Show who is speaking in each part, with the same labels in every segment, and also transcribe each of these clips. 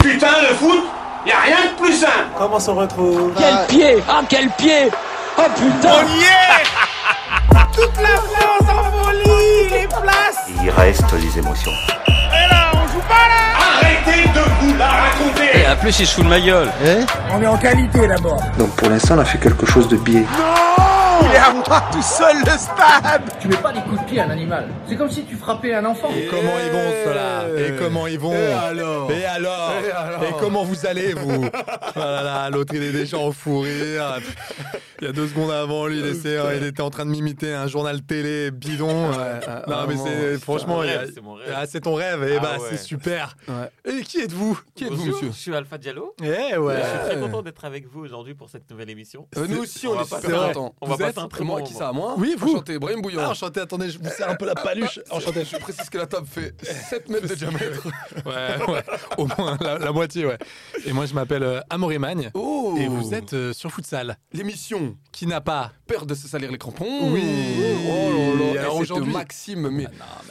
Speaker 1: Putain, le foot, y a rien de plus simple.
Speaker 2: Comment on se retrouve
Speaker 3: Quel pied Ah quel pied Oh putain
Speaker 1: Toute la France en folie, les places.
Speaker 4: Il reste les émotions.
Speaker 1: Et là, on joue pas là. Arrêtez de vous la raconter.
Speaker 3: En plus il se fout de ma gueule
Speaker 5: Donc pour l'instant, on a fait quelque chose de biais.
Speaker 6: Comment ils vont ceux-là Et comment ils vont Et alors Et alors Et, comment vous allez vous Oh là là, l'autre il est déjà en fou rire. Il y a deux secondes avant lui, il, essayait- il était en train de m'imiter un journal télé bidon. non mais euh, c'est franchement, il y a-
Speaker 7: rêve, c'est mon rêve.
Speaker 6: Ah, c'est ton rêve. Et
Speaker 7: Ah
Speaker 6: bah
Speaker 7: ouais.
Speaker 6: c'est super. Et qui êtes-vous Qui êtes-vous
Speaker 7: Bonjour,
Speaker 6: monsieur
Speaker 7: je suis Alpha Diallo.
Speaker 6: Eh ouais.
Speaker 7: Je suis très content d'être avec vous aujourd'hui pour cette nouvelle émission.
Speaker 8: Euh, nous aussi, on,
Speaker 7: va
Speaker 8: est
Speaker 7: passer
Speaker 8: super
Speaker 7: un-
Speaker 8: contents.
Speaker 7: on va
Speaker 8: Vous êtes
Speaker 7: passer un très
Speaker 8: moi
Speaker 7: bon
Speaker 8: qui
Speaker 7: moment.
Speaker 8: ça à moi
Speaker 6: Oui, vous.
Speaker 8: Enchanté, Brahim Bouillon.
Speaker 6: Ah, enchanté, attendez, je vous sers un peu la paluche. Enchanté.
Speaker 8: je précise que la table fait 7 mètres de diamètre.
Speaker 6: Ouais, ouais. Au moins la, la moitié, ouais. Et moi, je m'appelle euh, Amorimagne.
Speaker 8: Oh
Speaker 6: Et vous êtes euh, sur Futsal.
Speaker 8: L'émission
Speaker 6: Qui n'a pas
Speaker 8: Père de se salir les crampons.
Speaker 6: Oui.
Speaker 8: Oh là là.
Speaker 6: Alors
Speaker 8: Alors
Speaker 6: aujourd'hui- Ah
Speaker 8: aujourd'hui, Maxime, mais.
Speaker 6: mais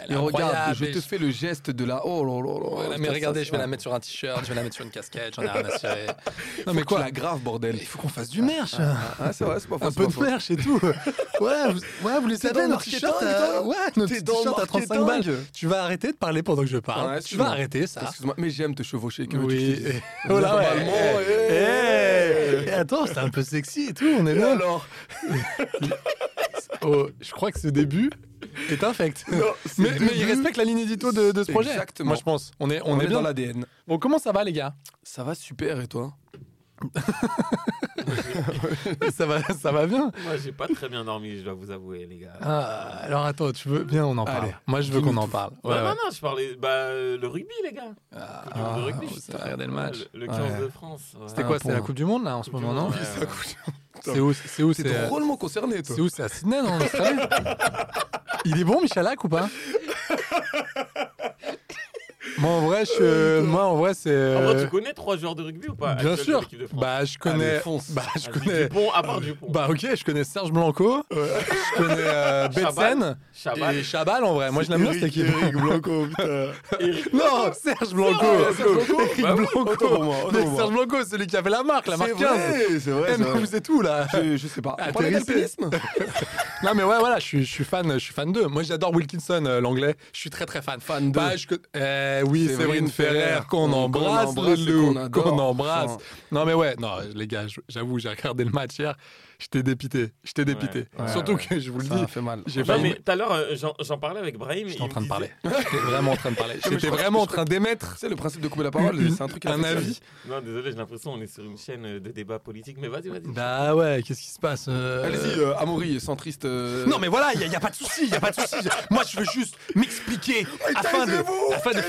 Speaker 8: mais regarde, je te fais le geste de la. Oh là là là.
Speaker 6: mais regardez, je vais la mettre sur un t-shirt, je vais la mettre sur une casquette, j'en ai rien à cirer. Non, mais
Speaker 8: Quoi
Speaker 6: quoi
Speaker 8: la grave, bordel.
Speaker 6: Il faut qu'on fasse du merch.
Speaker 8: Ah, c'est vrai, c'est pas faux.
Speaker 6: Un
Speaker 8: c'est
Speaker 6: peu
Speaker 8: pas
Speaker 6: de
Speaker 8: faux.
Speaker 6: merch et tout. Ouais, vous, ouais, vous
Speaker 8: T'es
Speaker 6: laissez
Speaker 8: dans
Speaker 6: bien
Speaker 8: le
Speaker 6: notre t-shirt
Speaker 8: marketing,
Speaker 6: à...
Speaker 8: toi
Speaker 6: euh, Ouais, notre
Speaker 8: T'es dans le
Speaker 6: t-shirt à 35
Speaker 8: marketing.
Speaker 6: balles. Tu vas arrêter de parler pendant que je parle.
Speaker 8: Ouais,
Speaker 6: tu vas
Speaker 8: excuse-moi.
Speaker 6: arrêter ça.
Speaker 8: Excuse-moi, mais j'aime te chevaucher. Que veux-tu que je te
Speaker 6: Oui.
Speaker 8: dise
Speaker 6: Oh là, ouais.
Speaker 8: Normalement,
Speaker 6: Eh,
Speaker 8: eh.
Speaker 6: eh, attends, c'était un peu sexy et tout, on est
Speaker 8: Et
Speaker 6: là.
Speaker 8: alors
Speaker 6: Oh, je crois que ce début est infect.
Speaker 8: c'est
Speaker 6: mais,
Speaker 8: le
Speaker 6: mais il
Speaker 8: début.
Speaker 6: respecte la ligne édito de, de ce projet.
Speaker 8: Exactement.
Speaker 6: Moi, je pense. On est, on
Speaker 8: On
Speaker 6: est,
Speaker 8: est
Speaker 6: bien.
Speaker 8: dans l'ADN.
Speaker 6: Bon, comment ça va, les gars
Speaker 8: Ça va super, et toi
Speaker 6: ça, va, ça va bien.
Speaker 7: Moi, j'ai pas très bien dormi, je dois vous avouer, les gars.
Speaker 6: Ah, alors attends, tu veux bien, on en parle.
Speaker 8: Allez,
Speaker 6: Moi, je veux qu'on en parle.
Speaker 7: non,
Speaker 6: Ouais,
Speaker 7: non,
Speaker 6: ouais.
Speaker 7: non, je parlais. Bah, euh, le rugby, les gars.
Speaker 6: ah,
Speaker 7: le rugby,
Speaker 6: vous
Speaker 7: juste
Speaker 6: avez
Speaker 7: avant.
Speaker 6: regardé le match.
Speaker 7: Le 15
Speaker 8: Ouais.
Speaker 7: de France. ouais.
Speaker 6: C'était quoi C'est la Coupe du Monde là en ce
Speaker 7: Coupe du
Speaker 6: moment, non
Speaker 7: Monde, ouais, ouais.
Speaker 6: C'est où C'est où
Speaker 8: T'es
Speaker 6: C'est euh,
Speaker 8: drôlement concerné, toi.
Speaker 6: c'est où C'est à Sydney, non en Australie Il est bon, Michalak ou pas Moi, en vrai, je, moi, en vrai, c'est.
Speaker 7: Ah, moi,
Speaker 6: euh,
Speaker 7: tu connais trois joueurs de rugby ou pas
Speaker 6: Bien
Speaker 7: actuels de
Speaker 6: sûr.
Speaker 7: l'équipe de France
Speaker 6: Bah, je
Speaker 8: Allez,
Speaker 6: connais.
Speaker 8: fonce.
Speaker 6: Bah, je
Speaker 7: Vas-y,
Speaker 6: connais.
Speaker 7: Dupont, à part Dupont.
Speaker 6: Bah ok, je connais Serge Blanco, je connais euh,
Speaker 7: Chabal.
Speaker 6: Betsen
Speaker 7: Chabal.
Speaker 6: et Chabal en vrai. Moi je l'aime bien cette équipe.
Speaker 8: Blanco, putain.
Speaker 6: Non, Serge Blanco.
Speaker 8: Serge Blanco.
Speaker 6: Eric
Speaker 8: Bah oui,
Speaker 6: Blanco.
Speaker 8: autant pour moi, autant
Speaker 6: Mais
Speaker 8: pour moi.
Speaker 6: Serge Blanco, c'est celui qui avait la marque, la marque 15.
Speaker 8: vrai, c'est
Speaker 6: Eh,
Speaker 8: vrai.
Speaker 6: mais vous êtes où là
Speaker 8: Je, je sais pas. On parlait
Speaker 6: Atterrissez.
Speaker 8: d'alpinisme
Speaker 6: Non mais ouais voilà, je suis, je suis fan, je suis fan d'eux. Moi j'adore Wilkinson, euh, l'anglais. Je suis très très fan.
Speaker 8: Fan d'eux.
Speaker 6: Bah, je co- eh, oui,
Speaker 8: Séverine
Speaker 6: Séverine Ferrer,
Speaker 8: Ferrer,
Speaker 6: qu'on
Speaker 8: qu'on
Speaker 6: embrasse,
Speaker 8: embrasse
Speaker 6: le
Speaker 8: et qu'on
Speaker 6: loup,
Speaker 8: adore.
Speaker 6: qu'on embrasse.
Speaker 8: Enfin.
Speaker 6: Non mais ouais, non les gars, je- j'avoue, j'ai regardé le match hier, j'étais dépité, j'étais dépité.
Speaker 8: ouais,
Speaker 6: Surtout
Speaker 8: ouais.
Speaker 6: que je vous le
Speaker 8: Ça
Speaker 6: dis,
Speaker 8: a fait mal.
Speaker 6: j'ai
Speaker 7: Non,
Speaker 6: failli
Speaker 7: mais tout à l'heure, euh, j'en- j'en parlais avec Brahim.
Speaker 6: J'étais en train de parler. J'étais vraiment en train de parler.
Speaker 8: mais je
Speaker 6: J'étais
Speaker 8: crois-
Speaker 6: vraiment
Speaker 8: je
Speaker 6: en train d'émettre
Speaker 8: C'est le principe de couper la
Speaker 6: une-
Speaker 8: parole, c'est un truc
Speaker 6: un
Speaker 8: infectieux.
Speaker 6: avis.
Speaker 7: Non, désolé, j'ai l'impression qu'on est sur une chaîne euh, de débat politique, mais vas-y, vas-y.
Speaker 6: Bah ouais, qu'est-ce qui se passe euh,
Speaker 8: Allez-y, euh, Amaury, centriste. euh,
Speaker 6: Non mais voilà, il n'y a, pas de souci, il n'y a pas de souci. Moi je veux juste m'expliquer afin de... afin de-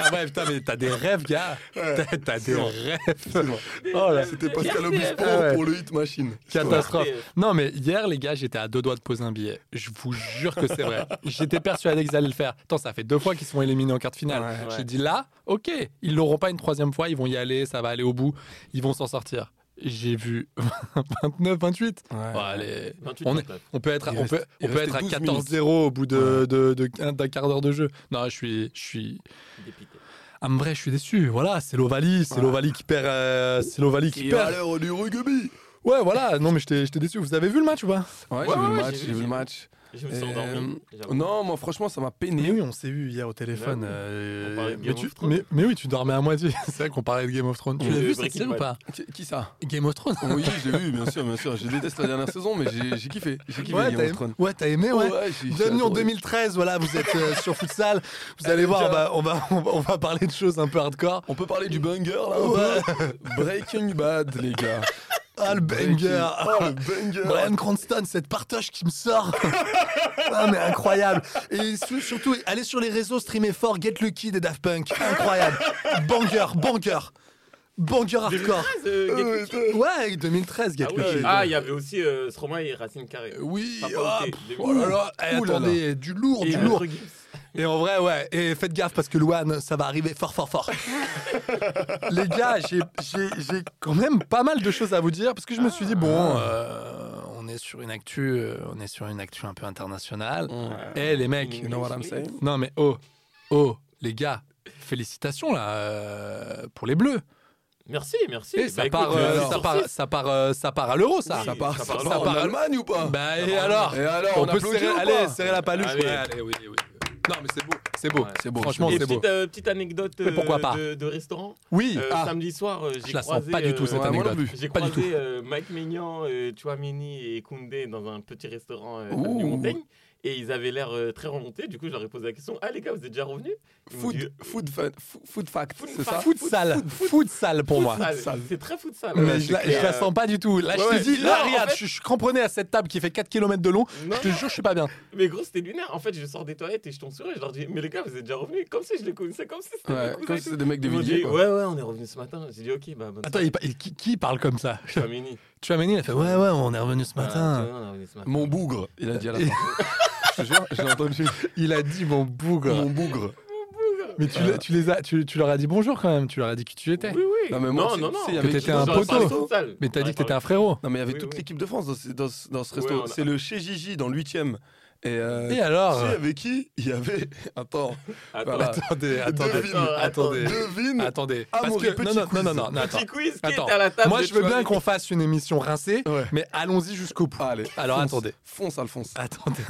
Speaker 6: Ah ouais putain mais t'as des rêves gars, t'as t'as des rêves. Oh là,
Speaker 8: C'était Pascal Obispo
Speaker 6: Ah ouais.
Speaker 8: pour le hit machine.
Speaker 6: Catastrophe.
Speaker 7: RTF.
Speaker 6: Non, mais hier, les gars, j'étais à deux doigts de poser un billet. Je vous jure que c'est vrai. J'étais persuadé qu'ils allaient le faire. Attends, ça fait deux fois qu'ils sont éliminés en quart de finale.
Speaker 8: Ouais.
Speaker 6: J'ai dit là, ok, ils l'auront pas une troisième fois, ils vont y aller, ça va aller au bout, ils vont s'en sortir. J'ai vu 29, 28.
Speaker 8: Ouais.
Speaker 6: Bon, allez,
Speaker 7: 28,
Speaker 6: on, est-
Speaker 7: 29.
Speaker 6: on peut être, à-
Speaker 8: Il
Speaker 6: on
Speaker 8: reste-
Speaker 6: peut,
Speaker 8: il
Speaker 6: on peut
Speaker 8: restait
Speaker 6: être à
Speaker 8: 12
Speaker 6: 14-0 au bout de- de- de- d'un quart d'heure de jeu. Non, je suis, je suis,
Speaker 7: Dépité.
Speaker 6: Ah, en vrai, je suis déçu. Voilà, c'est l'Ovalie, c'est l'Ovalie qui perd, euh, c'est l'Ovalie qui
Speaker 8: Qui a
Speaker 6: perd.
Speaker 8: l'heure du rugby
Speaker 6: Ouais, voilà. Non, mais j'étais j'étais déçu. Vous avez vu le match ou pas
Speaker 8: Ouais,
Speaker 7: Ouais,
Speaker 8: j'ai vu
Speaker 7: ouais,
Speaker 8: le
Speaker 7: ouais,
Speaker 8: match,
Speaker 7: j'ai vu,
Speaker 8: j'ai vu le
Speaker 7: j'ai vu.
Speaker 8: match.
Speaker 7: Je me suis
Speaker 8: Euh,
Speaker 7: endormi. j'avoue.
Speaker 8: Non, moi, franchement, ça m'a
Speaker 6: Mais
Speaker 8: peiné.
Speaker 6: oui, on s'est vu hier au téléphone.
Speaker 7: Bah oui.
Speaker 6: euh,
Speaker 7: On parlait de
Speaker 6: mais,
Speaker 7: Game
Speaker 6: tu-
Speaker 7: of Thrones.
Speaker 6: mais- mais oui, tu dormais à moitié. C'est vrai qu'on parlait de Game of Thrones. Tu
Speaker 7: Et
Speaker 6: l'as
Speaker 7: de
Speaker 6: vu cette
Speaker 7: Breaking
Speaker 6: série ou pas
Speaker 7: Bad.
Speaker 8: Qui, qui ça
Speaker 6: Game of Thrones
Speaker 8: Oui, j'ai vu, bien sûr, bien sûr. Je déteste la dernière saison, mais j'ai j'ai kiffé. J'ai kiffé
Speaker 6: Ouais,
Speaker 8: Game
Speaker 6: t'as
Speaker 8: of
Speaker 6: aimé,
Speaker 8: Thrones.
Speaker 6: ouais, t'as aimé, ouais.
Speaker 8: Ouais, j'ai- j'ai
Speaker 6: Bienvenue en
Speaker 8: adoré. Eh,
Speaker 6: 2013, voilà, vous êtes euh, sur Futsal. Vous allez voir,
Speaker 8: déjà.
Speaker 6: bah, on, va, on, va, on va parler de choses un peu hardcore.
Speaker 8: On peut parler du banger là un peu Breaking Bad, les gars.
Speaker 6: Ah, le banger
Speaker 2: Oh, le banger
Speaker 6: Brian Cranston, cette partoche qui me sort Ah, mais incroyable Et su- surtout, allez sur les réseaux, streamez fort Get Lucky des Daft Punk. Incroyable Banger, banger Banger hardcore
Speaker 7: Euh, Get Lucky.
Speaker 6: Ouais, 2013, Get
Speaker 7: Ah
Speaker 6: Lucky.
Speaker 7: ouais. Ah, il y avait aussi euh, Stromae et Racine Carré.
Speaker 6: Oui,
Speaker 7: Papa,
Speaker 6: ah,
Speaker 7: ok,
Speaker 6: pff,
Speaker 7: des-
Speaker 6: oh là là, eh,
Speaker 2: Ouh là
Speaker 6: attendez, du lourd,
Speaker 7: Et
Speaker 6: du
Speaker 7: euh,
Speaker 6: lourd.
Speaker 7: Gibbs.
Speaker 6: Et en vrai, ouais, et faites gaffe parce que Luan, ça va arriver fort, fort, fort. Les gars, j'ai- j'ai j'ai quand même pas mal de choses à vous dire parce que je me suis dit, bon, euh, on est sur une actu, euh, on est sur une actu un peu internationale. Eh les mecs,
Speaker 7: You know what I'm saying?
Speaker 6: non mais oh, oh, les gars, félicitations là euh, pour les Bleus.
Speaker 7: Merci, merci.
Speaker 6: Et ça,
Speaker 7: Bah, écoute,
Speaker 6: part,
Speaker 7: euh,
Speaker 6: euh,
Speaker 7: six
Speaker 6: ça,
Speaker 7: sur
Speaker 6: part,
Speaker 7: six.
Speaker 6: ça part, euh, ça part à l'euro ça.
Speaker 7: Oui,
Speaker 6: Ça part-
Speaker 7: ça
Speaker 6: ça
Speaker 7: part à l'euro.
Speaker 6: part
Speaker 2: en
Speaker 6: à
Speaker 2: Allemagne ou pas
Speaker 6: bah et alors
Speaker 2: Et alors, on,
Speaker 6: On peut
Speaker 2: applaudit
Speaker 6: serrer,
Speaker 2: ou pas
Speaker 6: allez, serrer la paluche.
Speaker 7: Allez.
Speaker 6: ouais, allez, oui, oui. Non mais c'est beau, c'est beau,
Speaker 7: Ouais.
Speaker 6: c'est beau. Franchement,
Speaker 7: Et
Speaker 6: c'est beau.
Speaker 7: petite, euh, petite anecdote
Speaker 6: Mais pourquoi
Speaker 7: euh,
Speaker 6: pas
Speaker 7: de, de restaurant.
Speaker 6: Oui,
Speaker 7: Euh,
Speaker 6: ah,
Speaker 7: Samedi soir, euh, j'ai
Speaker 6: je la sens
Speaker 7: croisé,
Speaker 6: pas du tout
Speaker 7: euh,
Speaker 6: cette
Speaker 2: ouais, moi non
Speaker 6: anecdote.
Speaker 2: plus.
Speaker 7: J'ai
Speaker 6: Pas du
Speaker 7: croisé euh, Mike Maignan, euh, Chouameni et Koundé dans un petit restaurant euh,
Speaker 2: Ouh.
Speaker 7: du Montaigne. Et ils avaient l'air euh, très remontés. Du coup, je leur ai posé la question Ah, les gars, vous êtes déjà revenus Ils m'ont dit,
Speaker 2: Food, food, fa- fo- food fact, c'est ça
Speaker 6: Foot sale, foot sale pour moi.
Speaker 7: Futsal. Ah, C'est très futsal.
Speaker 6: Mais je la, je la sens pas du tout. Là, je
Speaker 7: Ouais,
Speaker 6: te dis, là,
Speaker 7: non, en
Speaker 6: regarde, je,
Speaker 7: fait-
Speaker 6: je cramponnais à cette table qui fait 4 km de long.
Speaker 7: Non,
Speaker 6: Je te jure, je suis pas bien.
Speaker 7: mais gros, c'était lunaire. En fait, je sors des toilettes et je tombe sur eux. Je leur dis Mais les gars, vous êtes déjà revenus Comme si je les connaissais, comme si c'était
Speaker 8: Ouais,
Speaker 7: mes cousins
Speaker 8: comme
Speaker 7: et
Speaker 8: si
Speaker 7: tout.
Speaker 8: c'était des mecs de
Speaker 7: Ils m'ont dit,
Speaker 8: Villiers. quoi.
Speaker 7: Ouais, ouais, on est revenus ce matin. J'ai dit Ok, bah, bonne
Speaker 6: Attends, il pa- il- qui, qui parle comme ça
Speaker 7: soirée, Chouameni.
Speaker 6: Tu as mené, il a fait Ouais, ouais, on est revenu ce
Speaker 7: Voilà,
Speaker 6: matin.
Speaker 7: Chouameni, Bah, on est revenus ce matin.
Speaker 8: Mon bougre, il a dit à la fin. Je te jure, j'ai entendu.
Speaker 6: Il a dit Mon bougre.
Speaker 8: Mon bougre.
Speaker 6: Mais tu, l'as- tu les as, tu, tu leur as dit bonjour quand même, tu leur as dit qui tu étais.
Speaker 7: Oui, oui.
Speaker 8: Non, mais moi, tu-
Speaker 7: non,
Speaker 8: tu
Speaker 7: non,
Speaker 8: sais,
Speaker 7: non.
Speaker 8: il y avait
Speaker 6: Que t'étais
Speaker 7: Moi,
Speaker 6: un
Speaker 7: j'aurais parlé
Speaker 6: poteau.
Speaker 7: futsal.
Speaker 6: Mais t'as dit
Speaker 7: J'aurais
Speaker 6: que t'étais
Speaker 7: parlé-
Speaker 6: un frérot.
Speaker 8: Non, mais il y avait
Speaker 7: Oui,
Speaker 8: toute
Speaker 7: oui.
Speaker 8: l'équipe de France dans, ce- dans ce- dans ce
Speaker 7: Ouais,
Speaker 8: resto.
Speaker 7: on a-
Speaker 8: C'est le chez Gigi dans le 8ème. Et euh,
Speaker 6: Et
Speaker 8: tu
Speaker 6: alors
Speaker 8: sais avec qui il y avait. Attends,
Speaker 7: Attends,
Speaker 6: bah,
Speaker 8: Voilà.
Speaker 6: Attendez, Oh,
Speaker 8: Devine,
Speaker 6: attendez.
Speaker 8: devine.
Speaker 6: Attendez.
Speaker 8: Ah,
Speaker 6: Parce
Speaker 8: mon
Speaker 6: que-
Speaker 8: petit
Speaker 6: non, non,
Speaker 8: quiz.
Speaker 6: non, non, non, attends.
Speaker 7: Petit quiz qui
Speaker 6: Attends.
Speaker 7: est à la table.
Speaker 6: Moi,
Speaker 7: de
Speaker 6: je veux bien
Speaker 7: Chouameni.
Speaker 6: qu'on fasse une émission rincée,
Speaker 8: Ouais.
Speaker 6: mais allons-y jusqu'au bout.
Speaker 8: Allez.
Speaker 6: Alors,
Speaker 8: fonce.
Speaker 6: attendez. Ah,
Speaker 8: Fonce, Alphonse.
Speaker 6: Attendez.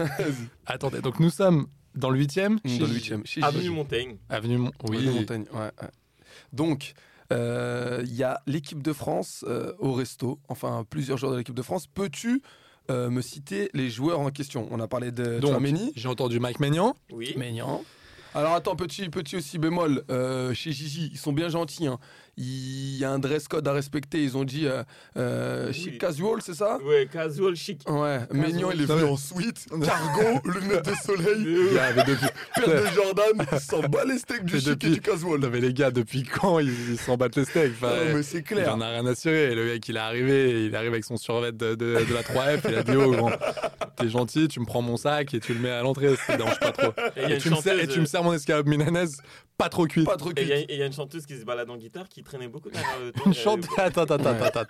Speaker 6: Attendez. Donc, nous sommes dans le 8e.
Speaker 8: Dans le 8ème. Chez
Speaker 7: Avenue
Speaker 8: Gigi.
Speaker 7: Montaigne.
Speaker 6: Avenue Mon-
Speaker 8: Oui.
Speaker 6: Oui.
Speaker 8: montagne. Ouais, ouais. Donc, euh, il y a l'équipe de France euh, au resto, enfin plusieurs joueurs de l'équipe de France. Peux-tu euh, me citer les joueurs en question On a parlé de
Speaker 6: Donc,
Speaker 8: Tchouaméni.
Speaker 6: j'ai entendu Mike Maignan.
Speaker 7: Oui.
Speaker 8: Maignan. Alors attends, petit, petit aussi bémol, euh, chez Gigi, ils sont bien gentils. hein. Il y a un dress code à respecter, ils ont dit euh, euh, chic
Speaker 7: Oui.
Speaker 8: casual, c'est ça
Speaker 7: Ouais, casual chic.
Speaker 8: Ouais, Maignan, il est
Speaker 6: Non,
Speaker 8: venu
Speaker 6: mais-
Speaker 8: en suite, cargo, lunettes de soleil,
Speaker 7: Euh,
Speaker 8: paire de Jordan, il s'en bat les steaks du
Speaker 6: Mais
Speaker 8: chic et
Speaker 6: depuis-
Speaker 8: du casual.
Speaker 6: Non, mais les gars, depuis quand ils ils s'en battent les steaks enfin, eh,
Speaker 8: Non, mais c'est
Speaker 6: Il
Speaker 8: clair.
Speaker 6: en a rien assuré. Le mec, il est arrivé, il arrive avec son survêt de, de- de la 3F. Il a dit Oh, grand, t'es gentil, tu me prends mon sac et tu le mets à l'entrée. Ça te dérange pas trop.
Speaker 7: Et il y a
Speaker 6: Et
Speaker 7: une
Speaker 6: Ah, tu, me sers,
Speaker 7: chanteuse, euh,
Speaker 6: et tu me sers mon escalope milanaise, pas trop cuite.
Speaker 8: Pas trop
Speaker 7: et il y a-
Speaker 8: cuite.
Speaker 7: et il y a une chanteuse qui se balade en guitare qui traînait beaucoup derrière le
Speaker 6: Une chanteuse. Attends, attends, attends, attends.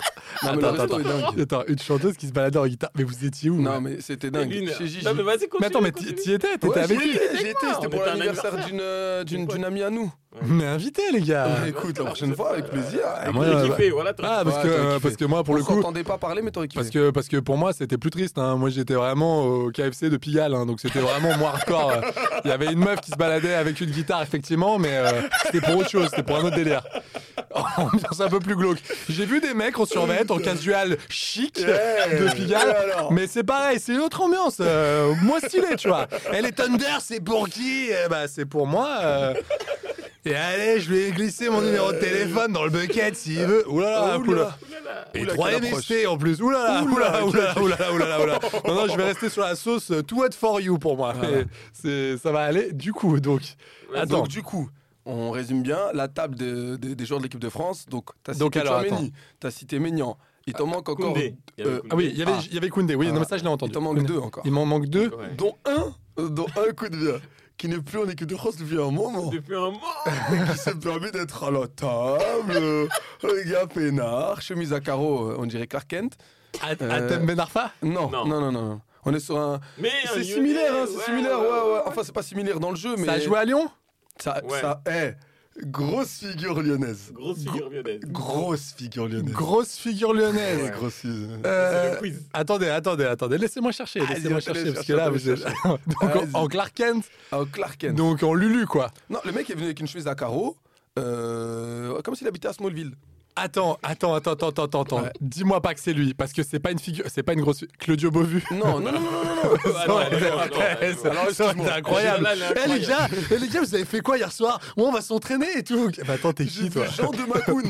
Speaker 8: Non, mais le
Speaker 6: attends,
Speaker 8: resto
Speaker 6: attends,
Speaker 8: est dingue.
Speaker 6: attends. Attends, une chanteuse qui se baladait en guitare. Mais vous étiez où
Speaker 8: Non,
Speaker 6: mais...
Speaker 8: mais c'était
Speaker 7: Non,
Speaker 8: dingue. Chez Gigi.
Speaker 7: mais vas-y, continue.
Speaker 6: attends, mais t'y
Speaker 7: continue.
Speaker 6: t'y étais T'étais
Speaker 8: Ouais,
Speaker 6: avec
Speaker 8: j'y
Speaker 6: qui
Speaker 8: étais, j'y étais,
Speaker 7: moi,
Speaker 8: c'était
Speaker 7: on
Speaker 8: pour
Speaker 7: était à un
Speaker 8: l'anniversaire
Speaker 7: anniversaire.
Speaker 8: d'une euh, d'une-
Speaker 7: Ouais.
Speaker 8: d'une amie à nous.
Speaker 6: Mais invité, les gars
Speaker 8: Ouais, écoute, la prochaine fois, avec plaisir.
Speaker 6: Ah,
Speaker 8: Écoute,
Speaker 6: moi,
Speaker 7: J'ai
Speaker 6: euh,
Speaker 7: kiffé, voilà. toi.
Speaker 6: Ah, parce,
Speaker 8: Ouais,
Speaker 6: que,
Speaker 8: t'aurais
Speaker 6: euh,
Speaker 8: kiffé.
Speaker 6: parce que moi, pour le
Speaker 8: on
Speaker 6: coup,
Speaker 8: s'entendait pas parler, mais t'aurais
Speaker 6: Parce
Speaker 8: kiffé.
Speaker 6: que, parce que pour moi, c'était plus triste. hein. Moi, j'étais vraiment au KFC de Pigalle. hein. donc, c'était vraiment moins hardcore. euh. Il y avait une meuf qui se baladait avec une guitare, effectivement, mais euh, c'était pour autre chose. C'était pour un autre délire. Ambiance un peu plus glauque. J'ai vu des mecs en survêt, en casual chic de Pigalle. mais c'est pareil, c'est une autre ambiance. euh, moins stylée, tu vois. Elle est Thunder, c'est pour qui Eh ben, C'est pour moi. euh. Et allez, je lui ai glissé mon numéro de téléphone dans le bucket s'il veut.
Speaker 8: Oula.
Speaker 6: Oulala, oulala.
Speaker 7: Oulala.
Speaker 6: Et
Speaker 8: Oula,
Speaker 6: 3
Speaker 8: quelle approche.
Speaker 6: MST en plus. Oulala,
Speaker 8: Oula,
Speaker 6: oulala, oulala, oulala, oulala, oulala. Non, non, je vais rester sur la sauce euh, Too Hot For You pour moi.
Speaker 8: Voilà.
Speaker 6: Et c'est- Ça va aller. Du coup, donc.
Speaker 7: Ouais,
Speaker 6: Attends.
Speaker 8: Donc, du coup, on résume bien la table de- de- des joueurs de l'équipe de France. Donc, t'as
Speaker 6: Donc,
Speaker 8: cité
Speaker 6: alors,
Speaker 8: Tchouaméni, t'as cité Maignan. Il t'en manque encore.
Speaker 7: Koundé. Il y avait
Speaker 8: euh,
Speaker 7: Koundé.
Speaker 6: Ah oui, il y avait,
Speaker 8: Ah.
Speaker 6: il y avait Koundé. Oui, non,
Speaker 8: Ah.
Speaker 6: mais ça, je l'ai entendu.
Speaker 8: Il t'en manque
Speaker 6: Koundé.
Speaker 8: deux encore.
Speaker 6: Il m'en manque deux.
Speaker 7: Ouais.
Speaker 8: Dont un, euh, dont un coup de bien, qui n'est plus en équipe de France depuis un moment.
Speaker 7: Depuis un moment.
Speaker 8: qui s'est permis d'être à la table. euh, Un gars peinard, chemise à carreaux, euh, on dirait Clark Kent.
Speaker 6: Atem
Speaker 8: Euh,
Speaker 6: Ben Arfa
Speaker 8: Non, non,
Speaker 7: Non.
Speaker 8: non, non. non. On est sur un.
Speaker 7: Mais un
Speaker 8: C'est
Speaker 7: Lyonnais,
Speaker 8: similaire, hein, c'est
Speaker 7: ouais,
Speaker 8: similaire, ouais, ouais. Enfin, c'est pas similaire dans le jeu, mais.
Speaker 6: Ça a joué à Lyon
Speaker 8: Ça,
Speaker 7: Ouais.
Speaker 8: ça est. Grosse figure lyonnaise.
Speaker 7: Grosse figure lyonnaise.
Speaker 8: Grosse figure lyonnaise.
Speaker 6: Grosse figure lyonnaise.
Speaker 8: Ouais, grosse figure.
Speaker 7: C'est
Speaker 6: Euh,
Speaker 7: le quiz.
Speaker 6: Attendez, attendez, attendez, laissez-moi chercher,
Speaker 8: Vas-y,
Speaker 6: laissez-moi
Speaker 8: on te laisse
Speaker 6: chercher, parce que
Speaker 8: chercher,
Speaker 6: là,
Speaker 8: on te
Speaker 6: vous
Speaker 8: laisse
Speaker 6: êtes donc
Speaker 8: Vas-y.
Speaker 6: en, en Clark Kent,
Speaker 8: Ah, Clark Kent.
Speaker 6: donc en Lulu, quoi.
Speaker 8: Non, le mec est venu avec une chemise à carreaux, euh, comme s'il habitait à Smallville.
Speaker 6: attends, attends, attends, attends, attends, attends, attends. Dis-moi pas que c'est lui, parce que c'est pas une figure, c'est pas une grosse. fi- Claudio Bovu.
Speaker 8: Non, non, non, non, non, non.
Speaker 7: Ah non, elle est
Speaker 6: Ça aurait
Speaker 7: incroyable.
Speaker 6: été- ça
Speaker 8: Oh,
Speaker 6: aurait été incroyable.
Speaker 7: Là, elle est
Speaker 6: Eh les gars, eh, les gars, vous avez fait quoi hier soir Ouais, on va s'entraîner et tout. Bah, attends, t'es qui toi
Speaker 8: Jean de Macoun.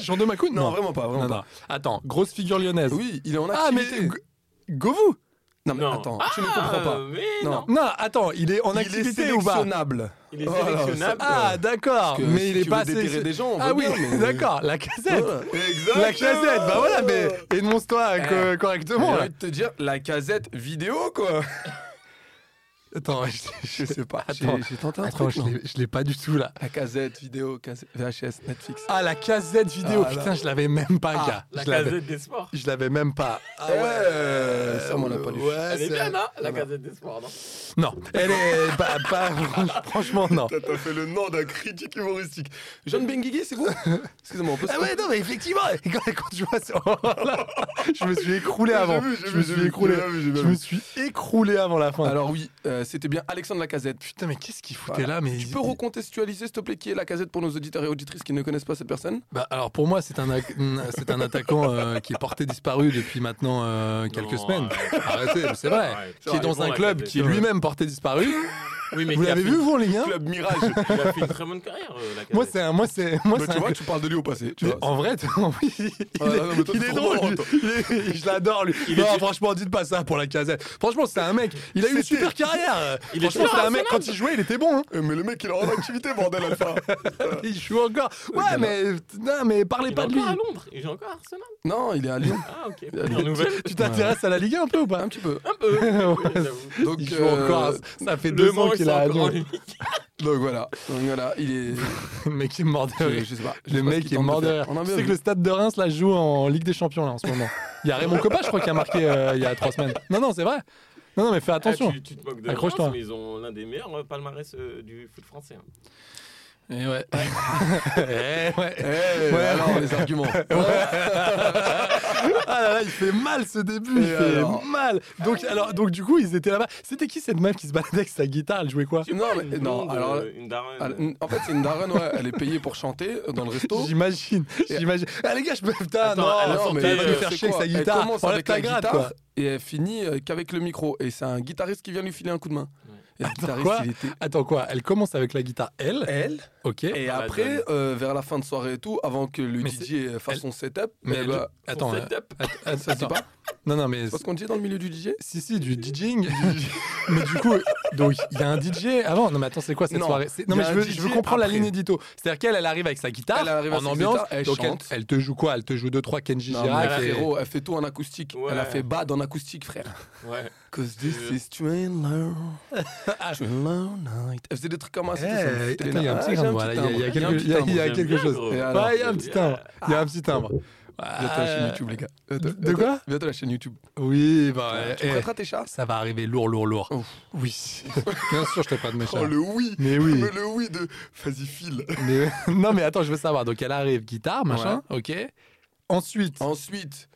Speaker 6: Jean de Macoun
Speaker 8: Non, vraiment pas, vraiment
Speaker 6: Non,
Speaker 8: pas.
Speaker 6: non. Attends, grosse figure lyonnaise.
Speaker 8: Oui, il est en
Speaker 6: Ah mais
Speaker 8: activité.
Speaker 6: G- Govou
Speaker 8: Non, mais
Speaker 7: Non.
Speaker 8: attends, tu ne comprends
Speaker 7: Ah,
Speaker 8: pas.
Speaker 7: mais
Speaker 8: Non.
Speaker 7: non.
Speaker 6: Non, attends, il est en
Speaker 8: il est
Speaker 6: activité ou pas
Speaker 8: sélectionnable.
Speaker 7: Il est
Speaker 8: Oh, alors,
Speaker 7: sélectionnable.
Speaker 6: Ah d'accord,
Speaker 8: Parce que
Speaker 6: mais
Speaker 8: si
Speaker 6: il est
Speaker 8: tu
Speaker 6: pas
Speaker 8: veux déterrer
Speaker 6: sélectionné.
Speaker 8: des gens, on
Speaker 6: Ah
Speaker 8: veut
Speaker 6: oui,
Speaker 8: bien, mais-
Speaker 6: d'accord, la casette.
Speaker 8: Voilà.
Speaker 6: La casette, bah voilà, mais énonce-toi
Speaker 8: Eh.
Speaker 6: co-
Speaker 8: J'ai
Speaker 6: correctement. là.
Speaker 8: envie de te dire la casette vidéo quoi. Eh.
Speaker 6: Attends, je, je sais pas.
Speaker 8: Attends,
Speaker 6: j'ai-
Speaker 8: j'ai tenté un
Speaker 6: Attends,
Speaker 8: truc.
Speaker 6: je
Speaker 8: non
Speaker 6: l'ai- je l'ai pas du tout là.
Speaker 8: La casette vidéo, casette- VHS, Netflix.
Speaker 6: Ah la casette vidéo,
Speaker 8: Ah, là.
Speaker 6: putain, je l'avais même pas,
Speaker 8: Ah,
Speaker 6: gars.
Speaker 7: La
Speaker 6: Je l'avais-
Speaker 7: casette des sports.
Speaker 6: Je l'avais même pas. Ah
Speaker 8: ouais, Eh euh, ça, on l'a pas lu.
Speaker 6: Ouais,
Speaker 7: Elle est
Speaker 6: c'est-
Speaker 7: bien, non La casette des sports, non
Speaker 6: Non, elle est pas, pas- franchement non.
Speaker 8: T'as fait le nom d'un critique humoristique. John Benguigui, c'est vous Excusez-moi, on peut se-
Speaker 6: Ah ouais, non, mais effectivement, quand, quand tu vois ça, oh là, je me suis écroulé
Speaker 8: J'ai
Speaker 6: avant.
Speaker 8: vu, j'ai
Speaker 6: je
Speaker 8: vu,
Speaker 6: me
Speaker 8: j'ai
Speaker 6: suis
Speaker 8: vu,
Speaker 6: écroulé.
Speaker 8: j'ai bien vu, j'ai bien
Speaker 6: Je me
Speaker 8: vu.
Speaker 6: suis écroulé avant la fin.
Speaker 8: Alors oui, euh, c'était bien Alexandre Lacazette.
Speaker 6: putain, mais qu'est-ce qu'il foutait
Speaker 8: Voilà.
Speaker 6: là mais
Speaker 8: Tu peux recontextualiser, s'il te plaît, qui est Lacazette pour nos auditeurs et auditrices qui ne connaissent pas cette personne
Speaker 6: Bah, alors pour moi, c'est un, ac- c'est un attaquant euh, qui est porté disparu depuis maintenant euh, quelques
Speaker 7: Non,
Speaker 6: semaines.
Speaker 7: arrête.
Speaker 6: Arrêtez, c'est vrai.
Speaker 7: Arrête.
Speaker 6: qui est dans
Speaker 7: Arrête,
Speaker 6: un
Speaker 7: bon,
Speaker 6: club
Speaker 7: arrête.
Speaker 6: qui est lui-même porté disparu.
Speaker 7: Oui, mais
Speaker 6: Vous
Speaker 7: qui a
Speaker 6: l'avez
Speaker 7: fait-
Speaker 6: vu, vous, les gars
Speaker 8: Mirage.
Speaker 7: Il a fait une très bonne carrière, euh, la casette.
Speaker 6: Moi, c'est un. Moi, c'est. Moi,
Speaker 8: Bah,
Speaker 6: c'est
Speaker 8: tu
Speaker 6: un-
Speaker 8: vois, tu parles de lui au passé. Tu
Speaker 6: Mais
Speaker 8: vois,
Speaker 6: en vrai, t'as envie. il
Speaker 8: Ah, non, mais
Speaker 6: est,
Speaker 8: toi,
Speaker 6: il
Speaker 8: t'es
Speaker 6: est
Speaker 8: trop
Speaker 6: drôle.
Speaker 8: marrant,
Speaker 6: lui.
Speaker 8: toi.
Speaker 6: Il est- je l'adore, lui.
Speaker 7: Il est
Speaker 6: non,
Speaker 7: tu-
Speaker 6: franchement, dites pas ça pour la casette. Franchement, c'est un mec. Il a eu une
Speaker 8: C'était-
Speaker 6: super carrière.
Speaker 7: Il est
Speaker 6: franchement,
Speaker 7: toujours
Speaker 6: c'est un mec. Quand il jouait, il était bon. hein.
Speaker 8: Euh, Mais le mec, il est en activité, bordel alpha. bah.
Speaker 6: Il joue encore. Ouais, mais non, mais parlez
Speaker 7: Il est
Speaker 6: pas de lui.
Speaker 7: encore à Londres. Il joue encore à Arsenal.
Speaker 8: non, il est à Lyon.
Speaker 7: Ah, ok.
Speaker 8: a
Speaker 7: Première
Speaker 8: des-
Speaker 7: nouvelle.
Speaker 6: Tu t'intéresses à la Ligue 1 un peu ou pas
Speaker 8: Un petit peu.
Speaker 7: Un peu.
Speaker 6: Ouais,
Speaker 7: J'avoue.
Speaker 8: Donc,
Speaker 6: Il joue
Speaker 8: euh,
Speaker 6: encore. à- Ça fait
Speaker 7: Le
Speaker 6: deux
Speaker 7: Mans,
Speaker 6: ans
Speaker 7: ils
Speaker 6: qu'il
Speaker 7: sont
Speaker 6: a à
Speaker 7: encore
Speaker 6: Lyon.
Speaker 7: en Ligue.
Speaker 8: Donc voilà. Donc voilà, il est.
Speaker 6: Le mec est mort de
Speaker 8: Je,
Speaker 6: rire.
Speaker 8: je sais pas. je sais
Speaker 6: Le
Speaker 8: pas ce
Speaker 6: mec
Speaker 8: qu'il
Speaker 6: est
Speaker 8: tente de
Speaker 6: mort de
Speaker 8: faire.
Speaker 6: rire.
Speaker 8: On a
Speaker 6: Tu
Speaker 8: bien
Speaker 6: sais
Speaker 8: vu.
Speaker 6: que le stade de Reims là joue en Ligue des Champions là en ce moment. Il y a Raymond Coppa, je crois, qui a marqué euh, il y a trois semaines. Non, non, c'est vrai. Non, non, mais fais attention.
Speaker 7: Ah, tu, tu te moques de
Speaker 6: Accroche-toi.
Speaker 7: Accroche-toi. Mais ils ont l'un des meilleurs euh, palmarès euh, du foot français. hein.
Speaker 6: Et ouais. Eh ouais.
Speaker 8: Eh,
Speaker 6: Ouais.
Speaker 8: alors, les arguments.
Speaker 6: Ah là là, il fait mal ce début, il
Speaker 8: Et
Speaker 6: fait
Speaker 8: alors
Speaker 6: mal. Donc alors donc du coup, ils étaient là-bas. C'était qui cette meuf qui se baladait avec sa guitare, elle jouait quoi
Speaker 7: Tu
Speaker 8: Non,
Speaker 7: vois,
Speaker 8: mais-
Speaker 7: une
Speaker 8: non,
Speaker 7: blonde,
Speaker 8: alors-
Speaker 7: euh, Une daronne.
Speaker 8: Ah,
Speaker 6: mm,
Speaker 8: En fait, c'est une daronne, ouais. Elle est payée pour chanter dans le resto. Ah,
Speaker 6: J'imagine, j'imagine. Ah les gars, je peux putain
Speaker 7: Attends,
Speaker 6: non,
Speaker 7: elle
Speaker 6: elle va
Speaker 7: sortait,
Speaker 6: pas
Speaker 7: euh,
Speaker 6: nous faire
Speaker 8: c'est
Speaker 6: chier avec
Speaker 8: quoi
Speaker 6: sa
Speaker 8: Elle
Speaker 6: guitare.
Speaker 8: commence
Speaker 6: Enlève
Speaker 8: avec
Speaker 6: ta
Speaker 8: la
Speaker 6: grade
Speaker 8: guitare
Speaker 6: quoi.
Speaker 8: et elle finit euh, qu'avec le micro. Et c'est un guitariste qui vient lui filer un coup de main. Et le guitariste,
Speaker 6: quoi
Speaker 8: il était.
Speaker 6: Attends quoi Elle commence avec la guitare elle,
Speaker 8: Elle
Speaker 6: OK.
Speaker 8: Et
Speaker 7: Ah, la
Speaker 8: après, euh, vers la fin de soirée et tout, avant que le
Speaker 6: Mais
Speaker 8: DJ fasse
Speaker 6: elle-
Speaker 8: son setup,
Speaker 6: mais
Speaker 8: eh
Speaker 6: elle-
Speaker 8: bah,
Speaker 6: Attends,
Speaker 7: Son
Speaker 6: euh,
Speaker 7: setup.
Speaker 6: att-
Speaker 8: ça
Speaker 6: att-
Speaker 8: se dit
Speaker 6: attends.
Speaker 8: pas
Speaker 6: Non non mais
Speaker 8: C'est pas ce qu'on dit dans le milieu du DJ
Speaker 6: si si du DJing. mais du coup, donc il y a un DJ avant. Non mais attends, c'est quoi cette
Speaker 8: Non,
Speaker 6: soirée C'est- Non
Speaker 8: il y
Speaker 6: mais
Speaker 8: a
Speaker 6: je
Speaker 8: un
Speaker 6: veux, je veux
Speaker 8: DJ
Speaker 6: comprendre la
Speaker 8: après.
Speaker 6: ligne édito. C'est-à-dire qu'elle elle arrive avec sa guitare
Speaker 8: Elle arrive
Speaker 6: en
Speaker 8: avec sa
Speaker 6: ambiance.
Speaker 8: guitare, elle
Speaker 6: donc elle,
Speaker 8: chante.
Speaker 6: elle te joue quoi Elle te joue deux trois Kenji
Speaker 8: Non, mais
Speaker 6: Girac. et-
Speaker 8: frérot, elle fait tout en acoustique.
Speaker 7: Ouais.
Speaker 8: Elle a fait bad en acoustique, frère.
Speaker 7: Ouais.
Speaker 8: Cause this is Train Low. Train Low Night. Ah. Elle faisait des trucs comme ça.
Speaker 6: Eh,
Speaker 8: c'était ça, c'était
Speaker 6: attends, il y a un
Speaker 8: Ah,
Speaker 6: petit
Speaker 8: j'ai
Speaker 6: timbre, voilà, il y a-
Speaker 8: timbre.
Speaker 6: il y a
Speaker 8: J'ai un
Speaker 6: quelque-
Speaker 8: petit
Speaker 6: il y a-
Speaker 8: timbre.
Speaker 6: il y a
Speaker 7: J'aime
Speaker 6: quelque
Speaker 7: bien,
Speaker 6: chose. euh,
Speaker 7: gros.
Speaker 8: Et alors
Speaker 6: Ouais, il y a un petit timbre. Il y a un petit timbre.
Speaker 8: Bientôt la chaîne
Speaker 6: Euh,
Speaker 8: YouTube, les gars. Bientôt-
Speaker 6: de
Speaker 8: bientôt-
Speaker 6: quoi
Speaker 8: Bientôt la chaîne YouTube.
Speaker 6: Oui, bah. eh,
Speaker 8: Tu prêteras tes chats
Speaker 6: ça va arriver lourd, lourd, lourd.
Speaker 8: Ouf. Oh,
Speaker 6: Oui. Bien sûr, je te prête mes chats.
Speaker 8: oui
Speaker 6: Mais oui.
Speaker 8: le oui de. Vas-y, file
Speaker 6: Mais- euh, non, mais attends, je veux savoir. Donc, elle arrive, guitare, machin, ok. Ensuite,
Speaker 8: Ensuite,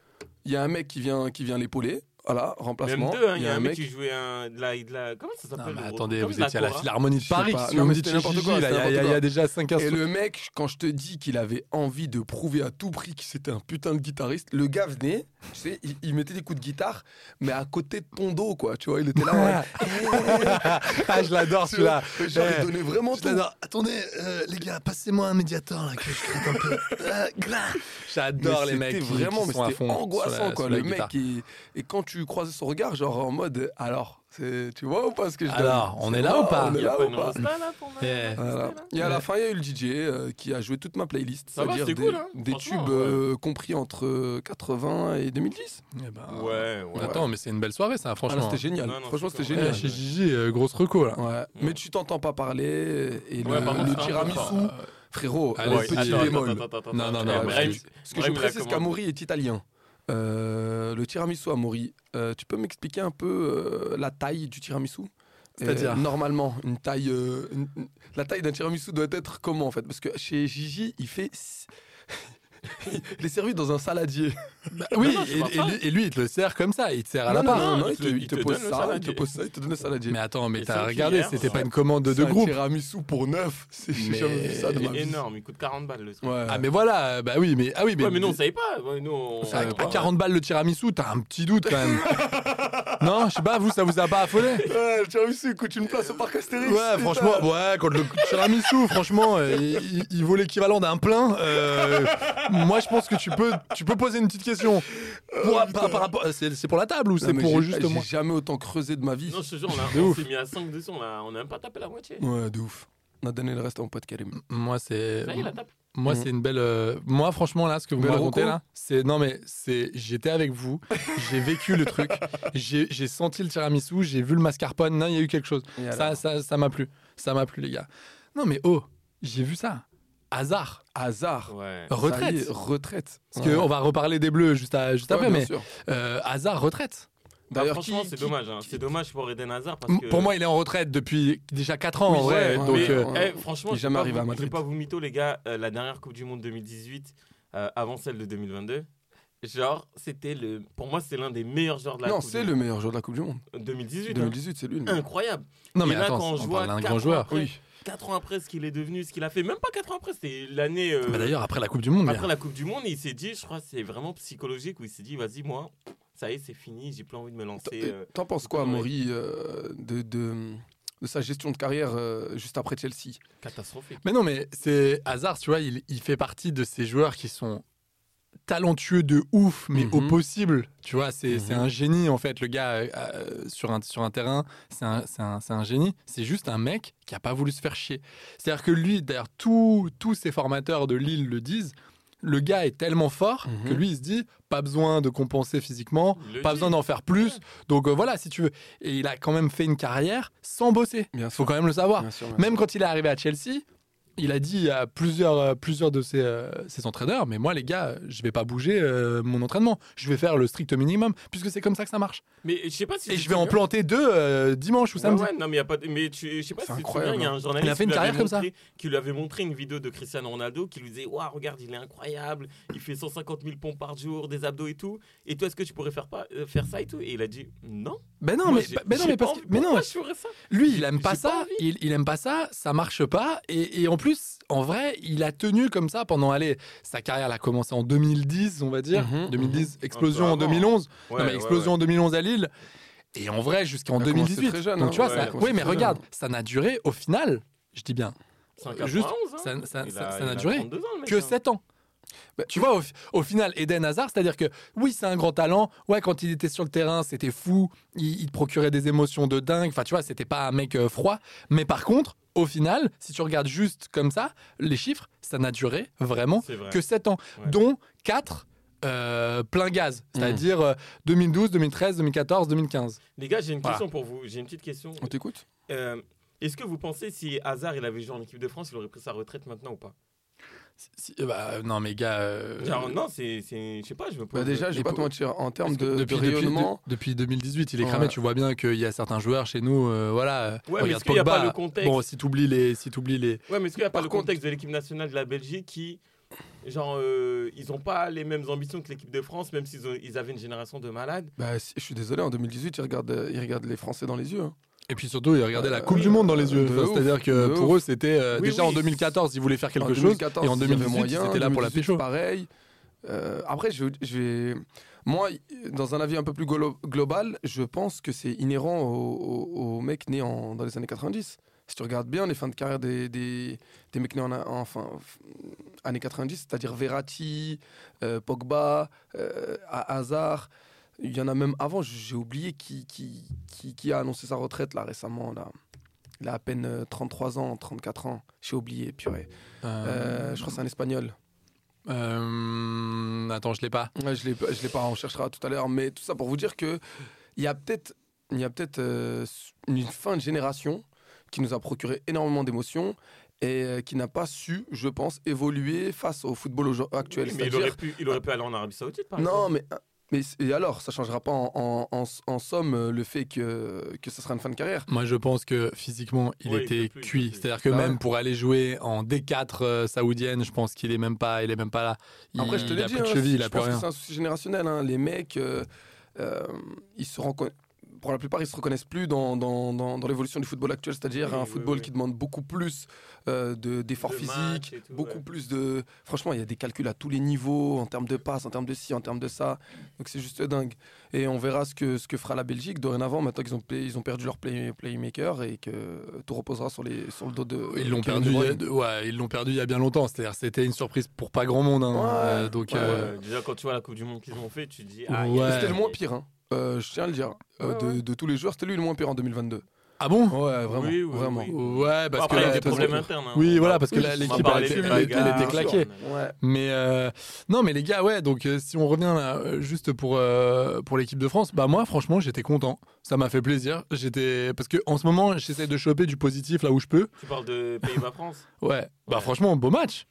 Speaker 8: il y a un mec qui vient, qui vient l'épauler. Voilà,
Speaker 7: Même
Speaker 8: remplacement.
Speaker 7: deux, hein, il y a un mec qui jouait un, de, la, de la. Comment ça
Speaker 6: Non,
Speaker 7: s'appelle
Speaker 6: mais
Speaker 7: le-
Speaker 6: attendez,
Speaker 7: comme
Speaker 6: vous
Speaker 7: de la
Speaker 6: étiez à la
Speaker 7: Cora.
Speaker 6: Philharmonie de
Speaker 8: Je sais
Speaker 6: Paris.
Speaker 8: pas.
Speaker 6: si
Speaker 8: Non,
Speaker 6: on
Speaker 8: mais
Speaker 6: me dit
Speaker 8: c'était n'importe
Speaker 6: Gigi,
Speaker 8: quoi,
Speaker 6: là,
Speaker 8: c'était
Speaker 6: il y a- il y, a-
Speaker 8: n'importe
Speaker 6: il y
Speaker 8: quoi.
Speaker 6: a déjà 5
Speaker 8: Et
Speaker 6: instants.
Speaker 8: le mec, quand je te dis qu'il avait envie de prouver à tout prix que c'était un putain de guitariste, le gars venait, tu sais, il, il mettait des coups de guitare, mais à côté de ton dos, quoi. Tu vois, il était là. ouais.
Speaker 6: Ah, je l'adore
Speaker 8: Tu vois,
Speaker 6: celui-là.
Speaker 8: Genre,
Speaker 6: Eh,
Speaker 8: il donnait vraiment
Speaker 6: je
Speaker 8: tout.
Speaker 6: l'adore. Attendez, euh, les gars, passez-moi un médiator là que je crête un peu. Euh, glas. J'adore
Speaker 8: Ah, Mais
Speaker 6: les mecs.
Speaker 8: c'était
Speaker 6: qui- qui
Speaker 8: vraiment, mais
Speaker 6: sont à
Speaker 8: c'était
Speaker 6: fond sur
Speaker 8: angoissant,
Speaker 6: la-
Speaker 8: quoi.
Speaker 6: sur la
Speaker 8: Le mec,
Speaker 6: guitare.
Speaker 8: il- et quand tu croisais son regard, genre en mode, alors, c'est- tu vois ou pas ce que je donne
Speaker 6: Alors, on
Speaker 8: C'est
Speaker 6: est là
Speaker 8: moi,
Speaker 6: ou pas
Speaker 8: On est
Speaker 7: Il y a
Speaker 8: là
Speaker 7: pas
Speaker 8: ou
Speaker 7: une
Speaker 8: pas
Speaker 7: Insta là pour moi
Speaker 6: Eh.
Speaker 8: Voilà. Et à la fin, il y a eu le DJ euh, qui a joué toute ma playlist,
Speaker 7: Ça va,
Speaker 8: c'est-à-dire des,
Speaker 7: c'était cool, hein,
Speaker 8: des
Speaker 7: franchement,
Speaker 8: tubes euh, compris entre euh, 80 et 2010.
Speaker 6: Eh ben,
Speaker 7: Ouais, ouais.
Speaker 6: Attends, mais c'est une belle soirée, ça,
Speaker 8: Ah, là,
Speaker 6: franchement.
Speaker 8: c'était génial.
Speaker 7: Non, non,
Speaker 8: Franchement,
Speaker 7: c'est
Speaker 8: c'était
Speaker 7: cool.
Speaker 8: génial.
Speaker 6: Eh, chez Gigi, euh, grosse reco là.
Speaker 8: Ouais. Mais tu t'entends pas parler et le,
Speaker 7: Ouais, par contre,
Speaker 8: le
Speaker 7: c'est un peu
Speaker 8: tiramisu,
Speaker 7: fort.
Speaker 8: frérot,
Speaker 6: Allez,
Speaker 8: le
Speaker 6: c'est-
Speaker 8: petit
Speaker 6: attends,
Speaker 8: bémol.
Speaker 6: Non, non, non,
Speaker 8: Ah,
Speaker 6: mais-
Speaker 8: parce que-
Speaker 6: Brahim-
Speaker 8: ce que je
Speaker 7: Brahim l'a
Speaker 8: précise, c'est
Speaker 7: commandé.
Speaker 8: qu'Amaury est italien. Euh, le tiramisu Amaury, euh, tu peux m'expliquer un peu euh, la taille du tiramisu
Speaker 6: C'est-à-dire
Speaker 8: Normalement, une taille, euh, une- une- la taille d'un tiramisu doit être comment en fait Parce que chez Gigi, il fait. Il est servi dans un saladier. Bah,
Speaker 6: Oui,
Speaker 7: non, je
Speaker 6: et,
Speaker 7: crois
Speaker 6: et
Speaker 7: pas.
Speaker 6: lui, et lui, il te le sert comme ça, il te sert à la
Speaker 8: Non,
Speaker 6: part.
Speaker 8: non, non, il
Speaker 7: il
Speaker 8: te-
Speaker 7: te-
Speaker 8: il
Speaker 7: il
Speaker 8: te
Speaker 7: te
Speaker 8: pose
Speaker 7: donne le
Speaker 8: ça, il te
Speaker 7: saladier.
Speaker 8: pose ça, il te donne le saladier.
Speaker 6: Mais attends, mais
Speaker 7: Et
Speaker 6: t'as
Speaker 7: cinq
Speaker 6: regardé,
Speaker 7: cuillères,
Speaker 6: c'était
Speaker 7: ouais.
Speaker 6: pas une commande de
Speaker 8: C'est un
Speaker 6: groupe.
Speaker 8: tiramisu pour neuf. C'est- J'ai
Speaker 6: Mais-
Speaker 8: jamais vu ça de
Speaker 7: Il
Speaker 8: ma vie.
Speaker 7: est énorme, il coûte 40 balles le truc.
Speaker 8: Ouais.
Speaker 6: Ah mais voilà, bah oui, mais ah oui, mais,
Speaker 7: Ouais, mais nous on savait pas. Ouais, nous, on
Speaker 6: Ça,
Speaker 7: savait
Speaker 6: à
Speaker 7: pas.
Speaker 6: 40 balles le tiramisu, t'as un petit doute quand même. non, je sais pas, vous ça vous a pas affolé
Speaker 8: Ouais, le tiramisu il coûte une place au parc Astérix.
Speaker 6: Ouais,
Speaker 8: putain.
Speaker 6: franchement, ouais, contre le tiramisu, franchement, euh, il, il- il vaut l'équivalent d'un plein. Euh, moi, je pense que tu peux, tu peux poser une petite question. Pour- par- par rapport- euh, c'est c'est pour la table ou
Speaker 8: Non,
Speaker 6: c'est
Speaker 8: mais
Speaker 6: pour
Speaker 8: j'ai-
Speaker 6: juste
Speaker 8: j'ai
Speaker 6: moi
Speaker 8: jamais autant creusé de ma vie.
Speaker 7: Non, je te jure, on, a-
Speaker 6: De
Speaker 7: on
Speaker 6: ouf.
Speaker 7: s'est mis à 5 dessus, on a, on a même pas tapé la moitié.
Speaker 8: Ouais, de ouf. On a donné le reste à mon pote Karim.
Speaker 6: Moi, c'est
Speaker 7: Ça y est, la tape.
Speaker 6: moi,
Speaker 8: Mhm.
Speaker 6: c'est une belle. euh, moi, franchement, là, ce que vous me
Speaker 8: Belle
Speaker 6: racontez
Speaker 8: reco.
Speaker 6: là, c'est non mais c'est j'étais avec vous, j'ai vécu le truc, j'ai j'ai senti le tiramisu, j'ai vu le mascarpone. Non, il y a eu quelque chose.
Speaker 8: Et
Speaker 6: Ça,
Speaker 8: alors
Speaker 6: ça, ça m'a plu. Ça m'a plu, les gars. Non, mais oh, j'ai vu ça. Hasard.
Speaker 8: Hasard.
Speaker 7: Ouais.
Speaker 8: Ah, Ça y est,
Speaker 6: Retraite.
Speaker 8: retraite.
Speaker 6: Parce qu'on va reparler des bleus juste, à- juste après,
Speaker 8: Ouais, bien
Speaker 6: mais
Speaker 8: sûr.
Speaker 6: euh, hasard, retraite.
Speaker 7: Bah,
Speaker 8: D'ailleurs,
Speaker 7: franchement,
Speaker 8: qui-
Speaker 7: c'est
Speaker 8: qui-
Speaker 7: dommage. hein. C'est dommage pour Eden Hazard parce que.
Speaker 6: Pour moi, il est en retraite depuis déjà 4 ans,
Speaker 8: Oui,
Speaker 6: en vrai.
Speaker 8: ouais,
Speaker 6: donc,
Speaker 7: Mais,
Speaker 6: euh,
Speaker 8: ouais.
Speaker 7: eh, franchement,
Speaker 8: Il est
Speaker 7: je vais
Speaker 8: jamais
Speaker 7: pas
Speaker 8: arrivé
Speaker 7: vous-
Speaker 8: à
Speaker 7: Je
Speaker 8: Madrid.
Speaker 7: vais pas vous mytho, les gars. euh, la dernière Coupe du Monde 2018, euh, avant celle de 2022, genre, c'était le. Pour moi, c'est l'un des meilleurs joueurs de la
Speaker 8: Non,
Speaker 7: Coupe
Speaker 8: c'est
Speaker 7: du-
Speaker 8: le meilleur joueur de la Coupe du Monde.
Speaker 7: 2018. hein.
Speaker 8: 2018, c'est lui. le meilleur.
Speaker 7: Incroyable.
Speaker 6: non, mais
Speaker 7: et là,
Speaker 6: attends,
Speaker 7: quand
Speaker 6: on
Speaker 7: je vois
Speaker 6: parle d'un
Speaker 7: quatre
Speaker 6: grand joueur.
Speaker 7: après-
Speaker 6: Oui.
Speaker 7: 4 ans après ce qu'il est devenu, ce qu'il a fait, même pas 4 ans après, c'était l'année. euh,
Speaker 6: Bah, D'ailleurs, après la Coupe du Monde,
Speaker 7: après
Speaker 6: bien.
Speaker 7: la Coupe du Monde, il s'est dit, je crois, que c'est vraiment psychologique où il s'est dit, vas-y, moi, ça y est, c'est fini, j'ai plus envie de me lancer.
Speaker 8: Et
Speaker 7: euh,
Speaker 8: T'en penses quoi,
Speaker 7: ouais.
Speaker 8: Maury, euh, de, de, de sa gestion de carrière euh, juste après Chelsea
Speaker 7: catastrophique.
Speaker 6: mais non, mais c'est hasard, tu vois, il, il fait partie de ces joueurs qui sont talentueux de ouf, mais
Speaker 8: Mhm.
Speaker 6: au possible. Tu vois, c'est
Speaker 8: Mhm.
Speaker 6: c'est un génie, en fait, le gars euh, euh, sur, un, sur un terrain, c'est un, c'est un- c'est un génie. C'est juste un mec qui a pas voulu se faire chier. C'est-à-dire que lui, d'ailleurs, tous tous ses formateurs de Lille le disent, le gars est tellement fort
Speaker 8: Mhm.
Speaker 6: que lui, il se dit, pas besoin de compenser physiquement,
Speaker 7: Le
Speaker 6: pas
Speaker 7: dit.
Speaker 6: besoin d'en faire plus. Donc euh, voilà, si tu veux. Et il a quand même fait une carrière sans bosser.
Speaker 8: Bien
Speaker 6: Faut quand même le savoir.
Speaker 8: Bien sûr, bien
Speaker 6: Même quand il est arrivé à Chelsea, il a dit à plusieurs, euh, plusieurs de ses, euh, ses entraîneurs, mais moi les gars, euh, je vais pas bouger euh, mon entraînement, je vais faire le strict minimum, puisque c'est comme ça que ça marche.
Speaker 7: Mais je sais pas si.
Speaker 6: Et
Speaker 7: tu
Speaker 6: je
Speaker 7: te
Speaker 6: vais en
Speaker 7: souviens-
Speaker 6: planter deux euh, dimanche ou samedi.
Speaker 7: Ouais, ouais, non, mais y a pas de- mais tu- je sais pas
Speaker 8: C'est
Speaker 7: si tu te
Speaker 8: incroyable,
Speaker 7: souviens, il y a un journaliste
Speaker 6: Il a fait
Speaker 7: qui
Speaker 6: une
Speaker 7: lui
Speaker 6: carrière
Speaker 7: avait
Speaker 6: comme ça.
Speaker 7: montré- qui lui avait montré une vidéo de Cristiano Ronaldo qui lui disait Waouh, regarde, il est incroyable, il fait 150 000 pompes par jour, des abdos et tout. Et toi, est-ce que tu pourrais faire, pas, euh, faire ça et tout Et il a dit Non.
Speaker 6: Ben non,
Speaker 7: moi,
Speaker 6: mais,
Speaker 7: j'ai-
Speaker 6: ben non,
Speaker 7: j'ai
Speaker 6: mais parce
Speaker 7: pas
Speaker 6: que-
Speaker 7: envie.
Speaker 6: mais non,
Speaker 7: Pourquoi je ferais ça
Speaker 6: lui il aime
Speaker 7: j'ai
Speaker 6: pas
Speaker 7: pas
Speaker 6: ça,
Speaker 7: envie.
Speaker 6: il, il aime pas ça, ça marche pas. Et, et en plus, en vrai, il a tenu comme ça pendant, allez, sa carrière elle a commencé en 2010, on va dire.
Speaker 8: Mhm,
Speaker 6: 2010, explosion
Speaker 7: Un peu
Speaker 6: en
Speaker 7: avant.
Speaker 6: 2011.
Speaker 7: Ouais,
Speaker 6: Non, mais
Speaker 7: ouais,
Speaker 6: explosion
Speaker 7: ouais.
Speaker 6: en 2011 à Lille. Et en vrai, jusqu'en
Speaker 8: Il a commencé
Speaker 6: 2018.
Speaker 8: très jeune,
Speaker 6: Donc
Speaker 8: hein,
Speaker 6: tu vois,
Speaker 7: ouais, il a
Speaker 6: ça...
Speaker 8: commencé
Speaker 6: oui, mais
Speaker 8: très
Speaker 6: regarde,
Speaker 8: jeune.
Speaker 6: ça n'a duré au final, je dis bien,
Speaker 7: C'est un
Speaker 6: juste,
Speaker 7: 91, hein.
Speaker 6: ça- ça-
Speaker 7: Il
Speaker 6: ça-
Speaker 7: a-
Speaker 6: ça
Speaker 7: il
Speaker 6: n'a
Speaker 7: a
Speaker 6: duré
Speaker 7: 32 ans, le mec,
Speaker 6: que
Speaker 7: hein.
Speaker 6: 7 ans.
Speaker 8: Bah,
Speaker 6: tu vois, au, fi- au final, Eden Hazard, c'est-à-dire que oui, c'est un grand talent. Ouais, quand il était sur le terrain, c'était fou. Il, il te procurait des émotions de dingue. Enfin, tu vois, c'était pas un mec euh, froid. Mais par contre, au final, si tu regardes juste comme ça, les chiffres, ça n'a duré vraiment
Speaker 7: C'est vrai.
Speaker 6: que 7 ans,
Speaker 7: Ouais.
Speaker 6: dont 4 plein gaz, c'est-à-dire euh, 2012, 2013, 2014, 2015.
Speaker 7: Les gars, j'ai une
Speaker 6: Voilà.
Speaker 7: question pour vous. J'ai une petite question.
Speaker 8: On t'écoute
Speaker 7: Euh, Est-ce que vous pensez si Hazard il avait joué en équipe de France, il aurait pris sa retraite maintenant ou pas
Speaker 6: Si- euh, bah, non, mais gars. euh,
Speaker 7: Genre, non, c'est. c'est- Je sais pas, je me pose.
Speaker 8: Bah, Déjà, je
Speaker 6: Et
Speaker 8: vais pas
Speaker 6: pour-
Speaker 8: te mentir, en
Speaker 6: parce
Speaker 8: termes
Speaker 6: que
Speaker 8: de, de
Speaker 6: depuis, depuis-
Speaker 8: rayonnement.
Speaker 6: de- depuis 2018, il est
Speaker 8: Ouais.
Speaker 6: cramé. Tu vois bien qu'il y a certains joueurs chez nous. euh, voilà.
Speaker 7: Ouais, mais
Speaker 6: Regarde
Speaker 7: est-ce qu'il n'y a
Speaker 6: Pogba.
Speaker 7: pas le contexte
Speaker 6: Bon, si t'oublies les, si t'oublies les.
Speaker 7: Ouais, mais est-ce qu'il n'y a pas
Speaker 8: Par
Speaker 7: le
Speaker 8: contre-
Speaker 7: contexte de l'équipe nationale de la Belgique qui, genre, euh, ils n'ont pas les mêmes ambitions que l'équipe de France, même s'ils ont- ils avaient une génération de malades
Speaker 8: Bah, si- je suis désolé, en 2018, ils regardent, euh, ils regardent les Français dans les yeux. hein.
Speaker 6: Et puis surtout, il regardait la
Speaker 8: Euh,
Speaker 6: Coupe
Speaker 8: oui,
Speaker 6: du Monde dans les yeux.
Speaker 8: de
Speaker 6: Enfin,
Speaker 8: ouf,
Speaker 6: C'est-à-dire que
Speaker 8: de
Speaker 6: pour
Speaker 8: ouf.
Speaker 6: eux, c'était euh,
Speaker 7: Oui,
Speaker 6: déjà
Speaker 7: oui,
Speaker 6: en 2014, ils voulaient faire quelque
Speaker 8: en
Speaker 6: chose.
Speaker 8: 2014,
Speaker 6: Et en
Speaker 8: il y avait
Speaker 6: 2018,
Speaker 8: moyen,
Speaker 6: c'était là pour la
Speaker 8: 2018,
Speaker 6: pécho.
Speaker 8: Pareil. Euh, après, je, je vais. Moi, dans un avis un peu plus golo- global, je pense que c'est inhérent aux au, aux mecs nés en- dans les années 90. Si tu regardes bien les fins de carrière des, des, des mecs nés en, en- enfin, années 90, c'est-à-dire Verratti, euh, Pogba, euh, Ha- Hazard, il y en a même avant, j'ai oublié qui, qui, qui, qui a annoncé sa retraite là récemment. Là. Il a à peine euh, 33 ans, 34 ans, j'ai oublié, purée. Euh, je crois que c'est un espagnol.
Speaker 6: Euh, attends, je l'ai pas.
Speaker 8: Ouais, je l'ai pas- je l'ai pas, on cherchera tout à l'heure, mais tout ça pour vous dire que il y a peut-être il y a peut-être euh, une fin de génération qui nous a procuré énormément d'émotions et euh, qui n'a pas su, je pense, évoluer face au football aujo- actuel.
Speaker 7: Oui, Mais il
Speaker 8: C'est-à-dire-
Speaker 7: aurait, pu, il aurait pu aller en Arabie Saoudite, par
Speaker 8: non,
Speaker 7: exemple.
Speaker 8: mais Mais c- et alors, ça changera pas en, en- en s- en somme euh, le fait que, que ça sera une fin de carrière.
Speaker 6: Moi, je pense que physiquement, il
Speaker 7: Ouais, il
Speaker 6: était
Speaker 7: peut plus, il peut
Speaker 6: cuit.
Speaker 7: plus.
Speaker 6: C'est-à-dire que
Speaker 8: Ah
Speaker 6: même
Speaker 8: ouais.
Speaker 6: pour aller jouer en D4 euh, saoudienne, je pense qu'il est même pas, il est même pas là. Il,
Speaker 8: Après, je te
Speaker 6: il
Speaker 8: l'ai
Speaker 6: a
Speaker 8: dit,
Speaker 6: plus de
Speaker 8: hein,
Speaker 6: cheville, il
Speaker 8: je
Speaker 6: a plus
Speaker 8: pense que
Speaker 6: rien.
Speaker 8: c'est un souci générationnel. hein. Les mecs, euh, euh, ils se rencon- pour la plupart, ils se reconnaissent plus dans, dans, dans- dans l'évolution du football actuel, c'est-à-dire
Speaker 7: Oui,
Speaker 8: un
Speaker 7: oui,
Speaker 8: football
Speaker 7: oui.
Speaker 8: qui demande beaucoup plus euh, de- d'efforts
Speaker 7: De maths
Speaker 8: physiques,
Speaker 7: et tout,
Speaker 8: beaucoup
Speaker 7: ouais.
Speaker 8: plus de. Franchement, il y a des calculs à tous les niveaux, en termes de passes, en termes de ci, en termes de ça. Donc c'est juste dingue. Et on verra ce que, ce que fera la Belgique dorénavant, maintenant qu'ils ont, play- ils ont perdu leur play- playmaker et que tout reposera sur, les, sur le dos de.
Speaker 6: Ils l'ont
Speaker 8: Kevin
Speaker 6: perdu,
Speaker 8: De
Speaker 6: hein. il y a-
Speaker 8: Bruyne.
Speaker 6: de- ouais, ils l'ont perdu il y a bien longtemps. C'est-à-dire, c'était une surprise pour pas grand monde. hein.
Speaker 8: Ouais,
Speaker 6: Euh, donc,
Speaker 8: ouais,
Speaker 6: euh,
Speaker 7: Euh, déjà, quand tu vois la Coupe du Monde qu'ils ont fait, tu te dis. Ah,
Speaker 6: Ouais.
Speaker 8: C'était le moins pire, hein. Euh, je tiens à le dire. Euh,
Speaker 7: Ouais,
Speaker 8: de,
Speaker 7: ouais.
Speaker 8: de tous les joueurs, c'était lui le moins pire en 2022.
Speaker 6: ah bon
Speaker 8: Ouais, vraiment.
Speaker 7: Oui, oui,
Speaker 8: vraiment.
Speaker 7: oui.
Speaker 6: Ouais, parce
Speaker 7: Après,
Speaker 6: que
Speaker 7: il y
Speaker 6: là,
Speaker 7: a des
Speaker 6: de toute
Speaker 7: problèmes
Speaker 6: façon-
Speaker 7: internes. hein.
Speaker 6: Oui,
Speaker 7: On va
Speaker 6: voilà,
Speaker 7: pas-
Speaker 6: parce que
Speaker 7: on
Speaker 6: là,
Speaker 7: va
Speaker 6: l'équipe,
Speaker 7: parler
Speaker 6: elle était-
Speaker 7: des hein,
Speaker 6: elle était- elle
Speaker 7: bagarres,
Speaker 6: était claquée.
Speaker 8: Ouais.
Speaker 6: Mais euh, non, mais les gars, ouais. Donc, euh, si on revient là, euh, juste pour euh, pour l'équipe de France, bah moi, franchement, j'étais content. Ça m'a fait plaisir. J'étais parce que en ce moment, j'essaie de choper du positif là où je peux.
Speaker 7: Tu parles de Pays-Bas-France
Speaker 6: Ouais. Bah
Speaker 7: Ouais.
Speaker 6: franchement, beau match.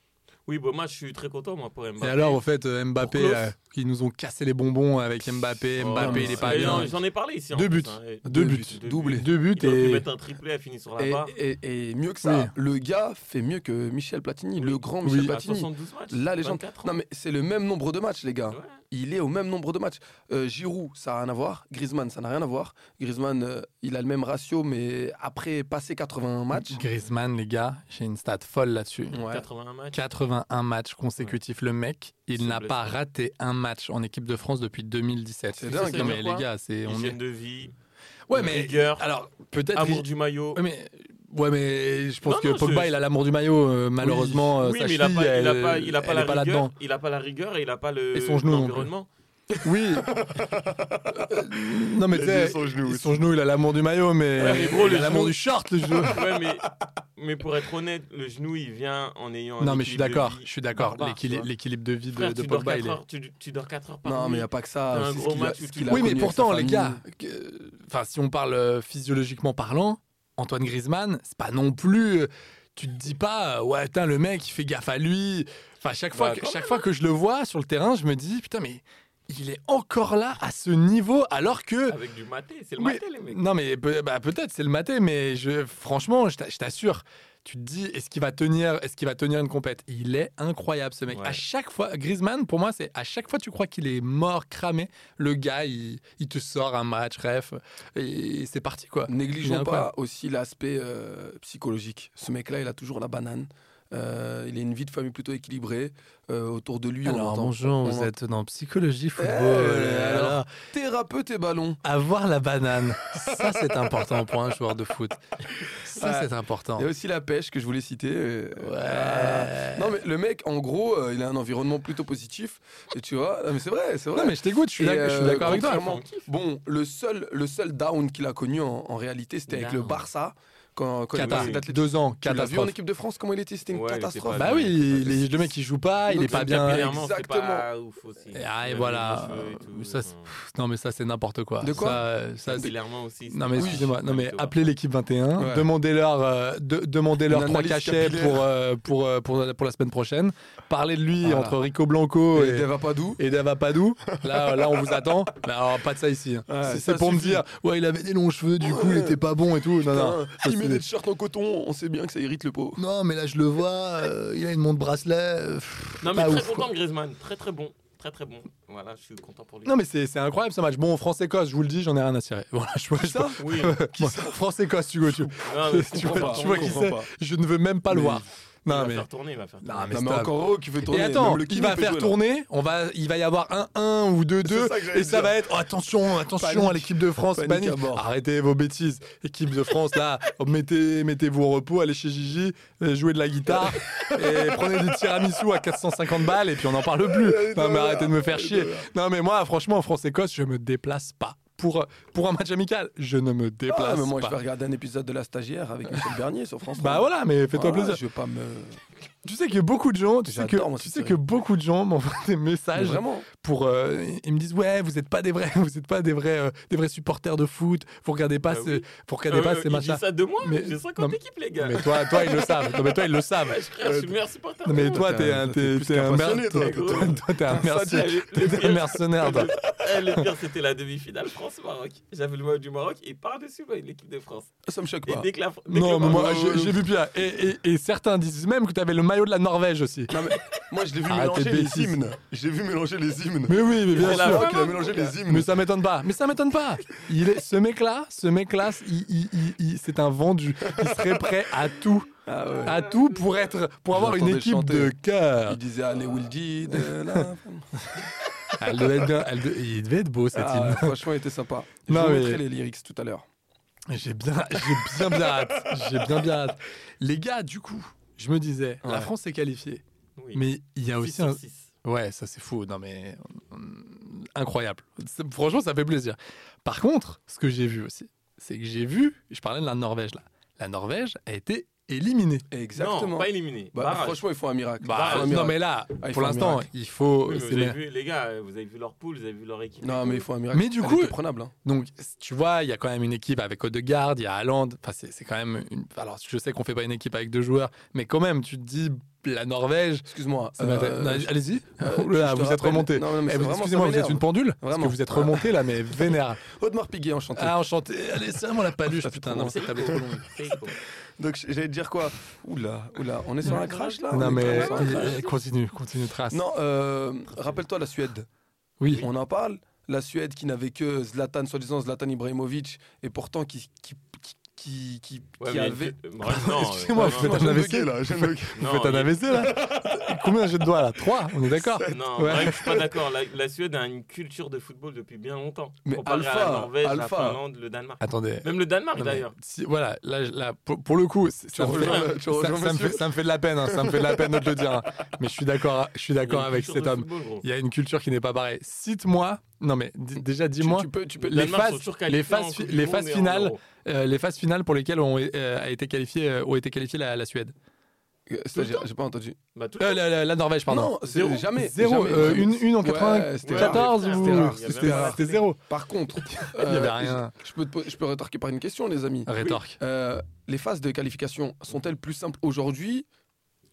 Speaker 7: Oui, bon, moi, je suis très content, moi, pour Mbappé.
Speaker 6: Et alors, au fait, euh, Mbappé,
Speaker 7: Pour Klose.
Speaker 6: euh, ils nous ont cassé les bonbons avec Mbappé.
Speaker 7: Oh,
Speaker 6: Mbappé,
Speaker 8: mais
Speaker 6: il est pas
Speaker 7: Et
Speaker 6: bien.
Speaker 7: non, J'en ai parlé ici. en
Speaker 6: Deux
Speaker 7: plus,
Speaker 6: buts.
Speaker 7: hein. Et-
Speaker 6: Deux buts.
Speaker 7: Deux
Speaker 8: Doublé.
Speaker 6: Deux buts
Speaker 7: Il aurait pu
Speaker 6: et
Speaker 7: mettre un triplé à finir sur la
Speaker 8: Et,
Speaker 7: barre.
Speaker 8: et- et mieux que ça,
Speaker 6: Oui.
Speaker 8: le gars fait mieux que Michel Platini, le grand Michel
Speaker 6: Oui.
Speaker 7: À
Speaker 8: Platini.
Speaker 7: 72 matchs.
Speaker 8: La légende.
Speaker 7: 24 ans.
Speaker 8: Non, mais c'est le même nombre de matchs, les gars.
Speaker 7: Ouais.
Speaker 8: Il est au même nombre de matchs. Euh, Giroud, ça n'a rien à voir. Griezmann, ça n'a rien à voir. Griezmann, euh, il a le même ratio, mais après passer 80 matchs.
Speaker 6: Griezmann, les gars, j'ai une stat folle là-dessus.
Speaker 8: Ouais.
Speaker 7: 81 matchs.
Speaker 6: 81 matchs consécutifs. Le mec, il
Speaker 7: C'est
Speaker 6: n'a
Speaker 7: blessé.
Speaker 6: pas raté un match en équipe de France depuis 2017.
Speaker 8: C'est
Speaker 6: Ça,
Speaker 8: dingue,
Speaker 6: c'est-
Speaker 8: ça veut
Speaker 6: mais
Speaker 7: dire
Speaker 6: les
Speaker 7: quoi
Speaker 6: gars, c'est on
Speaker 7: Hygiène
Speaker 6: est.
Speaker 7: de vie.
Speaker 6: Ouais, mais
Speaker 7: Rigueur.
Speaker 6: alors peut-être.
Speaker 7: Amour du maillot.
Speaker 6: Ouais, mais ouais, mais je pense
Speaker 7: Non,
Speaker 6: que
Speaker 7: non,
Speaker 6: Pogba,
Speaker 7: je-
Speaker 6: il a l'amour du maillot. euh, malheureusement, euh,
Speaker 7: oui,
Speaker 6: sa
Speaker 7: mais il a
Speaker 6: cheville,
Speaker 7: pas, il a
Speaker 6: elle-
Speaker 7: pas, il a pas
Speaker 6: elle
Speaker 7: la
Speaker 6: est pas
Speaker 7: rigueur,
Speaker 6: là-dedans.
Speaker 7: il a pas la rigueur et il a pas le
Speaker 6: Et son genou non plus.
Speaker 7: l'environnement.
Speaker 6: Oui. Euh, non mais tu sais, son genou, il a l'amour du maillot, mais
Speaker 7: Ouais, mais gros,
Speaker 6: il
Speaker 7: le
Speaker 6: a l'amour
Speaker 7: genou-
Speaker 6: du short, le jeu.
Speaker 7: Ouais, mais, mais pour être honnête, le genou il vient en ayant. un
Speaker 6: Non mais je suis
Speaker 7: équilibre de
Speaker 6: d'accord,
Speaker 7: vie
Speaker 6: je suis d'accord.
Speaker 7: barbare,
Speaker 6: L'équili-
Speaker 7: tu vois.
Speaker 6: L'équilibre de vie de,
Speaker 7: Frère,
Speaker 6: de
Speaker 7: tu, dors
Speaker 6: Pogba, il
Speaker 7: 4
Speaker 6: est.
Speaker 7: heures, tu, tu dors 4 heures par
Speaker 8: Non, mais il
Speaker 7: nuit.
Speaker 8: n'y a pas que ça.
Speaker 7: T'as un
Speaker 8: C'est ce
Speaker 7: gros
Speaker 8: qu'il a-
Speaker 7: match où
Speaker 8: ce
Speaker 7: tu
Speaker 8: qu'il a
Speaker 6: Oui,
Speaker 8: connu
Speaker 6: mais
Speaker 8: avec sa
Speaker 6: pourtant, les
Speaker 8: famille.
Speaker 6: gars, que- enfin, si on parle euh, physiologiquement parlant, Antoine Griezmann, c'est pas non plus. euh, Tu te dis pas, euh, ouais, tain, le mec, il fait gaffe à lui. Enfin, chaque fois,
Speaker 7: Bah,
Speaker 6: que,
Speaker 7: quand
Speaker 6: chaque
Speaker 8: hein.
Speaker 6: fois que je le vois sur le terrain, je me dis, putain, mais il est encore là à ce niveau, alors que.
Speaker 7: Avec du maté, c'est le
Speaker 6: Oui.
Speaker 7: maté, les mecs.
Speaker 6: Non, mais peut- bah, peut-être, c'est le maté, mais je, franchement, je t'a- je t'assure. Tu te dis, est-ce qu'il va tenir, est-ce qu'il va tenir une compète Il est incroyable ce mec.
Speaker 7: Ouais.
Speaker 6: À chaque fois, Griezmann, pour moi, c'est à chaque fois tu crois qu'il est mort, cramé, le gars, il, il te sort un match, bref, et c'est parti quoi. Il est
Speaker 8: Négligeons
Speaker 6: incroyable.
Speaker 8: pas aussi l'aspect euh, psychologique. Ce mec-là, il a toujours la banane. Euh, il a une vie de famille plutôt équilibrée. Euh, autour de lui, on entend on entend
Speaker 6: êtes dans psychologie Euh,
Speaker 8: Eh, alors. thérapeute et ballon.
Speaker 6: avoir la banane, ça c'est important pour un joueur de foot. Ça
Speaker 8: Ouais.
Speaker 6: c'est important.
Speaker 8: Il y a aussi la pêche que je voulais citer. euh,
Speaker 6: Ouais.
Speaker 8: euh, non, mais le mec, en gros, euh, il a un environnement plutôt positif. Et tu vois, non, mais c'est vrai, c'est vrai.
Speaker 6: Non mais je t'écoute, je suis
Speaker 8: Et,
Speaker 6: d'ac- je suis
Speaker 8: euh,
Speaker 6: d'accord avec toi.
Speaker 8: contrairement- Bon, le seul, le seul down qu'il a connu en, en réalité, c'était avec
Speaker 7: Down.
Speaker 8: le Barça. Quand, quand
Speaker 6: Qatar,
Speaker 8: il était athlète.
Speaker 6: deux ans,
Speaker 8: Tu l'as vu en
Speaker 6: catastrophe.
Speaker 8: équipe de France comment il était C'était une
Speaker 7: Ouais, il était pas
Speaker 8: catastrophe.
Speaker 6: Bah oui, les- le mec il joue pas, il est
Speaker 8: Donc,
Speaker 6: pas bien.
Speaker 7: Capillairement, c'est pas ouf aussi.
Speaker 6: Ah, et
Speaker 7: Même
Speaker 6: voilà.
Speaker 7: les cheveux et tout,
Speaker 6: Ça, c'est-
Speaker 7: enfin,
Speaker 6: Non mais ça c'est n'importe quoi.
Speaker 8: De quoi
Speaker 6: Ça, euh,
Speaker 8: Ah,
Speaker 6: ça, c'est-
Speaker 7: Capillairement aussi. c'est
Speaker 6: Non mais
Speaker 7: pas-
Speaker 6: excusez-moi, non mais
Speaker 7: Tu vois.
Speaker 6: appelez l'équipe 21,
Speaker 8: Ouais.
Speaker 6: demandez-leur euh, de- demandez-leur
Speaker 8: Une
Speaker 6: trois
Speaker 8: analyse
Speaker 6: cachets
Speaker 8: capillaire.
Speaker 6: pour, euh, pour, euh, pour, pour la semaine prochaine. Parlez de lui
Speaker 8: Voilà.
Speaker 6: entre Rico Blanco
Speaker 8: Et
Speaker 6: et,
Speaker 8: Deva Padou.
Speaker 6: et Dava Padou. Là, là on vous attend. Mais alors, pas de ça ici. hein.
Speaker 8: Ouais,
Speaker 6: Si
Speaker 8: ça
Speaker 6: c'est pour
Speaker 8: suffit.
Speaker 6: me dire ouais il avait des longs cheveux du coup il
Speaker 8: Ouais.
Speaker 6: était pas bon et tout. Non Ah non.
Speaker 8: Putain,
Speaker 6: Ça,
Speaker 8: il met
Speaker 6: c'est-
Speaker 8: des t-shirts en coton, on sait bien que ça irrite le pot.
Speaker 6: Non mais là je le vois, euh, il a une montre bracelet. euh, pff,
Speaker 7: Non, mais
Speaker 6: pas
Speaker 7: très
Speaker 6: ouf, quoi.
Speaker 7: content de Griezmann. Très, très bon. Très, très bon. Voilà, je suis content pour lui.
Speaker 6: Non mais c'est c'est incroyable ce match. Bon France-Écosse, je vous le dis, j'en ai rien à tirer. Voilà, je, je-
Speaker 8: Ça
Speaker 7: Oui,
Speaker 6: Bon, France-Écosse, Hugo, tu,
Speaker 7: non, mais je
Speaker 6: tu
Speaker 7: comprends
Speaker 6: vois,
Speaker 7: pas.
Speaker 6: tu vois qui c'est Je ne veux même pas le
Speaker 8: Mais-
Speaker 6: voir. Non
Speaker 7: il
Speaker 6: mais
Speaker 7: va faire tourner, il va faire tourner.
Speaker 6: Non, mais
Speaker 8: Non, mais
Speaker 6: stop.
Speaker 8: encore oh qui fait tourner.
Speaker 6: Et attends,
Speaker 8: même le
Speaker 6: il
Speaker 8: kiné
Speaker 6: va
Speaker 8: peut
Speaker 6: faire
Speaker 8: jouer, là.
Speaker 6: tourner, on va, il va y avoir un 1 ou 2 2
Speaker 8: C'est ça que j'allais
Speaker 6: et ça
Speaker 8: dire.
Speaker 6: va être oh, attention, attention
Speaker 8: Panique.
Speaker 6: à l'équipe de France,
Speaker 8: Panique
Speaker 6: panique.
Speaker 8: à bord.
Speaker 6: Arrêtez vos bêtises, équipe de France là, mettez mettez-vous au repos, allez chez Gigi, euh, jouez de la guitare et prenez du tiramisu à 450 balles et puis on n'en parle plus. Non mais arrêtez de me faire chier. Non mais moi franchement en France Écosse, je me déplace pas pour pour un match amical, je ne me
Speaker 8: Ah,
Speaker 6: déplace
Speaker 8: mais moi, je vais
Speaker 6: pas.
Speaker 8: regarder un épisode de La Stagiaire avec Michel Bernier sur France.
Speaker 6: Bah
Speaker 8: 3.
Speaker 6: voilà, mais fais-toi
Speaker 8: Ah,
Speaker 6: plaisir.
Speaker 8: Je veux pas me.
Speaker 6: Tu sais que beaucoup de gens, tu sais que
Speaker 8: J'adore, moi,
Speaker 6: tu
Speaker 8: cette
Speaker 6: sais
Speaker 8: série.
Speaker 6: que beaucoup de gens m'envoient des
Speaker 8: Mais
Speaker 6: messages
Speaker 8: vraiment.
Speaker 6: pour euh, ils me disent ouais vous n'êtes pas des vrais vous êtes pas des vrais euh, des vrais supporters de foot vous regardez pas
Speaker 7: Bah
Speaker 6: ce,
Speaker 7: oui.
Speaker 6: vous regardez pas
Speaker 7: Euh,
Speaker 6: ces
Speaker 7: il dit
Speaker 6: machins
Speaker 7: ça de moi,
Speaker 6: Mais-
Speaker 7: mais j'ai
Speaker 6: non,
Speaker 7: 50
Speaker 6: mais-
Speaker 7: équipes, les gars.
Speaker 6: mais toi toi ils le savent non, mais toi ils le savent
Speaker 7: Ouais, je, frère, je suis le meilleur supporter.
Speaker 6: Euh, Non, mais toi
Speaker 8: T'es
Speaker 6: t'es
Speaker 8: un-
Speaker 6: un
Speaker 8: t'es
Speaker 6: t'es
Speaker 8: plus
Speaker 6: t'es
Speaker 8: qu'un
Speaker 6: un mer-
Speaker 8: passionné, toi.
Speaker 6: t'es- toi, t'es un mercenaire
Speaker 7: Sadique.
Speaker 6: t'es un mercenaire toi.
Speaker 7: Eh, le pire, c'était la demi-finale France-Maroc. J'avais le maillot du Maroc et par-dessus le maillot de l'équipe de France.
Speaker 8: Ça me choque
Speaker 7: Et
Speaker 8: pas.
Speaker 7: dès que la,
Speaker 6: Bah,
Speaker 7: dès que
Speaker 6: Non,
Speaker 7: le
Speaker 6: mais moi
Speaker 7: Maroc-
Speaker 6: j'ai j'ai vu pire. Et, et- et certains disent même que t'avais le maillot de la Norvège aussi.
Speaker 8: Non, mais moi, je l'ai vu
Speaker 6: Ah,
Speaker 8: mélanger
Speaker 6: t'es
Speaker 8: les
Speaker 6: bêtise.
Speaker 8: hymnes. J'ai vu mélanger les hymnes.
Speaker 6: Mais oui, mais bien
Speaker 8: C'est la
Speaker 6: sûr.
Speaker 8: fois qu'il a mélangé les hymnes.
Speaker 6: Mais ça m'étonne pas. Mais ça m'étonne pas. Il est, ce mec-là, ce mec-là, il- il- il- il- c'est un vendu. Il serait prêt à tout,
Speaker 8: Ah ouais.
Speaker 6: à tout pour être, pour avoir une
Speaker 8: l'entendais
Speaker 6: équipe
Speaker 8: chanter.
Speaker 6: de cœur.
Speaker 8: Il disait Allez, Will Did. euh, là.
Speaker 6: Elle devait être bien- elle de- il devait être beau cet
Speaker 8: Ah,
Speaker 6: hymne.
Speaker 8: franchement, il était sympa. Je
Speaker 6: Non,
Speaker 8: vous
Speaker 6: mais-
Speaker 8: mettrai les lyrics tout à l'heure.
Speaker 6: J'ai bien, j'ai bien bien hâte. J'ai bien bien hâte. Les gars, du coup, je me disais, la
Speaker 8: Ouais.
Speaker 6: France s'est qualifiée,
Speaker 7: Oui.
Speaker 6: mais il y a
Speaker 7: Six
Speaker 6: aussi
Speaker 7: sur
Speaker 6: un,
Speaker 7: six.
Speaker 6: Ouais, ça c'est fou. Non mais hum, incroyable. C'est- Franchement, ça fait plaisir. Par contre, ce que j'ai vu aussi, c'est que j'ai vu. Je parlais de la Norvège là. La Norvège a été éliminée.
Speaker 7: Non,
Speaker 8: Exactement.
Speaker 7: pas éliminé.
Speaker 8: Bah,
Speaker 7: Barrage.
Speaker 8: franchement, il faut un miracle.
Speaker 6: Bah,
Speaker 8: Il faut un
Speaker 6: non
Speaker 8: miracle.
Speaker 6: mais là,
Speaker 8: Ah, il
Speaker 6: pour
Speaker 8: faut un
Speaker 6: l'instant,
Speaker 8: miracle.
Speaker 6: il faut.
Speaker 7: Oui, mais
Speaker 6: c'est
Speaker 7: vous avez
Speaker 6: bien.
Speaker 7: vu, les gars, euh, vous avez vu leur poule, vous avez vu leur équipe.
Speaker 8: Non, mais il faut un miracle.
Speaker 6: Mais du
Speaker 8: Elle
Speaker 6: coup-
Speaker 8: était prenable. hein.
Speaker 6: Donc c- tu vois, il y a quand même une équipe avec Odegaard, il y a Haaland. Enfin, c'est c'est quand même. Une... Alors je sais qu'on fait pas une équipe avec deux joueurs, mais quand même, tu te dis la Norvège.
Speaker 8: Excuse-moi.
Speaker 6: ça
Speaker 8: euh,
Speaker 6: m'a- non, Allez-y.
Speaker 8: euh,
Speaker 6: Oh là,
Speaker 8: je te
Speaker 6: vous êtes
Speaker 8: rappelle-
Speaker 6: remonté.
Speaker 8: Non, non, mais
Speaker 6: Eh,
Speaker 8: c'est
Speaker 6: vous-
Speaker 8: vraiment, ça
Speaker 6: Excusez-moi, vous êtes
Speaker 8: m'énerve.
Speaker 6: une pendule. Parce que
Speaker 8: Vraiment.
Speaker 6: vous êtes remonté là, mais vénère.
Speaker 8: Audemars Piguet, enchanté.
Speaker 6: Ah, enchanté. Allez, c'est vraiment la paluche. Putain, non, mais
Speaker 7: C'est
Speaker 6: cette table
Speaker 7: trop
Speaker 6: est trop longue.
Speaker 7: long. C'est trop.
Speaker 8: Donc, j'allais te dire quoi Oula, oula, on est sur un crash là
Speaker 6: Non,
Speaker 8: Ah, On est
Speaker 6: mais
Speaker 8: clairement sur un crash.
Speaker 6: euh, continue, continue, trace.
Speaker 8: Non, euh, rappelle-toi la Suède.
Speaker 6: Oui.
Speaker 8: On en parle. La Suède qui n'avait que Zlatan, soi-disant Zlatan Ibrahimovic, et pourtant qui, qui, qui, qui, qui
Speaker 7: Ouais, mais
Speaker 8: avait.
Speaker 7: tu- Bref, non,
Speaker 6: Excusez-moi,
Speaker 7: euh,
Speaker 6: vous faites
Speaker 7: non,
Speaker 6: un AVC là. Vous
Speaker 7: non,
Speaker 6: faites un
Speaker 7: il-
Speaker 6: AVC là. Combien j'ai de doigts là Trois, on est d'accord
Speaker 7: Non,
Speaker 6: Ouais.
Speaker 7: bref, je suis pas d'accord. La, la Suède a une culture de football depuis bien longtemps.
Speaker 8: Mais
Speaker 7: Comparé à
Speaker 8: Alpha,
Speaker 7: la Norvège,
Speaker 8: Alpha.
Speaker 7: la Finlande, le Danemark.
Speaker 6: Attendez.
Speaker 7: Même le Danemark
Speaker 6: Non, mais
Speaker 7: d'ailleurs.
Speaker 6: si- voilà, là, là, pour, pour le coup, c'est- ça me, fait,
Speaker 7: rejoins-
Speaker 6: ça-
Speaker 8: tu rejoins
Speaker 6: ça me
Speaker 8: monsieur
Speaker 6: fait- ça me fait de la peine, hein, ça me fait de la peine de te le dire. hein. Mais je suis d'accord, hein, je suis d'accord avec cet homme. Il y a une culture qui n'est pas pareille. Cite-moi, non mais d- déjà
Speaker 8: Tu,
Speaker 6: dis-moi
Speaker 8: tu peux, tu peux-
Speaker 6: les phases- les phases fi- les phases finales. euh, les phases finales pour lesquelles ont, euh, a été qualifiée euh, ont été qualifiées la, la Suède.
Speaker 8: Euh, C'est-à-dire, j'ai pas entendu.
Speaker 7: Bah,
Speaker 6: Euh, la, la- la Norvège, pardon.
Speaker 8: Non, c'est jamais.
Speaker 6: Zéro,
Speaker 8: jamais,
Speaker 6: euh,
Speaker 8: jamais.
Speaker 6: une, une en
Speaker 8: Ouais,
Speaker 6: 94
Speaker 8: c'était rare.
Speaker 6: ou
Speaker 8: C'était rare,
Speaker 6: c'était-
Speaker 8: c'était rare.
Speaker 6: c'était zéro.
Speaker 8: Par contre,
Speaker 6: Il n'y avait
Speaker 8: euh,
Speaker 6: rien.
Speaker 8: Je peux, te po- je peux rétorquer par une question, les amis.
Speaker 6: Rétorque.
Speaker 8: Euh, les phases de qualification sont-elles plus simples aujourd'hui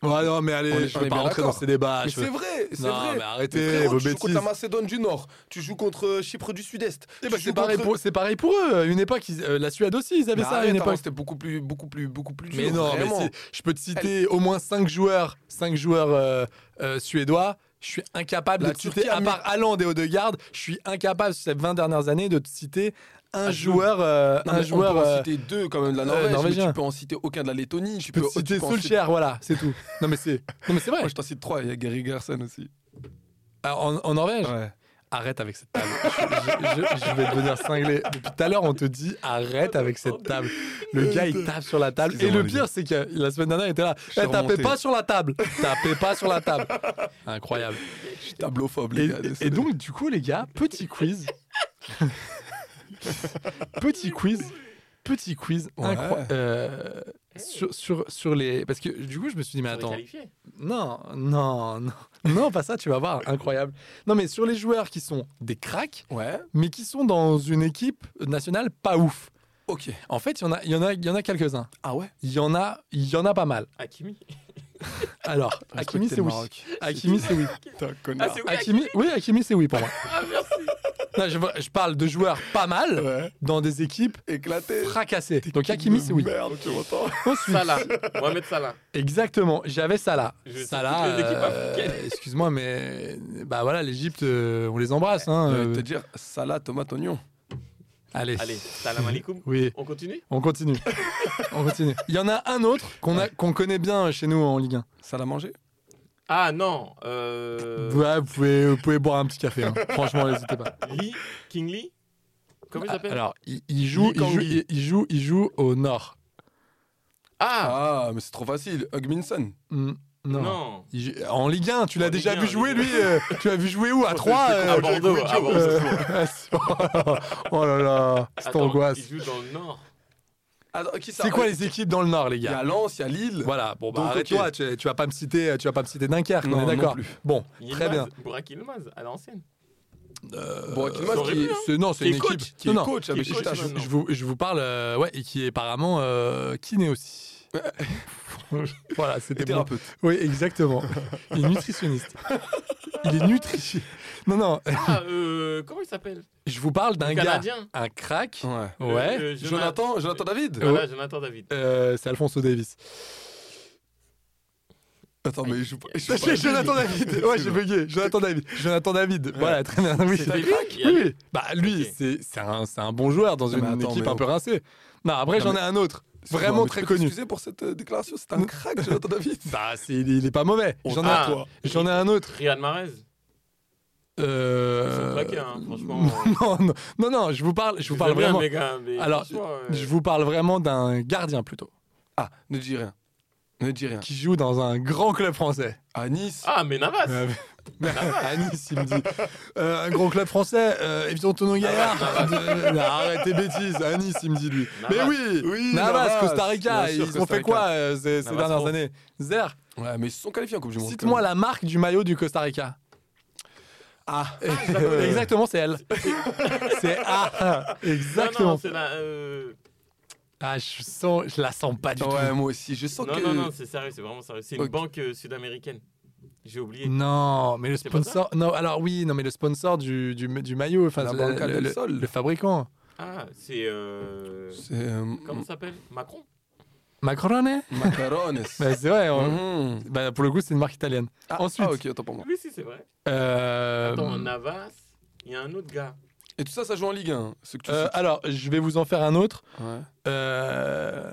Speaker 6: Ouais, non, mais
Speaker 8: On est-
Speaker 6: allez, je
Speaker 8: on
Speaker 6: veux
Speaker 8: est
Speaker 6: pas
Speaker 8: bien
Speaker 6: rentrer dans
Speaker 8: d'accord.
Speaker 6: ces débats.
Speaker 8: Mais
Speaker 6: Ah, je
Speaker 8: c'est
Speaker 6: veux-
Speaker 8: vrai, c'est
Speaker 6: Non,
Speaker 8: vrai.
Speaker 6: mais arrêtez,
Speaker 8: frérot,
Speaker 6: vos
Speaker 8: tu joues contre la
Speaker 6: bêtises.
Speaker 8: Macédoine du Nord, tu joues contre euh, Chypre du Sud-Est.
Speaker 6: Eh
Speaker 8: tu
Speaker 6: ben,
Speaker 8: joues
Speaker 6: c'est pareil,
Speaker 8: contre-
Speaker 6: pour- c'est pareil pour eux. À Une époque, ils- euh, la Suède aussi, ils avaient
Speaker 8: Mais
Speaker 6: ça à
Speaker 8: arrête,
Speaker 6: une
Speaker 8: avant,
Speaker 6: époque.
Speaker 8: C'était beaucoup plus, beaucoup plus, beaucoup plus dur.
Speaker 6: Mais non, mais
Speaker 8: vraiment.
Speaker 6: si- je peux te citer au moins 5 joueurs, 5 joueurs euh, euh, suédois. Je suis incapable
Speaker 8: La
Speaker 6: de te citer,
Speaker 8: Turquie a
Speaker 6: à
Speaker 8: mis-
Speaker 6: part Haaland et Odegaard, je suis incapable sur ces 20 dernières années de te citer un joueur. euh,
Speaker 8: Ah, Non, mais
Speaker 6: un joueur
Speaker 8: On peut en
Speaker 6: euh,
Speaker 8: citer deux quand même de la
Speaker 6: euh,
Speaker 8: Norvège, mais
Speaker 6: norvégien.
Speaker 8: tu peux en citer aucun de la Lettonie. Tu
Speaker 6: je peux te
Speaker 8: tu
Speaker 6: citer
Speaker 8: en citer-
Speaker 6: Solskjaer, voilà, c'est tout. Non, mais c'est non, mais c'est vrai.
Speaker 8: Moi, je t'en cite trois. Il y a Gary Garson aussi.
Speaker 6: Alors, en, en Norvège, arrête avec cette table. je, je- je vais devenir cinglé. Depuis tout à l'heure, on te dit arrête avec cette table. Le gars, il tape sur la table. Et le
Speaker 8: Excusez-moi, les
Speaker 6: pire, c'est que la semaine dernière, il était là.
Speaker 8: suis
Speaker 6: Eh, tapez
Speaker 8: remonté.
Speaker 6: pas sur la table. Tapez pas sur la table. Incroyable.
Speaker 8: Je suis tablophobe, les
Speaker 6: Et,
Speaker 8: gars.
Speaker 6: et
Speaker 8: désolé.
Speaker 6: donc, du coup, les gars, petit quiz. petit quiz. Petit quiz
Speaker 8: Ouais.
Speaker 6: incroyable sur, sur, sur les. Parce que du coup, je me suis dit, mais attends, non, non, non, non, pas ça, tu vas voir, incroyable. Non, mais sur les joueurs qui sont des cracks,
Speaker 8: Ouais,
Speaker 6: mais qui sont dans une équipe nationale pas ouf.
Speaker 8: ok.
Speaker 6: En fait, il y en a, il y en a, il y en a quelques-uns.
Speaker 8: Ah ouais
Speaker 6: Il y en a, il y en a pas mal.
Speaker 7: Hakimi.
Speaker 6: Alors, Hakimi, c'est oui. Hakimi, c'est oui.
Speaker 8: T'es un
Speaker 7: Ah,
Speaker 8: connard.
Speaker 7: c'est où
Speaker 6: Hakimi, oui, Hakimi, c'est oui pour moi.
Speaker 7: Ah, merci.
Speaker 6: Non, je, vois- je parle de joueurs pas mal
Speaker 8: Ouais,
Speaker 6: dans des équipes
Speaker 8: éclaté.
Speaker 6: fracassées. Donc Hakimi, c'est oui.
Speaker 8: Merde, tu m'entends
Speaker 6: Ensuite,
Speaker 7: Salah. Mohamed Salah.
Speaker 6: exactement, j'avais Salah.
Speaker 7: Je sais
Speaker 6: Salah,
Speaker 7: toutes les équipes
Speaker 6: euh,
Speaker 7: africaines.
Speaker 6: excuse-moi, mais bah voilà, l'Égypte, euh, on les embrasse. Hein,
Speaker 8: Je vais
Speaker 6: euh,
Speaker 8: te dire salade, tomate, oignon.
Speaker 6: allez.
Speaker 7: Allez, salam alaikum.
Speaker 6: Oui,
Speaker 7: On continue
Speaker 6: on continue. on continue. Il y en a un autre qu'on a, qu'on connaît bien euh, chez nous en Ligue 1.
Speaker 8: Salade à manger
Speaker 7: Ah non. Euh...
Speaker 6: Ouais, vous, pouvez, vous pouvez boire un petit café. hein. Franchement, n'hésitez pas.
Speaker 7: Lee King Lee Comment il
Speaker 6: Ah,
Speaker 7: s'appelle
Speaker 6: Alors, il, il joue, il, joue,
Speaker 8: Nikangui.
Speaker 6: il joue, il joue au nord.
Speaker 7: Ah
Speaker 8: Ah, mais c'est trop facile. Hugminson.
Speaker 6: Hmm, non.
Speaker 7: non.
Speaker 6: Il joue- en Ligue 1, tu
Speaker 7: En
Speaker 6: l'as déjà
Speaker 7: Ligue 1,
Speaker 6: vu jouer,
Speaker 7: Ligue 1.
Speaker 6: lui. euh, tu l'as vu jouer où À 3
Speaker 7: À Bordeaux. à Bordeaux.
Speaker 6: Oh là là, cette
Speaker 7: Attends,
Speaker 6: angoisse.
Speaker 7: Il joue dans le nord.
Speaker 8: Attends, Ah, qui ça
Speaker 6: C'est quoi les équipes dans le nord, les
Speaker 8: Il y a
Speaker 6: gars
Speaker 8: Lens, il y a Lille.
Speaker 6: Voilà, bon bah
Speaker 8: Donc,
Speaker 6: arrête-toi,
Speaker 8: ok.
Speaker 6: tu, tu vas pas me citer, euh, tu vas pas me citer Dunkerque, on
Speaker 8: Non,
Speaker 6: est
Speaker 8: non
Speaker 6: d'accord.
Speaker 8: plus.
Speaker 6: Bon, très
Speaker 7: Yilmaz,
Speaker 6: bien.
Speaker 7: Burak Yilmaz, à l'ancienne.
Speaker 8: Bon, Akilmaz,
Speaker 7: ça aurait
Speaker 8: qui
Speaker 7: pu, hein.
Speaker 6: C'est- non, c'est
Speaker 7: Qui
Speaker 6: une
Speaker 7: est
Speaker 6: équipe
Speaker 7: coach,
Speaker 8: qui est
Speaker 6: non, non,
Speaker 8: coach à
Speaker 7: qui est
Speaker 8: Beşiktaş.
Speaker 7: coach, ouais.
Speaker 6: Je vous, je vous parle, euh, ouais, et qui est apparemment euh, kiné aussi. Voilà, c'était bon.
Speaker 8: thérapeute.
Speaker 6: Oui, exactement. Il est nutritionniste. Il est nutritionniste. Non, non,
Speaker 7: Ah, euh, comment il s'appelle
Speaker 6: je vous parle d'un
Speaker 7: Le
Speaker 6: gars,
Speaker 7: Canadien.
Speaker 6: un crack.
Speaker 8: Ouais.
Speaker 6: Ouais.
Speaker 7: Le- le
Speaker 8: Jonathan, Jonathan David
Speaker 7: Voilà, Jonathan David.
Speaker 6: Euh, c'est Alfonso Davis.
Speaker 8: Attends, mais il joue pas. il joue pas.
Speaker 6: C'est Jonathan David. Ouais, j'ai bugué. Jonathan David. Jonathan David. Voilà, très bien. Oui,
Speaker 7: C'était crack
Speaker 6: Oui, oui. Bah, lui,
Speaker 7: Ok.
Speaker 6: c'est c'est un, c'est un bon joueur dans
Speaker 8: Non,
Speaker 6: une
Speaker 8: Ah, mais attends,
Speaker 6: équipe
Speaker 8: mais
Speaker 6: un peu rincée. Non, après,
Speaker 8: Non,
Speaker 6: j'en
Speaker 8: mais-
Speaker 6: ai un autre.
Speaker 8: Excuse-moi,
Speaker 6: Vraiment
Speaker 8: mais
Speaker 6: très
Speaker 8: tu peux
Speaker 6: connu.
Speaker 8: t'excuser pour cette euh, déclaration, c'est un crack, Jonathan David.
Speaker 6: Bah, c'est- il, est- il est pas mauvais. J'en ai,
Speaker 7: Ah,
Speaker 6: un-
Speaker 7: toi.
Speaker 6: j'en ai un autre.
Speaker 7: Riyad Mahrez. Ils sont
Speaker 6: Euh,
Speaker 7: craqués, hein, franchement. euh,
Speaker 6: non, non, non, non, je vous parle, je vous
Speaker 7: c'est
Speaker 6: parle
Speaker 7: bien,
Speaker 6: vraiment.
Speaker 7: les gars, mais
Speaker 6: Alors,
Speaker 7: franchement, euh,
Speaker 6: Je vous parle vraiment d'un gardien plutôt,
Speaker 8: Ah, ne dis rien. Ne dis rien.
Speaker 6: qui joue dans un grand club français.
Speaker 8: À Nice.
Speaker 7: Ah, mais Navas
Speaker 6: Euh, à Nice, il me dit. Euh, un grand club français, euh, évidemment Tonon Gaillard.
Speaker 8: Ah,
Speaker 6: Euh, non, arrête tes bêtises, à Nice, il me dit lui.
Speaker 7: Navas.
Speaker 6: Mais oui,
Speaker 8: Oui,
Speaker 6: Navas,
Speaker 8: Navas,
Speaker 6: Costa Rica,
Speaker 8: bien
Speaker 6: ils
Speaker 8: sûr,
Speaker 6: ont
Speaker 8: Costa
Speaker 6: fait
Speaker 8: Rica.
Speaker 6: quoi euh, ces, ces
Speaker 7: Navas
Speaker 6: dernières
Speaker 7: France.
Speaker 6: années Zer,
Speaker 8: Ouais, mais ils se sont qualifiés en Coupe du Monde.
Speaker 6: cite-moi
Speaker 8: quand
Speaker 6: la marque du maillot du Costa Rica. Ah, exactement, c'est elle. c'est A,
Speaker 7: Non,
Speaker 6: exactement.
Speaker 7: non, c'est la. euh,
Speaker 6: ah, je, sens, je la sens pas du
Speaker 8: même. Ouais, moi aussi. Je sens
Speaker 7: Non,
Speaker 8: que.
Speaker 7: non, non, c'est sérieux, c'est vraiment sérieux. C'est une
Speaker 8: Ok.
Speaker 7: banque euh, sud-américaine. J'ai oublié.
Speaker 6: tout. Non, mais le
Speaker 7: C'est pas ça
Speaker 6: sponsor. Non, alors oui, non, mais le sponsor du, du, du maillot, enfin,
Speaker 8: La
Speaker 6: le-
Speaker 8: Banca
Speaker 6: le-
Speaker 8: del
Speaker 6: le-
Speaker 8: Sol.
Speaker 6: le fabricant.
Speaker 7: Ah, c'est. euh,
Speaker 8: C'est. euh,
Speaker 7: Comment ça s'appelle Macron
Speaker 6: Macaroni
Speaker 8: Macarones.
Speaker 6: Bah, c'est vrai. on-
Speaker 8: Mhm.
Speaker 6: bah, pour le coup, c'est une marque italienne.
Speaker 8: Ah,
Speaker 6: Ensuite.
Speaker 8: ah, ok, attends pour moi.
Speaker 7: Oui, si, c'est vrai.
Speaker 6: Euh,
Speaker 7: Attends, Navas, il y a un autre gars.
Speaker 8: Et tout ça, ça joue en Ligue 1, ce que tu
Speaker 6: euh,
Speaker 8: cites.
Speaker 6: alors, je vais vous en faire un autre.
Speaker 8: Ouais.
Speaker 6: Euh,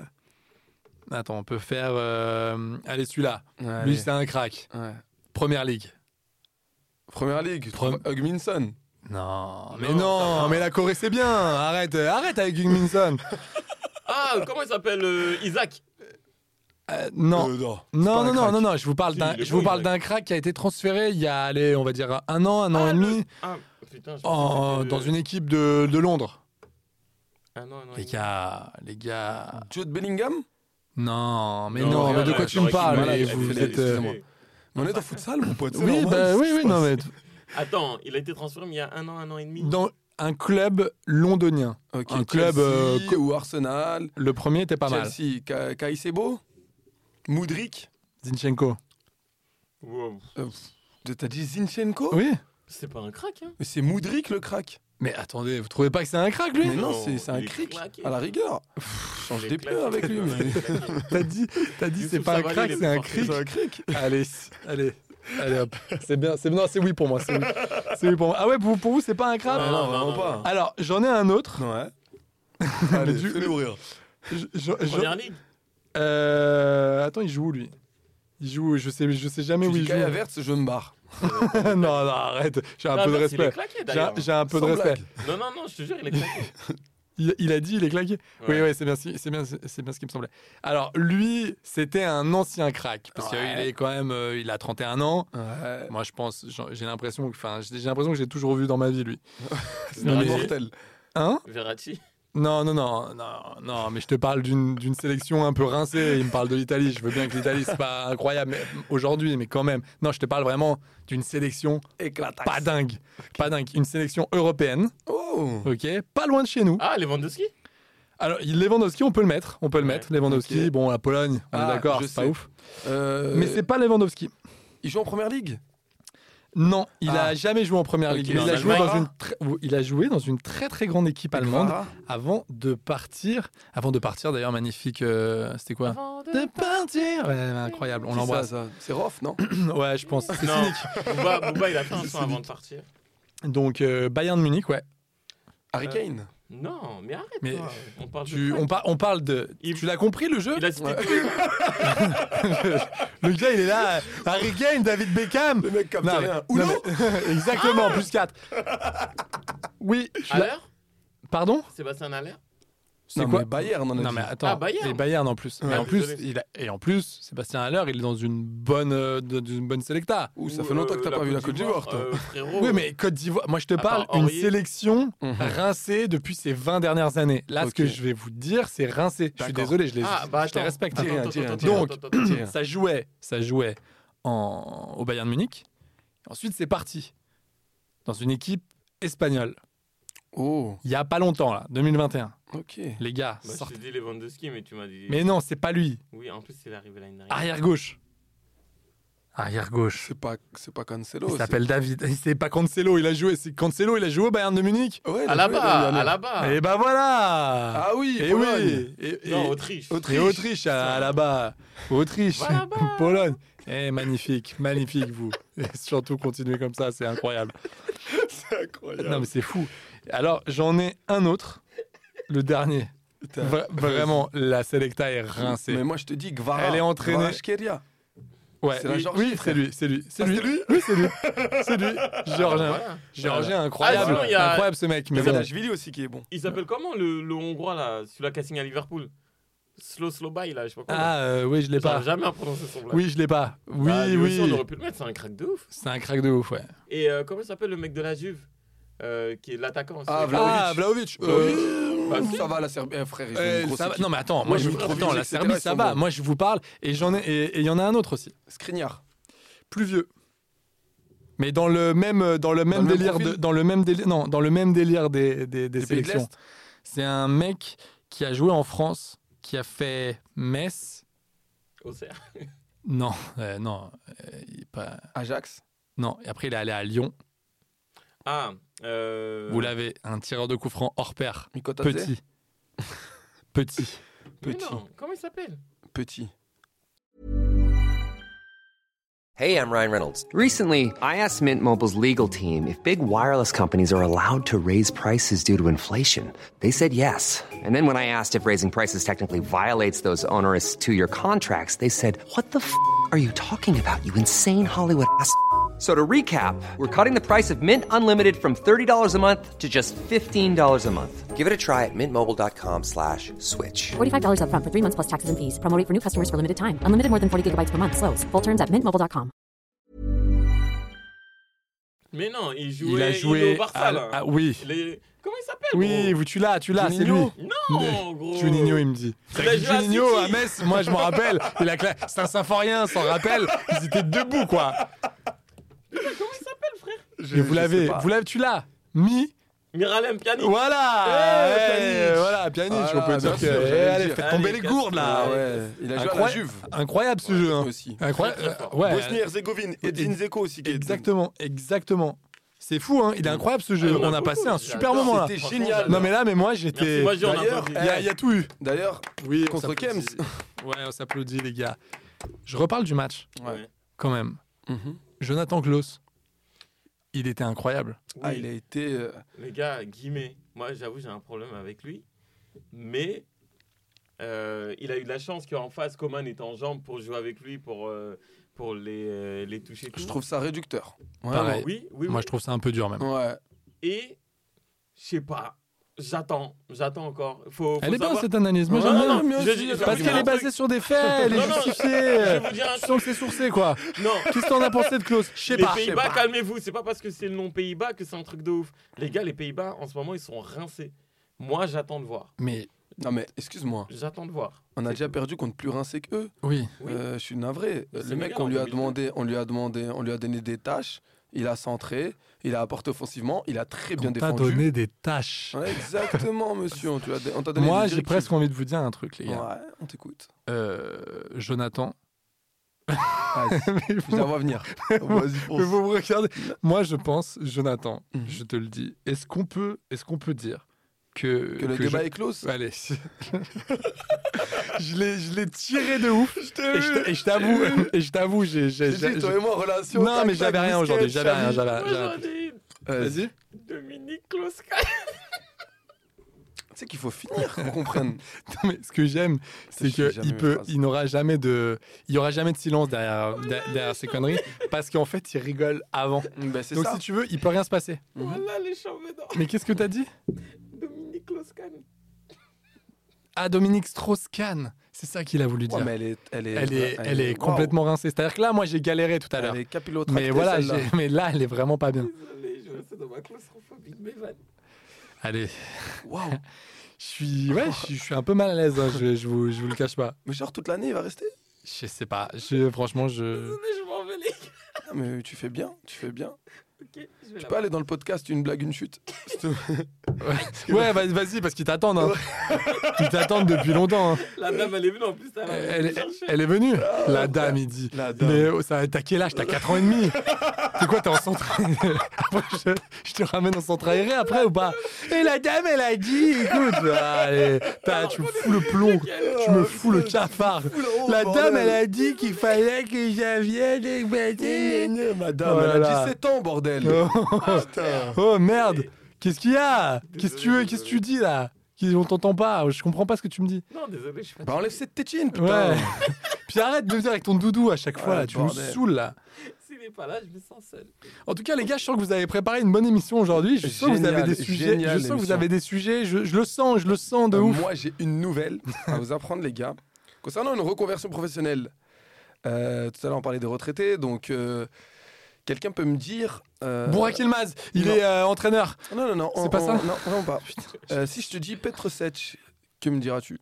Speaker 6: Attends, on peut faire. euh, Allez, celui-là. Lui, c'est un crack.
Speaker 8: Ouais.
Speaker 6: Première ligue.
Speaker 8: Première Ligue,
Speaker 6: Prem-
Speaker 8: Hugminson.
Speaker 6: Non, mais
Speaker 7: Non, ça
Speaker 6: non,
Speaker 7: va.
Speaker 6: mais la Corée, c'est bien. Arrête, euh, arrête avec Gugminson.
Speaker 7: Ah, comment il s'appelle euh, Isaac
Speaker 6: non.
Speaker 8: Euh, non.
Speaker 6: Non,
Speaker 8: pas
Speaker 6: non,
Speaker 8: un
Speaker 6: non,
Speaker 8: crack.
Speaker 6: non, non, je vous parle
Speaker 7: Si,
Speaker 6: d'un,
Speaker 7: il est
Speaker 6: je
Speaker 7: bon,
Speaker 6: vous parle
Speaker 7: il est.
Speaker 6: d'un crack qui a été transféré il y a, allez, on va dire un an, un an
Speaker 7: Ah,
Speaker 6: et
Speaker 7: le-
Speaker 6: demi,
Speaker 7: Ah, putain, je pensais
Speaker 6: en-
Speaker 7: que c'était-
Speaker 6: Oh, dans une équipe de, de Londres.
Speaker 7: euh, Ah non, non.
Speaker 6: Les
Speaker 7: il-
Speaker 6: gars, les gars,
Speaker 8: Jude Bellingham
Speaker 6: Non, mais
Speaker 7: Non,
Speaker 6: non,
Speaker 7: rien,
Speaker 6: mais de
Speaker 7: là,
Speaker 6: quoi
Speaker 7: je
Speaker 6: tu me
Speaker 7: suis
Speaker 6: parles
Speaker 8: malade,
Speaker 6: et
Speaker 8: je suis
Speaker 6: vous vous
Speaker 8: malade,
Speaker 6: êtes. euh,
Speaker 8: excusez-moi. Mais on est en futsal, mon pote. c'est
Speaker 6: Oui,
Speaker 8: normal,
Speaker 6: bah,
Speaker 8: qu'est-ce
Speaker 6: oui,
Speaker 8: qui
Speaker 6: oui,
Speaker 8: se
Speaker 6: non,
Speaker 8: passe
Speaker 6: mais
Speaker 7: Attends, il a été transformé il y a un an, un an et demi.
Speaker 6: dans un club londonien.
Speaker 8: Ok,
Speaker 6: un club,
Speaker 8: Chelsea
Speaker 6: euh, co-
Speaker 8: ou Arsenal,
Speaker 6: Le premier était pas mal.
Speaker 8: Chelsea, Ka- Caicedo, Mudrik.
Speaker 6: Zinchenko.
Speaker 7: Wow.
Speaker 8: T'as dit Zinchenko
Speaker 6: Oui.
Speaker 7: C'est pas un crack, hein
Speaker 8: Mais c'est Mudrik le crack.
Speaker 6: Mais attendez, vous trouvez pas que c'est un crack lui
Speaker 8: Mais non,
Speaker 7: Non,
Speaker 8: c'est c'est un
Speaker 7: il est
Speaker 8: cric,
Speaker 7: claqué.
Speaker 8: à la rigueur. Change des pneus avec lui. mais-
Speaker 6: T'as dit, t'as dit
Speaker 7: Youssouf
Speaker 6: c'est pas un
Speaker 7: Savary,
Speaker 6: crack,
Speaker 7: il est
Speaker 6: c'est un
Speaker 7: fort.
Speaker 6: cric.
Speaker 8: C'est un cric.
Speaker 6: Allez, allez, allez hop. C'est bien, c'est non, c'est oui pour moi, c'est oui. C'est oui pour moi. Ah ouais, pour, pour vous c'est pas un crack
Speaker 7: Non, non, vraiment pas.
Speaker 6: Alors j'en ai un autre.
Speaker 8: Ouais. Allez,
Speaker 6: du-
Speaker 8: fais-le ouvrir.
Speaker 6: Je- je- je-
Speaker 7: Première ligue
Speaker 6: euh, attends, il joue où lui Il joue, je sais, je sais jamais
Speaker 8: Tu
Speaker 6: où il
Speaker 8: dis
Speaker 6: joue.
Speaker 8: Kaya Verts, je me barre.
Speaker 6: non, non, arrête. J'ai un
Speaker 7: Ah,
Speaker 6: peu de
Speaker 7: merde, Il est
Speaker 6: respect.
Speaker 7: claqué
Speaker 6: J'ai un-
Speaker 7: d'ailleurs.
Speaker 6: J'ai un peu de
Speaker 8: hein. Sans
Speaker 6: respect.
Speaker 8: blague.
Speaker 7: Non, non, non, je te jure, il est claqué.
Speaker 6: Il, il a dit, il est claqué. Oui,
Speaker 7: Ouais.
Speaker 6: oui, c'est bien, si- c'est bien, c'est bien ce qui me semblait. Alors lui, c'était un ancien crack parce qu'il est quand même, euh, il a 31 ans.
Speaker 8: Ouais.
Speaker 6: Moi, je pense, j'en- j'ai l'impression, que- enfin, j'ai j'ai l'impression que j'ai toujours vu dans ma vie lui.
Speaker 8: C'est
Speaker 6: Non,
Speaker 8: un
Speaker 6: mais-
Speaker 8: mortel.
Speaker 6: Hein
Speaker 7: Verratti.
Speaker 6: Non, non, non, non, non. Mais je te parle d'une d'une sélection un peu rincée. Il me parle de l'Italie. Je veux bien que l'Italie c'est pas incroyable mais- aujourd'hui, mais quand même. Non, je te parle vraiment d'une sélection
Speaker 8: Éclataxe.
Speaker 6: pas dingue, pas dingue. Une sélection européenne,
Speaker 8: Oh
Speaker 6: ok, pas loin de chez nous.
Speaker 7: Ah, Lewandowski
Speaker 6: Alors, il- Lewandowski, on peut le mettre. On peut le
Speaker 7: Ouais,
Speaker 6: mettre. Lewandowski,
Speaker 8: ok.
Speaker 6: bon, la Pologne, on
Speaker 8: Ah,
Speaker 6: est d'accord,
Speaker 8: je
Speaker 6: c'est pas
Speaker 8: sais.
Speaker 6: ouf.
Speaker 8: Euh,
Speaker 6: Mais c'est pas Lewandowski.
Speaker 8: Il joue en première ligue
Speaker 6: Non, il
Speaker 8: Ah.
Speaker 6: a jamais joué en première
Speaker 8: Ok,
Speaker 6: ligue. mais
Speaker 7: en
Speaker 6: il, a joué
Speaker 7: Allemagne.
Speaker 6: dans une très- ou- il a joué dans une très très grande équipe allemande
Speaker 8: Kvara
Speaker 6: avant de partir. Avant de partir, d'ailleurs, magnifique. euh, C'était quoi De partir Ouais, Incroyable, on
Speaker 8: C'est
Speaker 6: l'embrasse. Euh,
Speaker 8: ça, ça. C'est Rof, non
Speaker 6: Ouais, je pense. C'est
Speaker 7: Non.
Speaker 6: cynique.
Speaker 7: Bouba, Bouba, il a fait un son avant de partir.
Speaker 6: Donc, euh, Bayern de Munich, ouais.
Speaker 8: Harry Kane.
Speaker 7: Non, mais arrête.
Speaker 6: Mais
Speaker 7: toi. on parle de
Speaker 6: Tu,
Speaker 7: crack.
Speaker 6: on, par- on parle de.
Speaker 7: Il-
Speaker 6: Tu l'as compris le jeu
Speaker 7: Il a cité
Speaker 8: Ouais.
Speaker 7: tous les-
Speaker 6: Le gars, il est là. euh, Harry Kane, David Beckham.
Speaker 8: Le mec capte
Speaker 6: Non,
Speaker 8: rien.
Speaker 6: mais- non, mais- exactement,
Speaker 7: Ah
Speaker 6: plus 4. Oui, je suis là-
Speaker 7: Haller
Speaker 6: pardon
Speaker 7: Sébastien Haller
Speaker 6: C'est
Speaker 8: Non,
Speaker 6: quoi
Speaker 8: mais Bayern, on a
Speaker 6: Non
Speaker 8: dit.
Speaker 6: mais attends,
Speaker 7: Ah, Bayern.
Speaker 6: et Bayern en plus.
Speaker 7: Ouais,
Speaker 6: et, en plus
Speaker 7: désolé.
Speaker 6: il a- et en plus, Sébastien Haller, il est dans une bonne, euh, dans une bonne sélecta.
Speaker 8: Ouh, ça fait longtemps que t'as pas vu euh, la Côte d'Ivoire, toi.
Speaker 7: euh, frérot.
Speaker 6: Oui, mais Côte d'Ivoire, moi je te
Speaker 7: Attends,
Speaker 6: parle,
Speaker 7: Aurier.
Speaker 6: une sélection
Speaker 8: Mhm.
Speaker 6: rincée depuis ces 20 dernières années. Là, ce
Speaker 8: Ok.
Speaker 6: que je vais vous dire, c'est rincé. Je suis
Speaker 8: D'accord.
Speaker 6: désolé, je les,
Speaker 7: Ah,
Speaker 6: je hein, les
Speaker 7: bah attends.
Speaker 6: respecte.
Speaker 7: Attends,
Speaker 8: Dis rien,
Speaker 7: attends,
Speaker 8: dis rien,
Speaker 7: attends,
Speaker 8: dis
Speaker 6: rien.
Speaker 7: attends, attends, Bah, attends.
Speaker 8: rien.
Speaker 6: Ça jouait, ça jouait en, au Bayern de Munich. Ensuite, c'est parti dans une équipe espagnole.
Speaker 8: Oh,
Speaker 6: Il y a pas longtemps là, 2021.
Speaker 8: Ok.
Speaker 6: Les gars,
Speaker 7: Bah, je
Speaker 6: sortez.
Speaker 7: t'ai dit Lewandowski, mais tu m'as dit.
Speaker 6: Mais Ah, non, c'est pas lui.
Speaker 7: Oui, en plus, c'est l'arrivée l'année dernière.
Speaker 6: Arrière gauche. Arrière gauche.
Speaker 8: C'est pas, c'est pas Cancelo.
Speaker 6: Il
Speaker 8: c'est-
Speaker 6: s'appelle David. C'est pas Cancelo, il a joué. C'est Cancelo, il a joué au Bayern de Munich.
Speaker 8: Ouais, il
Speaker 7: À
Speaker 8: a
Speaker 7: la
Speaker 8: joué
Speaker 7: bas,
Speaker 8: l'année
Speaker 7: à
Speaker 8: dernière.
Speaker 7: la bas.
Speaker 6: Et bah voilà.
Speaker 8: Ah oui,
Speaker 6: et
Speaker 8: Pologne.
Speaker 6: Eh oui. Et, et-
Speaker 7: Non, Autriche.
Speaker 6: Autriche. Autriche à, à là-bas. Autriche.
Speaker 7: Voilà bas.
Speaker 6: Pologne. Eh, magnifique, magnifique vous. Et surtout continuez comme ça, c'est incroyable.
Speaker 8: C'est incroyable.
Speaker 6: Non mais c'est fou. Alors j'en ai un autre, le dernier.
Speaker 8: Putain. Euh,
Speaker 6: Vra- vraiment, la Selecta est rincée.
Speaker 8: Mais moi, je te dis, Gvara.
Speaker 6: Elle est entraînée.
Speaker 8: Kvaratskhelia.
Speaker 6: Ouais,
Speaker 8: C'est la
Speaker 6: oui,
Speaker 8: Géorgie,
Speaker 6: oui, c'est
Speaker 8: frère.
Speaker 6: lui, c'est lui, c'est
Speaker 8: Ah,
Speaker 6: lui.
Speaker 8: c'est lui
Speaker 6: oui, c'est lui, c'est lui. Géorgien,
Speaker 7: Voilà.
Speaker 6: Géorgien, incroyable,
Speaker 7: Ah, sinon, il y a-
Speaker 6: incroyable ce mec.
Speaker 8: Il
Speaker 6: Mais
Speaker 8: y a
Speaker 6: bon,
Speaker 8: Dashvili aussi qui est bon.
Speaker 7: Il s'appelle comment le, le Hongrois là Celui-là qui a signé à Liverpool Slow Slobay là, je sais pas quoi. là.
Speaker 6: ah euh, oui, je l'ai pas.
Speaker 7: J'arrive jamais à prononcer son blague.
Speaker 6: Oui, je l'ai pas. Oui,
Speaker 7: Ah, lui aussi,
Speaker 6: oui.
Speaker 7: on aurait pu le mettre, c'est un crack de ouf.
Speaker 6: C'est un crack de ouf, ouais.
Speaker 7: Et euh, comment il s'appelle le mec de la Juve euh, Qui est l'attaquant.
Speaker 8: Ah,
Speaker 7: celui-
Speaker 8: Vlahovic.
Speaker 6: Ah, Vlahovic.
Speaker 8: Euh,
Speaker 7: Bah,
Speaker 8: ça va, la Serbie. Eh, frère, ils ont
Speaker 6: Euh,
Speaker 8: une grosse
Speaker 6: ça va-
Speaker 8: équipe.
Speaker 6: Non mais attends, moi
Speaker 8: Ouais,
Speaker 6: je vous
Speaker 8: Mitrovic,
Speaker 6: attends, la
Speaker 8: etc.,
Speaker 6: Serbie
Speaker 8: ils
Speaker 6: ça
Speaker 8: sont
Speaker 6: va.
Speaker 8: bons.
Speaker 6: Moi je vous parle et j'en ai et il y en a un autre aussi.
Speaker 8: Skriniar.
Speaker 6: Plus vieux. Mais dans le même dans le même
Speaker 8: le même
Speaker 6: délire de,
Speaker 8: profil
Speaker 6: dans le même délire non dans le même délire des des, des
Speaker 8: Des pays de
Speaker 6: sélections.
Speaker 8: l'Est.
Speaker 6: C'est un mec qui a joué en France, qui a fait Metz.
Speaker 7: Auxerre.
Speaker 6: Non, euh, non, euh, il est pas.
Speaker 8: Ajax.
Speaker 6: Non. Et après il est allé à Lyon.
Speaker 7: Ah, euh,
Speaker 6: Vous l'avez, un tireur de coup franc hors pair,
Speaker 8: Mikotadze.
Speaker 6: petit, petit.
Speaker 7: mais
Speaker 8: Petit.
Speaker 7: non, comment il s'appelle
Speaker 8: Petit.
Speaker 4: Hey, I'm Ryan Reynolds. Recently, I asked Mint Mobile's legal team if big wireless companies are allowed to raise prices due to inflation. They said yes. And then when I asked if raising prices technically violates those onerous two year contracts, they said, What the f are you talking about, you insane Hollywood ass? f- So to recap, we're cutting the price of Mint Unlimited from $30 a month to just $15 a month. Give it a try at mintmobile.com slash switch.
Speaker 9: $45 upfront for three months plus taxes and fees. Promoting for new customers for limited time. Unlimited more than 40 gigabytes per month. Slows. Full terms at mintmobile.com.
Speaker 7: Mais non, il jouait,
Speaker 6: Il a
Speaker 7: est
Speaker 6: joué.
Speaker 7: au Barça
Speaker 6: à-
Speaker 7: là.
Speaker 6: à- oui.
Speaker 7: Il est- Comment il s'appelle
Speaker 6: Oui, vous- tu l'as, tu l'as, c'est lui.
Speaker 8: Juninho
Speaker 7: Non,
Speaker 8: Oh.
Speaker 7: gros.
Speaker 6: Juninho, il me dit.
Speaker 7: Il a joué à
Speaker 6: Juninho
Speaker 7: City.
Speaker 6: à Metz, moi je m'en rappelle. Il a cla- C'est un symphorien, s'en rappelle. Ils étaient debout, quoi.
Speaker 7: Comment il s'appelle, frère
Speaker 6: Mais vous l'avez, vous l'avez, tu l'as. Mi.
Speaker 7: Miralem Pjanic.
Speaker 6: Voilà.
Speaker 8: Eh,
Speaker 6: Eh,
Speaker 8: Pjanic.
Speaker 6: voilà, Pjanic,
Speaker 8: Voilà,
Speaker 6: on peut
Speaker 8: bien
Speaker 6: dire que.
Speaker 8: sûr,
Speaker 6: eh,
Speaker 8: j'allais le
Speaker 6: allez,
Speaker 8: dire.
Speaker 6: faites tomber
Speaker 7: Allez,
Speaker 6: les gourdes, là.
Speaker 8: Ah
Speaker 7: casse-toi.
Speaker 8: ouais, il a joué à la
Speaker 6: Incroyable.
Speaker 8: Juve.
Speaker 6: Incroyable ce
Speaker 8: Ouais,
Speaker 6: jeu. hein.
Speaker 8: aussi.
Speaker 6: Incroyable.
Speaker 7: Très, très fort.
Speaker 6: Ouais.
Speaker 8: Bosnie-Herzégovine. Et
Speaker 6: Edin
Speaker 8: Zeko aussi qui est
Speaker 6: Exactement, exactement. C'est fou, hein. Il est incroyable ce jeu.
Speaker 7: Ah, il y en
Speaker 6: on
Speaker 7: a
Speaker 6: a passé
Speaker 7: beaucoup,
Speaker 6: un
Speaker 7: j'ai
Speaker 6: super
Speaker 7: adoré.
Speaker 6: moment là.
Speaker 8: C'était
Speaker 7: Franchement,
Speaker 8: génial.
Speaker 7: j'adore.
Speaker 6: Non mais là, mais moi j'étais.
Speaker 7: Merci, moi, j'ai un
Speaker 8: D'ailleurs,
Speaker 7: applaudi.
Speaker 6: Il y, a- il y a tout eu.
Speaker 8: D'ailleurs,
Speaker 6: Oui,
Speaker 8: on Contre s'applaudit.
Speaker 6: Ouais, on s'applaudit les gars. Je reparle du match
Speaker 7: Ouais.
Speaker 6: quand même. Mhm. Jonathan Gloss, il était incroyable.
Speaker 8: ah,
Speaker 7: Oui.
Speaker 8: il a été. euh,
Speaker 7: Les gars, Guimet, moi j'avoue, j'ai un problème avec lui. Mais euh, il a eu de la chance qu'en face, Coman était en jambe pour jouer avec lui, pour, euh, pour les, euh, les toucher. tout.
Speaker 8: Je trouve ça réducteur.
Speaker 6: Pareil.
Speaker 7: Oui, oui,
Speaker 6: Moi,
Speaker 7: oui.
Speaker 6: je trouve ça un peu dur même.
Speaker 8: Ouais.
Speaker 7: Et je sais pas, j'attends, j'aends encore. Faut, faut
Speaker 6: Elle est bien
Speaker 7: savoir-
Speaker 6: cette analyse, moi
Speaker 7: Ouais,
Speaker 6: j'aime
Speaker 7: non,
Speaker 6: bien.
Speaker 7: non, mais aussi,
Speaker 6: Je-
Speaker 7: il y a des
Speaker 6: Parce qu'elle est
Speaker 7: arguments.
Speaker 6: basée sur des faits, elle est
Speaker 7: Non, non, je vais vous
Speaker 6: justifiée.
Speaker 7: dire un
Speaker 6: Tu sens que c'est sourcé quoi.
Speaker 7: Non,
Speaker 6: Qu'est-ce que t'en as pensé de Klaus Je sais
Speaker 7: les
Speaker 6: pas. je sais
Speaker 7: Pays-Bas,
Speaker 6: pas.
Speaker 7: calmez-vous. C'est pas parce que c'est le nom Pays-Bas que c'est un truc de ouf. Les gars, les Pays-Bas, en ce moment, ils sont rincés. Moi, j'attends de voir.
Speaker 6: Mais
Speaker 8: Non, mais excuse-moi.
Speaker 7: J'attends de voir.
Speaker 8: On a déjà perdu contre plus rincé que eux.
Speaker 6: oui,
Speaker 7: Oui.
Speaker 8: Euh, je suis navré.
Speaker 7: Mais
Speaker 8: Euh,
Speaker 7: c'est
Speaker 8: Le mec,
Speaker 7: légal,
Speaker 8: on lui
Speaker 7: en
Speaker 8: a
Speaker 7: 2002.
Speaker 8: demandé, on lui a demandé, on lui a donné des tâches. Il a centré, il a apporté offensivement, il a très bien
Speaker 6: on t'a
Speaker 8: défendu.
Speaker 6: donné des tâches.
Speaker 8: Ouais, exactement, monsieur. On t'a on t'a donné.
Speaker 6: Moi,
Speaker 8: des
Speaker 6: j'ai
Speaker 8: directives.
Speaker 6: presque envie de vous dire un truc, les gars.
Speaker 8: Ouais, on t'écoute.
Speaker 6: Euh, Jonathan,
Speaker 8: Vas-y,
Speaker 6: mais
Speaker 8: Je la vois venir. Vas-y,
Speaker 6: Mais
Speaker 8: fonce.
Speaker 6: vous me regardez. Moi, je pense, Jonathan,
Speaker 8: Mhm.
Speaker 6: je te le dis. Est-ce qu'on peut, est-ce qu'on peut dire que,
Speaker 8: Que le
Speaker 6: que
Speaker 8: débat
Speaker 6: je-
Speaker 8: est clos.
Speaker 6: Allez. je l'ai, je l'ai tiré de ouf. Et je, t- et je t'avoue, et je t'avoue, j'ai, j'ai-
Speaker 8: J'ai
Speaker 6: j'ai-
Speaker 8: dit, toi et moi, relation.
Speaker 6: non,
Speaker 8: tac,
Speaker 6: mais
Speaker 8: tac,
Speaker 6: j'avais rien aujourd'hui.
Speaker 8: disquette,
Speaker 6: J'avais rien,
Speaker 8: Xavi.
Speaker 6: j'avais rien.
Speaker 7: Moi,
Speaker 6: j'avais
Speaker 7: j'en
Speaker 6: rien.
Speaker 7: ai
Speaker 8: Vas-y.
Speaker 6: Vas-y.
Speaker 7: Dominique Klose.
Speaker 8: Tu sais qu'il faut finir, qu'on comprenne.
Speaker 6: Non, mais ce que j'aime,
Speaker 8: Je
Speaker 6: c'est
Speaker 8: sais
Speaker 6: que
Speaker 8: jamais
Speaker 6: il
Speaker 8: mes
Speaker 6: peut,
Speaker 8: phrases.
Speaker 6: il n'aura jamais de, il y aura jamais de silence derrière,
Speaker 7: Oh
Speaker 6: derrière, ces conneries, parce qu'en fait, il rigole avant.
Speaker 8: Ben, c'est
Speaker 6: Donc,
Speaker 8: ça.
Speaker 6: si tu veux, il peut rien se passer.
Speaker 7: Voilà les championnats.
Speaker 6: Mais qu'est-ce que t'as dit
Speaker 7: Dominique Klose.
Speaker 6: Ah, Dominique Strauss-Kahn. C'est ça qu'il a voulu dire.
Speaker 8: Ouais, mais elle est, elle est,
Speaker 6: elle est, elle est
Speaker 8: waouh.
Speaker 6: complètement rincée. C'est-à-dire que là, moi, j'ai galéré tout à l'heure.
Speaker 8: Elle est capillotractée,
Speaker 6: Mais voilà,
Speaker 8: celle-là.
Speaker 6: j'ai- mais là, elle est vraiment pas bien.
Speaker 7: Désolé, je reste dans ma claustrophobie de mes vannes.
Speaker 6: Allez,
Speaker 8: Waouh.
Speaker 6: je suis, ouais, je suis- je suis un peu mal à l'aise. hein, je, je vous, je vous le cache pas.
Speaker 8: Mais genre toute l'année, il va rester.
Speaker 6: Je sais pas. Je, franchement, je.
Speaker 7: Désolé, je m'en vais les gars.
Speaker 8: Ah, mais tu fais bien, tu fais bien.
Speaker 7: Ok, je vais
Speaker 8: Tu
Speaker 7: la
Speaker 8: peux aller dans le podcast Une blague, une chute
Speaker 6: Ouais, vas- vas-y, parce qu'ils t'attendent. hein. Ils t'attendent depuis longtemps. hein.
Speaker 7: La dame, elle est venue en plus.
Speaker 8: Ah,
Speaker 7: Elle,
Speaker 6: Elle, elle- elle est venue. La dame, il dit. Mais oh, ça, t'as quel âge T'as 4 ans et demi. C'est quoi, t'es en centre Après, je, je te ramène en centre aéré après ou pas Et la dame, elle a dit écoute, allez,
Speaker 8: Ah,
Speaker 6: t'as- tu me fous le plomb, tu me fous le cafard.
Speaker 8: oh,
Speaker 6: La dame, elle a dit qu'il fallait que je vienne et que-
Speaker 8: Madame,
Speaker 6: Oh là
Speaker 8: elle
Speaker 6: là.
Speaker 8: a 17 ans, bordel
Speaker 6: Oh, oh, merde Qu'est-ce qu'il y a Qu'est-ce que tu veux Qu'est-ce que tu dis là Qu'est- On t'entend pas, je comprends pas ce que tu me dis.
Speaker 7: Non, désolé, je suis pas.
Speaker 8: Bah enlève cette tétine, putain
Speaker 6: Ouais. Puis arrête de me dire avec ton doudou à chaque fois,
Speaker 8: Ouais,
Speaker 6: là, tu me
Speaker 8: bordel.
Speaker 6: saoules là.
Speaker 7: S'il n'est pas là, je me sens seul.
Speaker 6: En tout cas, les gars, je sens que vous avez préparé une bonne émission aujourd'hui. Je sens que vous avez
Speaker 8: Génial,
Speaker 6: des sujets.
Speaker 8: génial,
Speaker 6: je sens que vous
Speaker 8: l'émission.
Speaker 6: avez des sujets. Je, je le sens, je le sens de
Speaker 8: Euh,
Speaker 6: ouf.
Speaker 8: Moi, j'ai une nouvelle à vous apprendre, les gars. Concernant une reconversion professionnelle, Euh, tout à l'heure, on parlait des retraités, donc euh, quelqu'un peut me dire. euh,
Speaker 6: Bourak Ilmaz, il
Speaker 8: non.
Speaker 6: est euh, entraîneur.
Speaker 8: Non, non, non.
Speaker 6: C'est
Speaker 8: on-
Speaker 6: pas
Speaker 8: on-
Speaker 6: ça
Speaker 8: Non, vraiment pas. Euh, si je te dis Petr Sech, que me diras-tu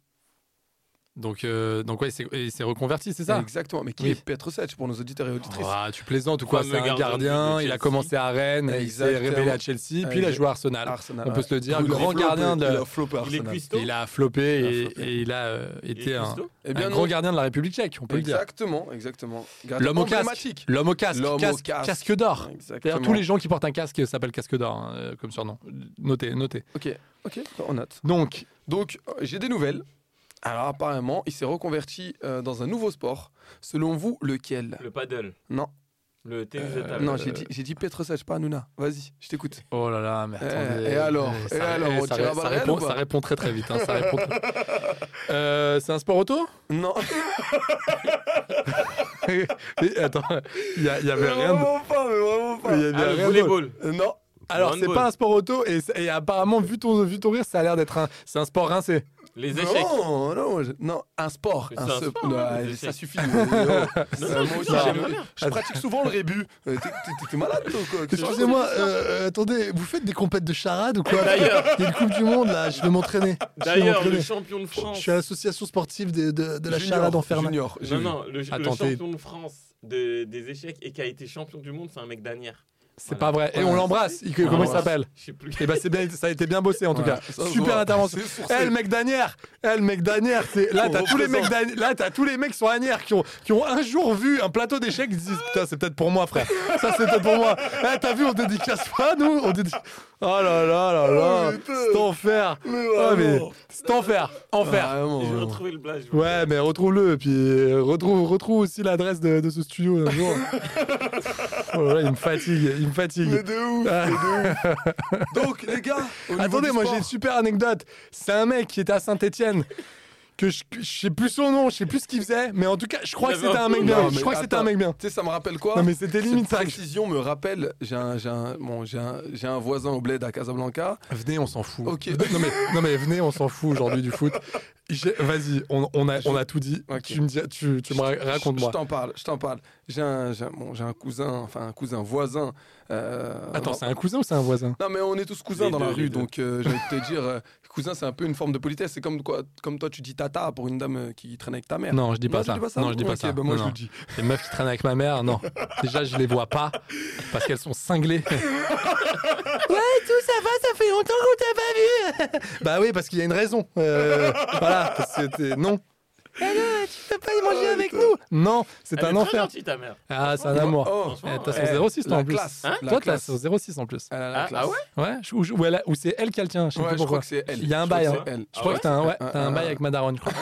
Speaker 6: Donc, donc ouais, il s'est reconverti, c'est
Speaker 8: Exactement. Mais qui
Speaker 6: Oui.
Speaker 8: est Petr Sech pour nos auditeurs et auditrices
Speaker 6: tu plaisantes ou
Speaker 7: quoi, Fameux c'est un gardien gardien, de il a Chelsea. commencé
Speaker 6: à Rennes,
Speaker 8: il s'est révélé à
Speaker 6: Chelsea,
Speaker 8: puis il a joué
Speaker 6: à Arsenal.
Speaker 8: Arsenal,
Speaker 6: On peut
Speaker 8: ouais.
Speaker 6: se le dire,
Speaker 8: Il a
Speaker 6: grand
Speaker 8: floppé,
Speaker 6: gardien de-
Speaker 8: Il a floppé à
Speaker 7: Il est
Speaker 8: Arsenal.
Speaker 7: cuistot.
Speaker 6: Il a floppé
Speaker 8: Il
Speaker 6: et,
Speaker 8: a floppé.
Speaker 6: et il a euh,
Speaker 7: Il est
Speaker 6: été un,
Speaker 7: cuistot
Speaker 8: Eh
Speaker 6: un
Speaker 8: bien, non.
Speaker 6: grand gardien de la République tchèque, on peut
Speaker 8: Exactement, exactement.
Speaker 6: le
Speaker 8: Gardien
Speaker 6: dire. L'homme au casque,
Speaker 8: emblématique.
Speaker 6: l'homme au casque,
Speaker 8: L'homme au
Speaker 6: casque,
Speaker 8: casque.
Speaker 6: casque d'or. D'ailleurs,
Speaker 8: Exactement.
Speaker 6: tous les gens qui portent un casque s'appellent casque d'or, hein, euh, comme surnom. Notez, notez.
Speaker 8: Ok, ok, on note.
Speaker 6: Donc,
Speaker 8: Donc, euh, j'ai des nouvelles. Alors, apparemment, il s'est reconverti euh, dans un nouveau sport. Selon vous, lequel
Speaker 7: Le paddle.
Speaker 8: Non. Euh,
Speaker 7: Le tennis de
Speaker 6: Euh,
Speaker 7: table.
Speaker 8: Non, j'ai dit, j'ai dit Petr Sech, pas Hanouna. Vas-y, je t'écoute.
Speaker 6: oh là là, mais
Speaker 8: Eh,
Speaker 6: attendez.
Speaker 8: et alors
Speaker 6: Eh,
Speaker 8: Et
Speaker 6: ré-
Speaker 8: alors,
Speaker 6: eh,
Speaker 8: on
Speaker 6: ça,
Speaker 8: tire à
Speaker 6: ré- ça
Speaker 8: balles réelles
Speaker 6: répond,
Speaker 8: ou pas
Speaker 6: ça répond très très vite. hein, ça répond très- Euh, c'est un sport auto
Speaker 8: Non.
Speaker 6: Et Attends, il y, a- il y avait rien. de-
Speaker 8: vraiment pas, mais vraiment pas.
Speaker 6: il y avait
Speaker 7: Ah, le
Speaker 6: rien d'autre.
Speaker 7: volleyball.
Speaker 8: Euh, Non.
Speaker 6: Alors, c'est
Speaker 7: Handball.
Speaker 6: pas un sport auto et, et apparemment, vu ton, vu ton rire, ça a l'air d'être un, c'est un sport rincé.
Speaker 7: Les échecs.
Speaker 8: Non, Oh, non, je- non, un sport.
Speaker 7: Mais
Speaker 8: Un
Speaker 7: c'est un
Speaker 8: se-
Speaker 7: sport,
Speaker 8: non,
Speaker 7: hein,
Speaker 8: allez,
Speaker 7: les
Speaker 8: ça
Speaker 7: échecs.
Speaker 8: suffit. mais- oh,
Speaker 7: Non,
Speaker 8: ça,
Speaker 7: non,
Speaker 8: moi aussi,
Speaker 7: non,
Speaker 8: j'aime-
Speaker 7: non,
Speaker 8: je pratique souvent le rébut. Euh, T'es t'es- t'es malade, toi, quoi
Speaker 6: Excusez-moi, euh, euh, attendez, vous faites des compètes de charade ou quoi
Speaker 7: D'ailleurs.
Speaker 6: Il y a une Coupe du Monde là, je vais m'entraîner. Je vais
Speaker 7: D'ailleurs,
Speaker 6: m'entraîner.
Speaker 7: le champion de
Speaker 6: Je
Speaker 7: France.
Speaker 6: suis à l'association sportive de, de- de la
Speaker 8: Junior,
Speaker 6: charade en Fermat.
Speaker 8: Junior, j'ai
Speaker 7: Non,
Speaker 8: vu.
Speaker 7: non, le, le
Speaker 6: Attendez.
Speaker 7: champion de France de- des échecs et qui a été champion du monde, c'est un mec d'Anière.
Speaker 6: C'est pas vrai. Et on l'embrasse. Il-
Speaker 7: On
Speaker 6: Comment il
Speaker 7: l'embrasse.
Speaker 6: s'appelle
Speaker 7: Je sais plus.
Speaker 6: Eh ben c'est bien, ça a été bien bossé en tout
Speaker 8: Voilà,
Speaker 6: cas.
Speaker 8: ça se
Speaker 6: Super
Speaker 8: voit.
Speaker 6: intervention.
Speaker 8: C'est sourcé.
Speaker 6: Elle Eh, mec d'Anière, elle mec d'Anière, c'est là
Speaker 8: On
Speaker 6: t'as tous les mecs
Speaker 8: représente.
Speaker 6: d'Anière, là t'as tous les mecs qui sont Anière qui ont qui ont un jour vu un plateau d'échecs, ils se disent putain c'est peut-être pour moi frère, ça c'est peut-être pour moi. Eh, t'as vu on dédicace pas nous, on dédicace. Oh là là là là,
Speaker 8: Oh, putain.
Speaker 6: c'est enfer. Ah, mais c'est enfer, enfer.
Speaker 8: Vraiment,
Speaker 7: Je vais
Speaker 8: vraiment.
Speaker 7: retrouver le blague. je vous
Speaker 6: Ouais mais retrouve-le puis euh, retrouve retrouve aussi l'adresse de, de ce studio un jour. oh là là, il me fatigue, il me
Speaker 8: Mais
Speaker 6: fatigue.
Speaker 8: de ouf,
Speaker 6: Ah.
Speaker 8: mais de ouf. Donc, les gars, au niveau
Speaker 6: Attendez,
Speaker 8: du
Speaker 6: moi
Speaker 8: sport-
Speaker 6: j'ai une super anecdote. C'est un mec qui était à Saint-Etienne. Que je, que je sais plus son nom, je sais plus ce qu'il faisait, mais en tout cas, je crois
Speaker 7: Il
Speaker 6: que
Speaker 7: avait
Speaker 6: c'était
Speaker 7: un
Speaker 6: un mec
Speaker 7: coup,
Speaker 6: bien.
Speaker 8: non,
Speaker 6: Je
Speaker 8: mais
Speaker 6: crois que c'était un
Speaker 8: attends.
Speaker 6: mec bien.
Speaker 8: Tu sais, ça me rappelle quoi
Speaker 6: Non, mais c'était limite ça.
Speaker 8: Cette précision me rappelle, j'ai un, j'ai un, bon, j'ai un, j'ai un voisin au bled à Casablanca.
Speaker 6: Venez, on s'en fout.
Speaker 8: Ok.
Speaker 6: Non, mais, non, mais venez, on s'en fout aujourd'hui du foot. J'ai- Vas-y, on, on a, on a tout dit.
Speaker 8: Ok.
Speaker 6: Tu me dis, tu, tu me
Speaker 8: Je-
Speaker 6: ra-
Speaker 8: je-
Speaker 6: racontes-moi.
Speaker 8: Je t'en parle, je t'en parle. J'ai un, j'ai un- bon, j'ai un cousin, enfin un cousin voisin. euh,
Speaker 6: Attends,
Speaker 8: non-
Speaker 6: c'est un cousin ou c'est un voisin
Speaker 8: Non mais on est tous cousins
Speaker 7: Les
Speaker 8: dans
Speaker 7: deux,
Speaker 8: la
Speaker 7: les
Speaker 8: rue,
Speaker 7: deux.
Speaker 8: donc euh, j'ai envie de te dire, euh, cousin c'est un peu une forme de politesse. C'est comme quoi, comme toi tu dis tata pour une dame euh, qui traîne avec ta mère.
Speaker 6: Non, je dis pas
Speaker 8: tu
Speaker 6: ça. Non, je dis pas
Speaker 8: Ok,
Speaker 6: ça.
Speaker 8: bah, moi
Speaker 6: Non,
Speaker 8: je
Speaker 6: non.
Speaker 8: le dis.
Speaker 6: Les meufs qui traînent avec ma mère, non. Déjà, je les vois pas parce qu'elles sont cinglées. ouais, tout ça va, ça fait longtemps qu'on t'a pas vu. bah oui, parce qu'il y a une raison. Euh, voilà, parce que t'es- non. tu peux pas y manger avec nous Non, c'est
Speaker 7: Elle est
Speaker 6: un
Speaker 7: très
Speaker 6: enfer.
Speaker 7: gentille, ta mère.
Speaker 6: Ah, c'est un amour.
Speaker 8: Oh,
Speaker 6: Eh, T'as
Speaker 7: ouais.
Speaker 6: son 06 toi,
Speaker 8: la
Speaker 6: en plus.
Speaker 8: classe,
Speaker 7: Hein
Speaker 8: la
Speaker 6: Toi, t'as
Speaker 8: classe.
Speaker 6: son 06 en plus.
Speaker 8: Elle a la
Speaker 7: Ah,
Speaker 8: classe.
Speaker 7: ah ouais
Speaker 6: Ouais, je- ou, je- ou elle a- ou c'est elle qui a le tien. Je sais
Speaker 8: Ouais,
Speaker 6: plus
Speaker 8: je
Speaker 6: pourquoi.
Speaker 8: crois que c'est elle.
Speaker 6: Il y a
Speaker 8: Je
Speaker 6: un
Speaker 8: crois
Speaker 6: bail.
Speaker 8: que
Speaker 6: hein.
Speaker 8: c'est elle.
Speaker 6: Je crois
Speaker 7: Ah
Speaker 6: que t'as un, ouais,
Speaker 8: Ah,
Speaker 6: t'as un
Speaker 8: ah,
Speaker 6: bail
Speaker 8: ah.
Speaker 6: avec ma daronne, je crois.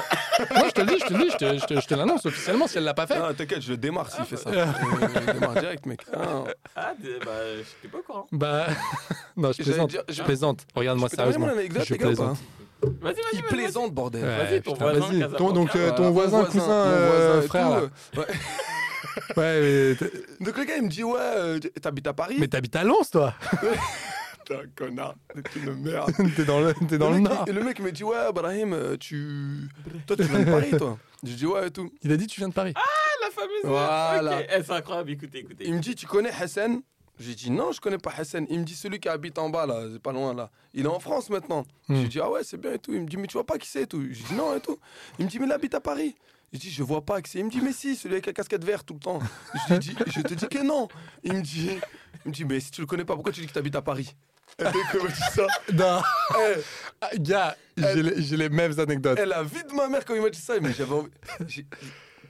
Speaker 6: Moi, je te le dis, je te le dis, je te, je te- je te l'annonce officiellement si elle l'a pas fait. Ah,
Speaker 8: Ah, T'inquiète, je le démarre s'il fait ça. Euh, Je le démarre direct, mec. Ah,
Speaker 7: Ah, des- bah, j'étais pas au courant.
Speaker 6: Bah. non, je
Speaker 8: J'allais
Speaker 6: plaisante.
Speaker 8: dire-
Speaker 6: je
Speaker 8: je-
Speaker 6: plaisante. Regarde-moi
Speaker 8: je peux te donner
Speaker 6: sérieusement.
Speaker 8: mon anecdote,
Speaker 6: je
Speaker 8: les gars, ou pas
Speaker 6: plaisante.
Speaker 7: Vas-y, vas-y,
Speaker 8: Il
Speaker 7: vas-y,
Speaker 8: plaisante, bordel.
Speaker 6: Ouais,
Speaker 7: Vas-y, ton
Speaker 6: putain,
Speaker 7: voisin,
Speaker 6: vas-y.
Speaker 7: Casablanca.
Speaker 6: Ton- donc, euh,
Speaker 8: Voilà,
Speaker 6: ton voisin, cousin,
Speaker 8: mon
Speaker 6: euh,
Speaker 8: voisin et
Speaker 6: frère. là.
Speaker 8: tout, euh, ouais.
Speaker 6: Ouais, mais t'es-
Speaker 8: Donc le gars il me dit ouais euh, t'habites à Paris
Speaker 6: mais t'habites à Lens, toi.
Speaker 8: T'es un connard, t'es une merde.
Speaker 6: t'es dans le, t'es dans le
Speaker 8: mec,
Speaker 6: nord.
Speaker 8: Et le mec me dit ouais Brahim euh, tu toi tu viens de Paris toi. Je dis ouais et tout.
Speaker 6: Il a dit tu viens de Paris.
Speaker 8: Ah,
Speaker 7: La fameuse.
Speaker 8: Voilà.
Speaker 7: Ok, eh, c'est incroyable. Écoutez, écoutez.
Speaker 8: Il me dit tu connais Hassan J'ai dit non je connais pas Hassan. Il me dit celui qui habite en bas là, c'est pas loin là. Il est en France
Speaker 6: Hmm.
Speaker 8: maintenant. Je lui dis ah ouais c'est bien et tout. Il me dit mais tu vois pas qui c'est et tout. Je dis non et tout. Il me dit mais il habite à Paris. Je dis, je vois pas Axel. Il me dit, mais si, celui avec la casquette verte tout le temps. Je, lui dis, je te dis que non. Il me dit, il me dit, mais si tu le connais pas, pourquoi tu dis que tu habites à Paris Et dès que je dis ça,
Speaker 6: Non.
Speaker 8: eh,
Speaker 6: Ah, Gars, j'ai les- j'ai les mêmes anecdotes.
Speaker 8: elle a vie de ma mère quand il m'a dit ça. Mais j'avais envie- j'ai-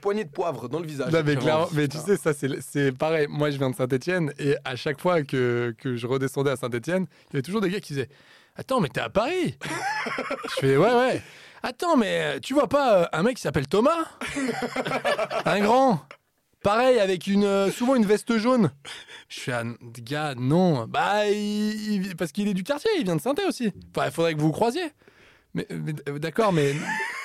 Speaker 8: poignée de poivre dans le visage.
Speaker 6: Non, mais
Speaker 8: J'avais
Speaker 6: clairement,
Speaker 8: envie,
Speaker 6: mais tu
Speaker 8: putain.
Speaker 6: sais, ça, c'est- c'est pareil. Moi, je viens de Saint-Etienne et à chaque fois que, que je redescendais à Saint-Etienne, il y avait toujours des gars qui disaient Attends, mais t'es à Paris Je fais Ouais, ouais. Attends, mais euh, tu vois pas euh, un mec qui s'appelle Thomas Un grand Pareil, avec une, euh, souvent une veste jaune. Je suis un gars, non. Bah, il- il- parce qu'il est du quartier, il vient de saint aussi. Enfin, il faudrait que vous vous croisiez. Mais, mais, euh, d'accord, mais,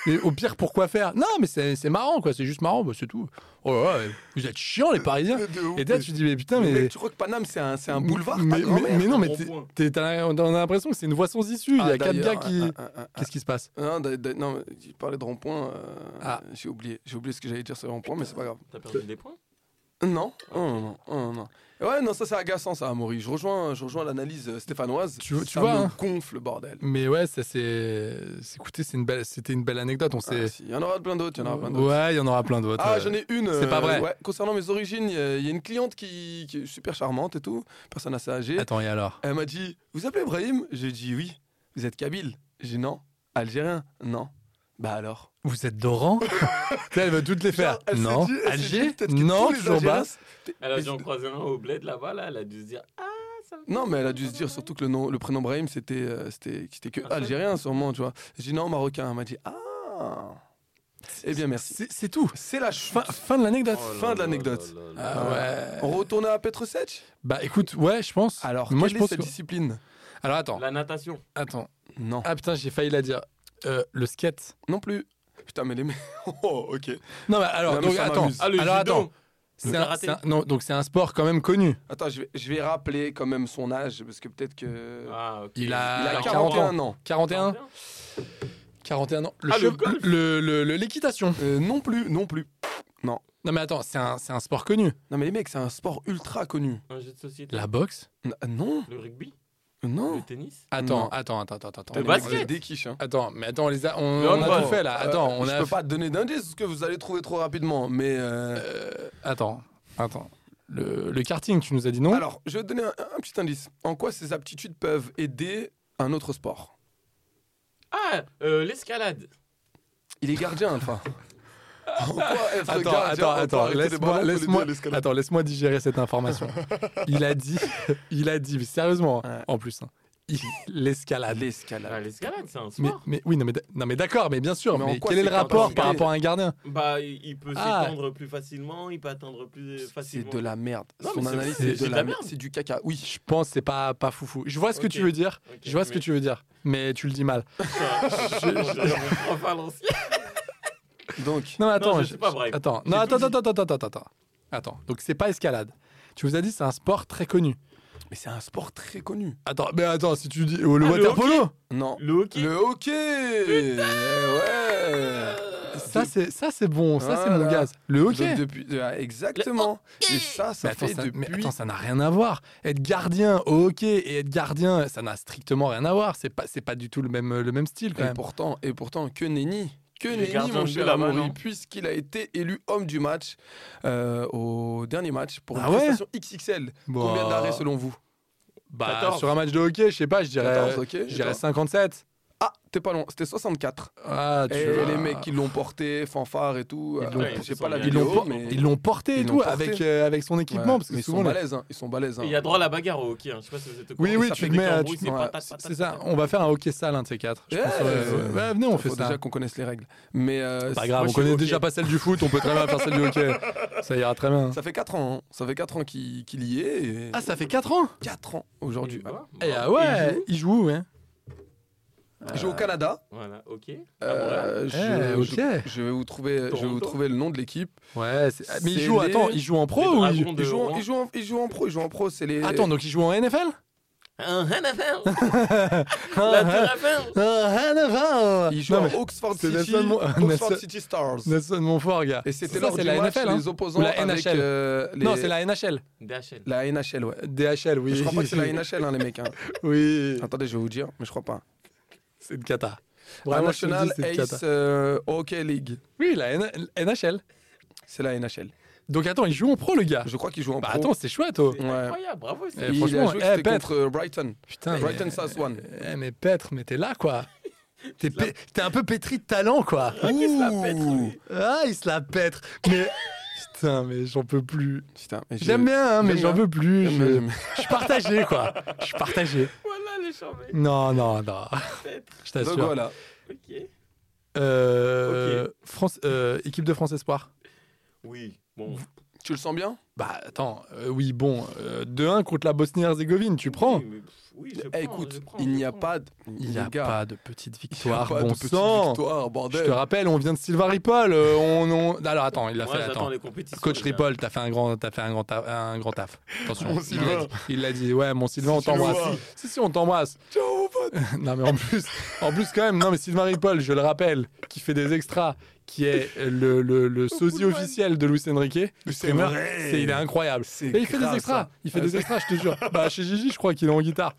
Speaker 6: mais au pire, pourquoi faire Non, mais c'est c'est marrant, quoi. C'est juste marrant, bah, c'est tout. Oh là là, vous êtes chiants, les Parisiens.
Speaker 8: De ouf,
Speaker 6: Et là,
Speaker 8: mais-
Speaker 6: tu dis, mais putain, mais.
Speaker 8: Mais mec, tu crois que Paname, c'est un, c'est un boulevard ta
Speaker 6: mais, mais-
Speaker 8: grand-mère
Speaker 6: mais non, mais t'es-
Speaker 7: rond-point.
Speaker 6: t'es- t'as- on a l'impression que c'est une voie sans issue. Il y
Speaker 8: Ah,
Speaker 6: a quatre gars
Speaker 8: d'ailleurs,
Speaker 6: qui.
Speaker 8: ah, ah, ah, ah.
Speaker 6: Qu'est-ce qui se passe
Speaker 8: Non, d'a- d'a- non, mais tu parlais de rond-point. euh,
Speaker 6: Ah.
Speaker 8: J'ai oublié. J'ai oublié ce que j'allais dire sur le rond-point, mais c'est pas grave.
Speaker 7: T'as perdu des points
Speaker 8: Non, Oh, non, non, non, non. Ouais, non, ça c'est agaçant, ça, Amaury. Je rejoins, je rejoins l'analyse euh, stéphanoise.
Speaker 6: Tu vois- tu
Speaker 8: ça
Speaker 6: vois,
Speaker 8: me
Speaker 6: hein.
Speaker 8: gonfle, bordel.
Speaker 6: Mais ouais, ça c'est. c'est- Écoutez, c'est une belle- c'était une belle anecdote. On
Speaker 8: Ah,
Speaker 6: s'est.
Speaker 8: si, Il y en aura plein d'autres, il y en aura plein d'autres.
Speaker 6: ouais, il y en aura plein d'autres.
Speaker 8: Ah,
Speaker 6: euh.
Speaker 8: j'en ai une.
Speaker 6: c'est pas vrai.
Speaker 8: ouais, concernant mes origines, il y a- il y, a une cliente qui, qui est super charmante et tout, personne assez âgée.
Speaker 6: Attends, et alors
Speaker 8: Elle m'a dit Vous appelez Ibrahim J'ai dit Oui. Vous êtes kabyle J'ai dit Non. Algérien Non. Bah alors
Speaker 6: Vous êtes d'Oran Tu sais, Elle veut toutes les faire.
Speaker 8: Genre, elle s'est
Speaker 6: non.
Speaker 8: dit- elle s'est dit,
Speaker 6: Alger
Speaker 8: peut-être que
Speaker 6: Non,
Speaker 8: tous les
Speaker 6: toujours
Speaker 8: Algériens
Speaker 6: bas.
Speaker 7: Elle a
Speaker 8: Mais
Speaker 7: dû en croiser un au bled là-bas, là. Elle a dû se dire Ah, ça me fait
Speaker 8: Non, mais elle a dû se dire surtout que le, nom, le prénom Brahim, c'était euh, c'était c'était que
Speaker 7: seul.
Speaker 8: algérien, sûrement, tu vois. J'ai dit non, marocain. Elle m'a dit ah. Eh bien, merci.
Speaker 6: C'est c'est tout.
Speaker 8: C'est la ch-
Speaker 6: Fin, fin de l'anecdote.
Speaker 7: Oh là
Speaker 8: fin de
Speaker 7: là
Speaker 8: l'anecdote.
Speaker 7: là là là.
Speaker 6: Ah ouais.
Speaker 8: On retourne à Petrosec
Speaker 6: Bah écoute, ouais, je pense.
Speaker 8: Alors,
Speaker 6: moi
Speaker 8: quelle
Speaker 6: je
Speaker 8: est
Speaker 6: pense.
Speaker 8: cette
Speaker 6: que-
Speaker 8: discipline
Speaker 6: Alors attends,
Speaker 7: La natation.
Speaker 6: attends.
Speaker 8: Non.
Speaker 6: Ah putain, j'ai failli la dire. Euh, le skate.
Speaker 8: Non plus. Putain, mais les mecs. Oh, ok.
Speaker 6: Non, mais alors,
Speaker 8: Non, mais
Speaker 6: donc,
Speaker 8: ça
Speaker 6: attends.
Speaker 8: m'amuse.
Speaker 7: Ah, le
Speaker 6: alors
Speaker 7: judo.
Speaker 6: attends. C'est un,
Speaker 7: karaté.
Speaker 6: c'est un- non, donc c'est un sport quand même connu.
Speaker 8: Attends, je vais, je vais rappeler quand même son âge, parce que peut-être que.
Speaker 7: Ah, ok.
Speaker 6: Il a-
Speaker 8: Il a
Speaker 6: alors,
Speaker 8: 41 ans.
Speaker 6: 41 41 ans. Le
Speaker 7: Ah, le
Speaker 6: chev-
Speaker 7: golf.
Speaker 6: le- le- le- l'équitation.
Speaker 8: Euh, non plus, non plus.
Speaker 6: non mais attends, c'est un, c'est un sport connu.
Speaker 8: Non, mais les mecs, c'est un sport ultra connu.
Speaker 7: Un jeu de société.
Speaker 6: La boxe.
Speaker 8: N- euh, Non,
Speaker 7: Le rugby Le
Speaker 8: non.
Speaker 7: tennis
Speaker 6: Attends,
Speaker 8: Non.
Speaker 6: attends, attends, attends, attends.
Speaker 7: Le
Speaker 8: Les
Speaker 6: attends.
Speaker 8: mecs,
Speaker 7: basket.
Speaker 8: vous êtes des quiches, hein.
Speaker 6: Attends, mais attends, on les a, on,
Speaker 7: Le
Speaker 6: on a
Speaker 7: handball.
Speaker 6: tout fait là. Attends,
Speaker 8: Euh,
Speaker 6: on
Speaker 8: je
Speaker 6: a.
Speaker 8: peux pas te donner d'indice parce que vous allez trouver trop rapidement, mais. euh,
Speaker 6: Euh, attends, attends. Le, le karting, tu nous as dit non
Speaker 8: Alors, je vais te donner un, un petit indice. En quoi ces aptitudes peuvent aider un autre sport
Speaker 7: Ah, euh, l'escalade.
Speaker 8: Il est gardien, enfin. en quoi être
Speaker 6: Attends,
Speaker 8: gardien
Speaker 6: attends,
Speaker 8: on peut
Speaker 6: attends,
Speaker 8: arrêter des ballons
Speaker 6: laisse-moi,
Speaker 8: pour
Speaker 6: laisse-moi,
Speaker 8: l'aider à l'escalade
Speaker 6: attends, laisse-moi digérer cette information. il a dit, il a dit, mais sérieusement, hein,
Speaker 8: Ouais.
Speaker 6: en plus, hein, il- l'escalade.
Speaker 7: Ah,
Speaker 8: L'escalade.
Speaker 7: l'escalade, c'est un
Speaker 6: Mais,
Speaker 7: sport.
Speaker 6: mais oui, non mais, d- non, mais d'accord, mais bien sûr,
Speaker 8: Mais
Speaker 6: mais,
Speaker 8: en quoi
Speaker 6: quel est
Speaker 8: c'est
Speaker 6: le rapport
Speaker 8: pas
Speaker 6: par
Speaker 8: un
Speaker 6: rapport à un gardien
Speaker 7: Bah, il il peut
Speaker 6: Ah.
Speaker 7: s'étendre plus facilement, il peut atteindre plus
Speaker 8: C'est
Speaker 7: facilement.
Speaker 8: de la merde.
Speaker 7: Non, mais
Speaker 8: Son
Speaker 7: c'est-
Speaker 8: analyse,
Speaker 6: c'est-
Speaker 8: c'est
Speaker 6: c'est
Speaker 8: de la merde. C'est du caca.
Speaker 6: Oui, je pense que c'est pas pas foufou. Je vois ce
Speaker 7: Ok.
Speaker 6: que tu veux dire,
Speaker 7: Ok,
Speaker 6: je vois ce que
Speaker 7: mais-
Speaker 6: tu veux dire, mais tu le dis mal.
Speaker 7: Mon prof à l'ancienne.
Speaker 8: Donc,
Speaker 6: Non mais attends,
Speaker 7: Non, je
Speaker 6: je-
Speaker 7: sais pas, bref.
Speaker 6: attends,
Speaker 7: J'ai
Speaker 6: non
Speaker 7: tout
Speaker 6: attends,
Speaker 7: dit.
Speaker 6: attends, attends, attends, attends, attends. Donc c'est pas escalade. Tu vous as dit c'est un sport très connu.
Speaker 8: mais c'est un sport très connu.
Speaker 6: Attends, mais attends, si tu dis oh, le
Speaker 7: Ah, le
Speaker 6: water
Speaker 7: hockey.
Speaker 6: polo,
Speaker 8: Non.
Speaker 7: Le hockey.
Speaker 8: Le hockey Eh Ouais
Speaker 6: ça c'est ça c'est bon, ça c'est
Speaker 8: Voilà.
Speaker 6: mon gaz. Le hockey.
Speaker 8: Donc, depuis, euh, Exactement. Et ça, ça
Speaker 6: mais, attends,
Speaker 8: fait
Speaker 6: ça, mais
Speaker 8: depuis...
Speaker 6: attends, ça n'a rien à voir. Être gardien au hockey et être gardien, ça n'a strictement rien à voir. C'est pas, c'est pas du tout le même, le même style quand
Speaker 8: Et
Speaker 6: même.
Speaker 8: pourtant, et pourtant, que nenni, que
Speaker 7: est
Speaker 8: nenni,
Speaker 7: gardien
Speaker 8: mon
Speaker 7: de but
Speaker 8: cher
Speaker 7: là-bas,
Speaker 8: Amaury,
Speaker 7: non
Speaker 8: puisqu'il a été élu homme du match euh, au dernier match pour une
Speaker 6: Ah ouais
Speaker 8: prestation XXL.
Speaker 6: Bah,
Speaker 8: Combien d'arrêts selon vous
Speaker 6: Bah,
Speaker 7: 14.
Speaker 6: sur un match de hockey, je sais pas, je dirais,
Speaker 8: 14, ok, et
Speaker 6: je dirais
Speaker 8: toi
Speaker 6: 57.
Speaker 8: Ah, t'es pas long, c'était 64.
Speaker 6: Ah, tu
Speaker 8: Et
Speaker 6: vois.
Speaker 8: les mecs, ils l'ont porté, fanfare et tout.
Speaker 6: Ils
Speaker 8: euh,
Speaker 6: l'ont-
Speaker 8: ouais, j'ai
Speaker 7: ils
Speaker 8: pas la
Speaker 7: sont
Speaker 6: ils
Speaker 8: vidéo,
Speaker 6: l'ont por-
Speaker 8: mais...
Speaker 6: ils l'ont porté et
Speaker 8: ils l'ont
Speaker 6: tout
Speaker 8: porté.
Speaker 6: avec, euh, avec son
Speaker 8: Ouais,
Speaker 6: équipement. parce que
Speaker 8: mais ils
Speaker 6: souvent,
Speaker 8: sont
Speaker 6: les-
Speaker 8: balèzes, hein, ils sont balèzes. hein.
Speaker 7: Il y a droit à la bagarre au hockey, hein. je sais pas si vous êtes au
Speaker 6: Oui,
Speaker 7: courant.
Speaker 6: oui,
Speaker 7: Ça
Speaker 6: tu
Speaker 7: fait
Speaker 6: te
Speaker 7: des
Speaker 6: mets,
Speaker 7: cambouis,
Speaker 6: tu-
Speaker 7: c'est
Speaker 8: ouais,
Speaker 7: patate,
Speaker 6: c'est-
Speaker 7: patate,
Speaker 6: c'est ça,
Speaker 7: patate.
Speaker 6: on va faire un hockey sale, un de ces quatre. Je
Speaker 8: Ouais,
Speaker 6: pense, ouais, ouais.
Speaker 8: ouais.
Speaker 6: Ouais, venez, on
Speaker 8: Faut
Speaker 6: fait ça.
Speaker 8: déjà qu'on connaisse les règles. Mais euh,
Speaker 6: Pas
Speaker 8: c'est-
Speaker 6: grave,
Speaker 7: moi,
Speaker 6: on
Speaker 7: je suis
Speaker 6: connaît
Speaker 7: hockey.
Speaker 6: déjà pas celle du foot, on peut très bien faire celle du hockey. Ça ira très bien.
Speaker 8: ça fait 4 ans. hein. Ça fait 4 ans qu'il qu'il y est. et-
Speaker 6: Ah, ça fait 4 ans
Speaker 8: 4 ans aujourd'hui.
Speaker 7: Et voilà.
Speaker 6: Eh ah
Speaker 7: Bon,
Speaker 6: ouais,
Speaker 7: et hein. joue.
Speaker 6: il joue, hein. ouais.
Speaker 8: Il joue au Canada.
Speaker 7: Voilà, ok. hein.
Speaker 8: Euh, je,
Speaker 6: Eh, ok.
Speaker 8: je, je vais vous trouver, je vais vous
Speaker 7: Toronto.
Speaker 8: trouver le nom de l'équipe.
Speaker 6: Ouais, c'est- ah, mais il
Speaker 8: C'est
Speaker 6: joue,
Speaker 8: les-
Speaker 6: attends, il joue en
Speaker 7: Les
Speaker 6: pro ou il
Speaker 7: Dragons
Speaker 6: joue-
Speaker 7: de
Speaker 8: Ils jouent, en,
Speaker 7: Rouen.
Speaker 8: ils jouent en- ils jouent en pro, ils jouent en pro. C'est les.
Speaker 6: Attends, donc il joue en NFL
Speaker 7: Un NFL La
Speaker 6: Ah,
Speaker 7: tour Eiffel.
Speaker 6: ah, NFL
Speaker 8: Ils jouent
Speaker 6: Non,
Speaker 8: en
Speaker 6: mais
Speaker 8: Oxford
Speaker 6: c'est
Speaker 8: City,
Speaker 6: Nelson Mo-
Speaker 8: Oxford
Speaker 6: Nelson-
Speaker 8: City Stars.
Speaker 6: Nelson Montfort, gars.
Speaker 8: Et c'était
Speaker 6: Ça,
Speaker 8: lors
Speaker 6: c'est
Speaker 8: du
Speaker 6: la
Speaker 8: match
Speaker 6: NFL, hein.
Speaker 8: les opposants
Speaker 6: Ou la
Speaker 8: avec,
Speaker 6: NHL.
Speaker 8: euh, les-
Speaker 6: Non, c'est la NHL.
Speaker 7: DHL.
Speaker 8: la NHL, ouais.
Speaker 6: DHL, oui.
Speaker 8: Je crois pas que c'est la NHL, hein, les mecs. hein.
Speaker 6: Oui.
Speaker 8: Attendez, je vais vous dire, mais je crois pas.
Speaker 6: C'est une cata.
Speaker 8: La
Speaker 6: Vraiment, je te le dis,
Speaker 8: National
Speaker 6: c'est une
Speaker 8: Ace
Speaker 6: cata.
Speaker 8: euh, Hockey League.
Speaker 6: Oui, la N- NHL.
Speaker 8: C'est la NHL.
Speaker 6: Donc attends, il joue en pro, le gars.
Speaker 8: Je crois qu'il joue en
Speaker 6: Bah
Speaker 8: pro.
Speaker 6: attends, c'est chouette, oh.
Speaker 8: Ouais.
Speaker 7: Incroyable, bravo. c'est-
Speaker 6: Eh,
Speaker 8: il
Speaker 6: franchement,
Speaker 8: a joué
Speaker 6: eh,
Speaker 8: c'était
Speaker 6: Petre.
Speaker 8: contre euh, Brighton.
Speaker 6: Putain,
Speaker 8: Brighton
Speaker 6: mais-
Speaker 8: Saswan.
Speaker 6: Eh, mais Petre, mais t'es là, quoi. T'es pe- t'es un peu pétri de talent, quoi. Ouh. Ah, il se la pètre. Mais putain, mais j'en peux plus.
Speaker 8: Putain, mais j'ai-
Speaker 6: J'aime bien, hein, mais
Speaker 8: j'aime
Speaker 6: j'en
Speaker 8: bien.
Speaker 6: peux plus.
Speaker 8: J'aime
Speaker 6: Je
Speaker 8: bien, j'aime bien.
Speaker 6: je suis partagé, quoi. Je suis partagé.
Speaker 7: Voilà les chambés.
Speaker 6: Non, non, non.
Speaker 7: Peut-être.
Speaker 6: Je
Speaker 8: Donc
Speaker 6: t'assure.
Speaker 8: voilà.
Speaker 7: Ok.
Speaker 6: Euh, France, euh, équipe de France Espoir.
Speaker 8: Eh.
Speaker 7: Oui. Bon.
Speaker 8: Tu le sens bien
Speaker 6: Bah attends, euh, oui, bon, euh, 2-1 contre la Bosnie-Herzégovine, tu prends.
Speaker 7: Oui, mais, pff, oui, je
Speaker 8: Eh,
Speaker 7: prends,
Speaker 8: Écoute,
Speaker 7: je prends,
Speaker 8: il
Speaker 7: je
Speaker 8: n'y a
Speaker 7: prends.
Speaker 8: pas de.
Speaker 6: Il n'y a
Speaker 8: les gars,
Speaker 6: pas de petite
Speaker 8: il n'y a
Speaker 6: victoire,
Speaker 8: pas de
Speaker 6: bon
Speaker 8: petite
Speaker 6: sang.
Speaker 8: victoire,
Speaker 6: Je
Speaker 8: bordel.
Speaker 6: te rappelle, on vient de Sylvain Ripoll. euh, on, on- Alors attends, il l'a
Speaker 7: Moi,
Speaker 6: fait.
Speaker 7: j'attends
Speaker 6: Attends.
Speaker 7: les compétitions.
Speaker 6: Coach
Speaker 7: déjà.
Speaker 6: Ripoll, t'as fait un grand, t'as fait un grand, ta- un grand taf. Attention,
Speaker 8: Mon
Speaker 6: il l'a
Speaker 8: Sylvain.
Speaker 6: dit. Il l'a dit. Ouais, mon Sylvain, on
Speaker 8: tu le
Speaker 6: t'embrasse.
Speaker 8: vois.
Speaker 6: Si si, on t'embrasse.
Speaker 8: Ciao, mon pote.
Speaker 6: non mais en plus, en plus quand même. Non mais Sylvain Ripoll, je le rappelle, qui fait des extras, qui est le, le, le sosie
Speaker 8: Pullman.
Speaker 6: officiel de Luis Enrique.
Speaker 8: C'est
Speaker 6: Streamer,
Speaker 8: vrai.
Speaker 6: c'est- il est incroyable.
Speaker 8: C'est
Speaker 6: Et il fait
Speaker 8: grave,
Speaker 6: des extras.
Speaker 8: ça. Ah,
Speaker 6: Il fait des extras, je te jure. Bah chez Gigi, je crois qu'il est en guitare.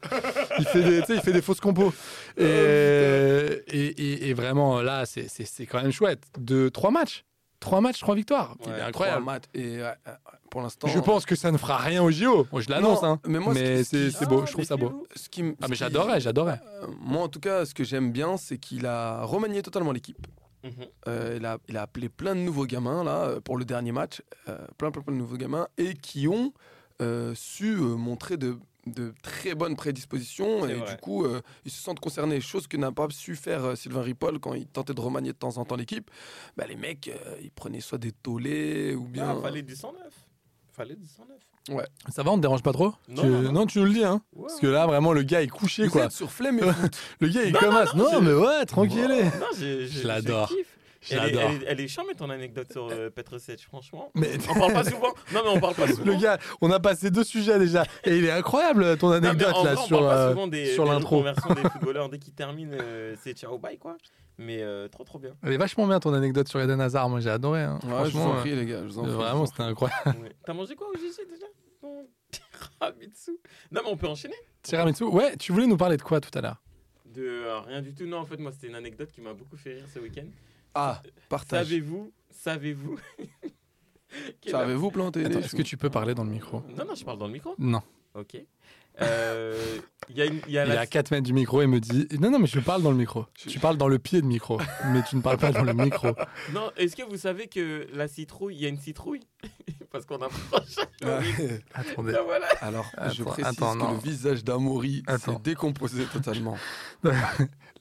Speaker 6: Il fait des, tu sais, il fait des fausses
Speaker 8: Oh,
Speaker 6: compos. Et, et, et- et vraiment là, c'est- c'est c'est quand même chouette. De trois matchs, trois matchs, trois victoires. il
Speaker 8: Ouais,
Speaker 6: est incroyable.
Speaker 8: trois matchs et ouais, ouais, pour l'instant.
Speaker 6: Je pense que ça ne fera rien au JO. Moi, je l'annonce,
Speaker 8: Non,
Speaker 6: hein.
Speaker 8: mais moi, ce qui- ce
Speaker 6: c'est
Speaker 8: qui-
Speaker 6: c'est beau,
Speaker 7: Ah,
Speaker 6: je trouve ça
Speaker 7: mais
Speaker 6: beau.
Speaker 7: filou.
Speaker 8: Ce qui m-
Speaker 6: Ah,
Speaker 8: ce
Speaker 6: mais
Speaker 8: qui-
Speaker 6: j'adorais, j'adorais.
Speaker 8: Euh, Moi, en tout cas, ce que j'aime bien, c'est qu'il a remanié totalement l'équipe.
Speaker 7: Mhm.
Speaker 8: Euh, il, a, il a appelé plein de nouveaux gamins là euh, pour le dernier match, euh, plein, plein, plein de nouveaux gamins et qui ont euh, su euh, montrer de, de très bonnes prédispositions
Speaker 7: C'est
Speaker 8: et
Speaker 7: vrai.
Speaker 8: du coup euh, ils se sentent concernés. Chose que n'a pas su faire euh, Sylvain Ripoll quand il tentait de remanier de temps en temps l'équipe. Bah, les mecs, euh, ils prenaient soit des tollés ou bien.
Speaker 6: oh.
Speaker 8: euh,
Speaker 7: Ah, fallait du 109. Fallait du 109.
Speaker 6: Ça va, on te dérange pas trop
Speaker 7: Non,
Speaker 6: tu...
Speaker 7: non, non.
Speaker 6: tu nous le dis, hein.
Speaker 7: Ouais,
Speaker 6: Parce que là, vraiment, le gars est couché,
Speaker 8: Vous
Speaker 6: quoi.
Speaker 8: êtes sur flemme. et-
Speaker 6: Le gars, il commence. Non, mais ouais, tranquille.
Speaker 7: Non, j'ai- j'ai-
Speaker 6: Je l'adore.
Speaker 7: je kiffe.
Speaker 6: Je
Speaker 7: Elle est,
Speaker 6: l'adore.
Speaker 7: Oh, elle, est, elle est charmée ton anecdote sur euh, Petre Sech, franchement.
Speaker 6: Mais-
Speaker 7: On parle pas souvent. Non, mais on parle pas souvent.
Speaker 6: Le gars, on a passé deux sujets déjà. Et il est incroyable, ton
Speaker 7: Non, mais
Speaker 6: anecdote,
Speaker 7: en
Speaker 6: là,
Speaker 7: vrai, on
Speaker 6: sur,
Speaker 7: parle pas
Speaker 6: euh,
Speaker 7: souvent des,
Speaker 6: sur
Speaker 7: des
Speaker 6: l'intro.
Speaker 7: reconversions des footballeurs dès qu'ils terminent, euh, c'est ciao bye quoi. Mais euh, trop trop bien.
Speaker 6: Elle est vachement bien, ton anecdote sur Eden Hazard. Moi, j'ai adoré. hein.
Speaker 8: Ouais, je vous en
Speaker 6: Franchement,
Speaker 8: prie, les gars. je vous en
Speaker 6: euh,
Speaker 8: prie, je vous en
Speaker 6: vraiment, c'était incroyable.
Speaker 7: Ouais. T'as mangé quoi au GG déjà Ton tiramisu. Non, mais on peut enchaîner.
Speaker 6: Tiramisu, ouais, tu voulais nous parler de quoi tout à l'heure
Speaker 7: De euh, rien du tout. Non, en fait, moi, c'était une anecdote qui m'a beaucoup fait rire ce week-end.
Speaker 8: Ah, partage.
Speaker 7: Savez-vous, savez-vous. que la-
Speaker 8: Savez-vous planter
Speaker 6: Attends,
Speaker 8: des
Speaker 6: est-ce que tu peux parler dans le micro
Speaker 7: Non, non, je parle dans le micro.
Speaker 6: Non.
Speaker 7: Ok. Euh, Il y a, une- il y a
Speaker 6: Il est
Speaker 7: la-
Speaker 6: à 4 mètres du micro et me dit Non, non, mais je parle dans le micro. Tu parles dans le pied de micro, mais tu ne parles pas dans le micro.
Speaker 7: Non, est-ce que vous savez que la citrouille, il y a une citrouille Parce qu'on approche.
Speaker 8: Ouais.
Speaker 6: Attendez.
Speaker 7: Ah, voilà.
Speaker 8: Alors, je
Speaker 6: Attends,
Speaker 8: précise
Speaker 6: attends,
Speaker 8: que
Speaker 6: non.
Speaker 8: le visage d'Amaury
Speaker 6: Attends.
Speaker 8: s'est décomposé totalement.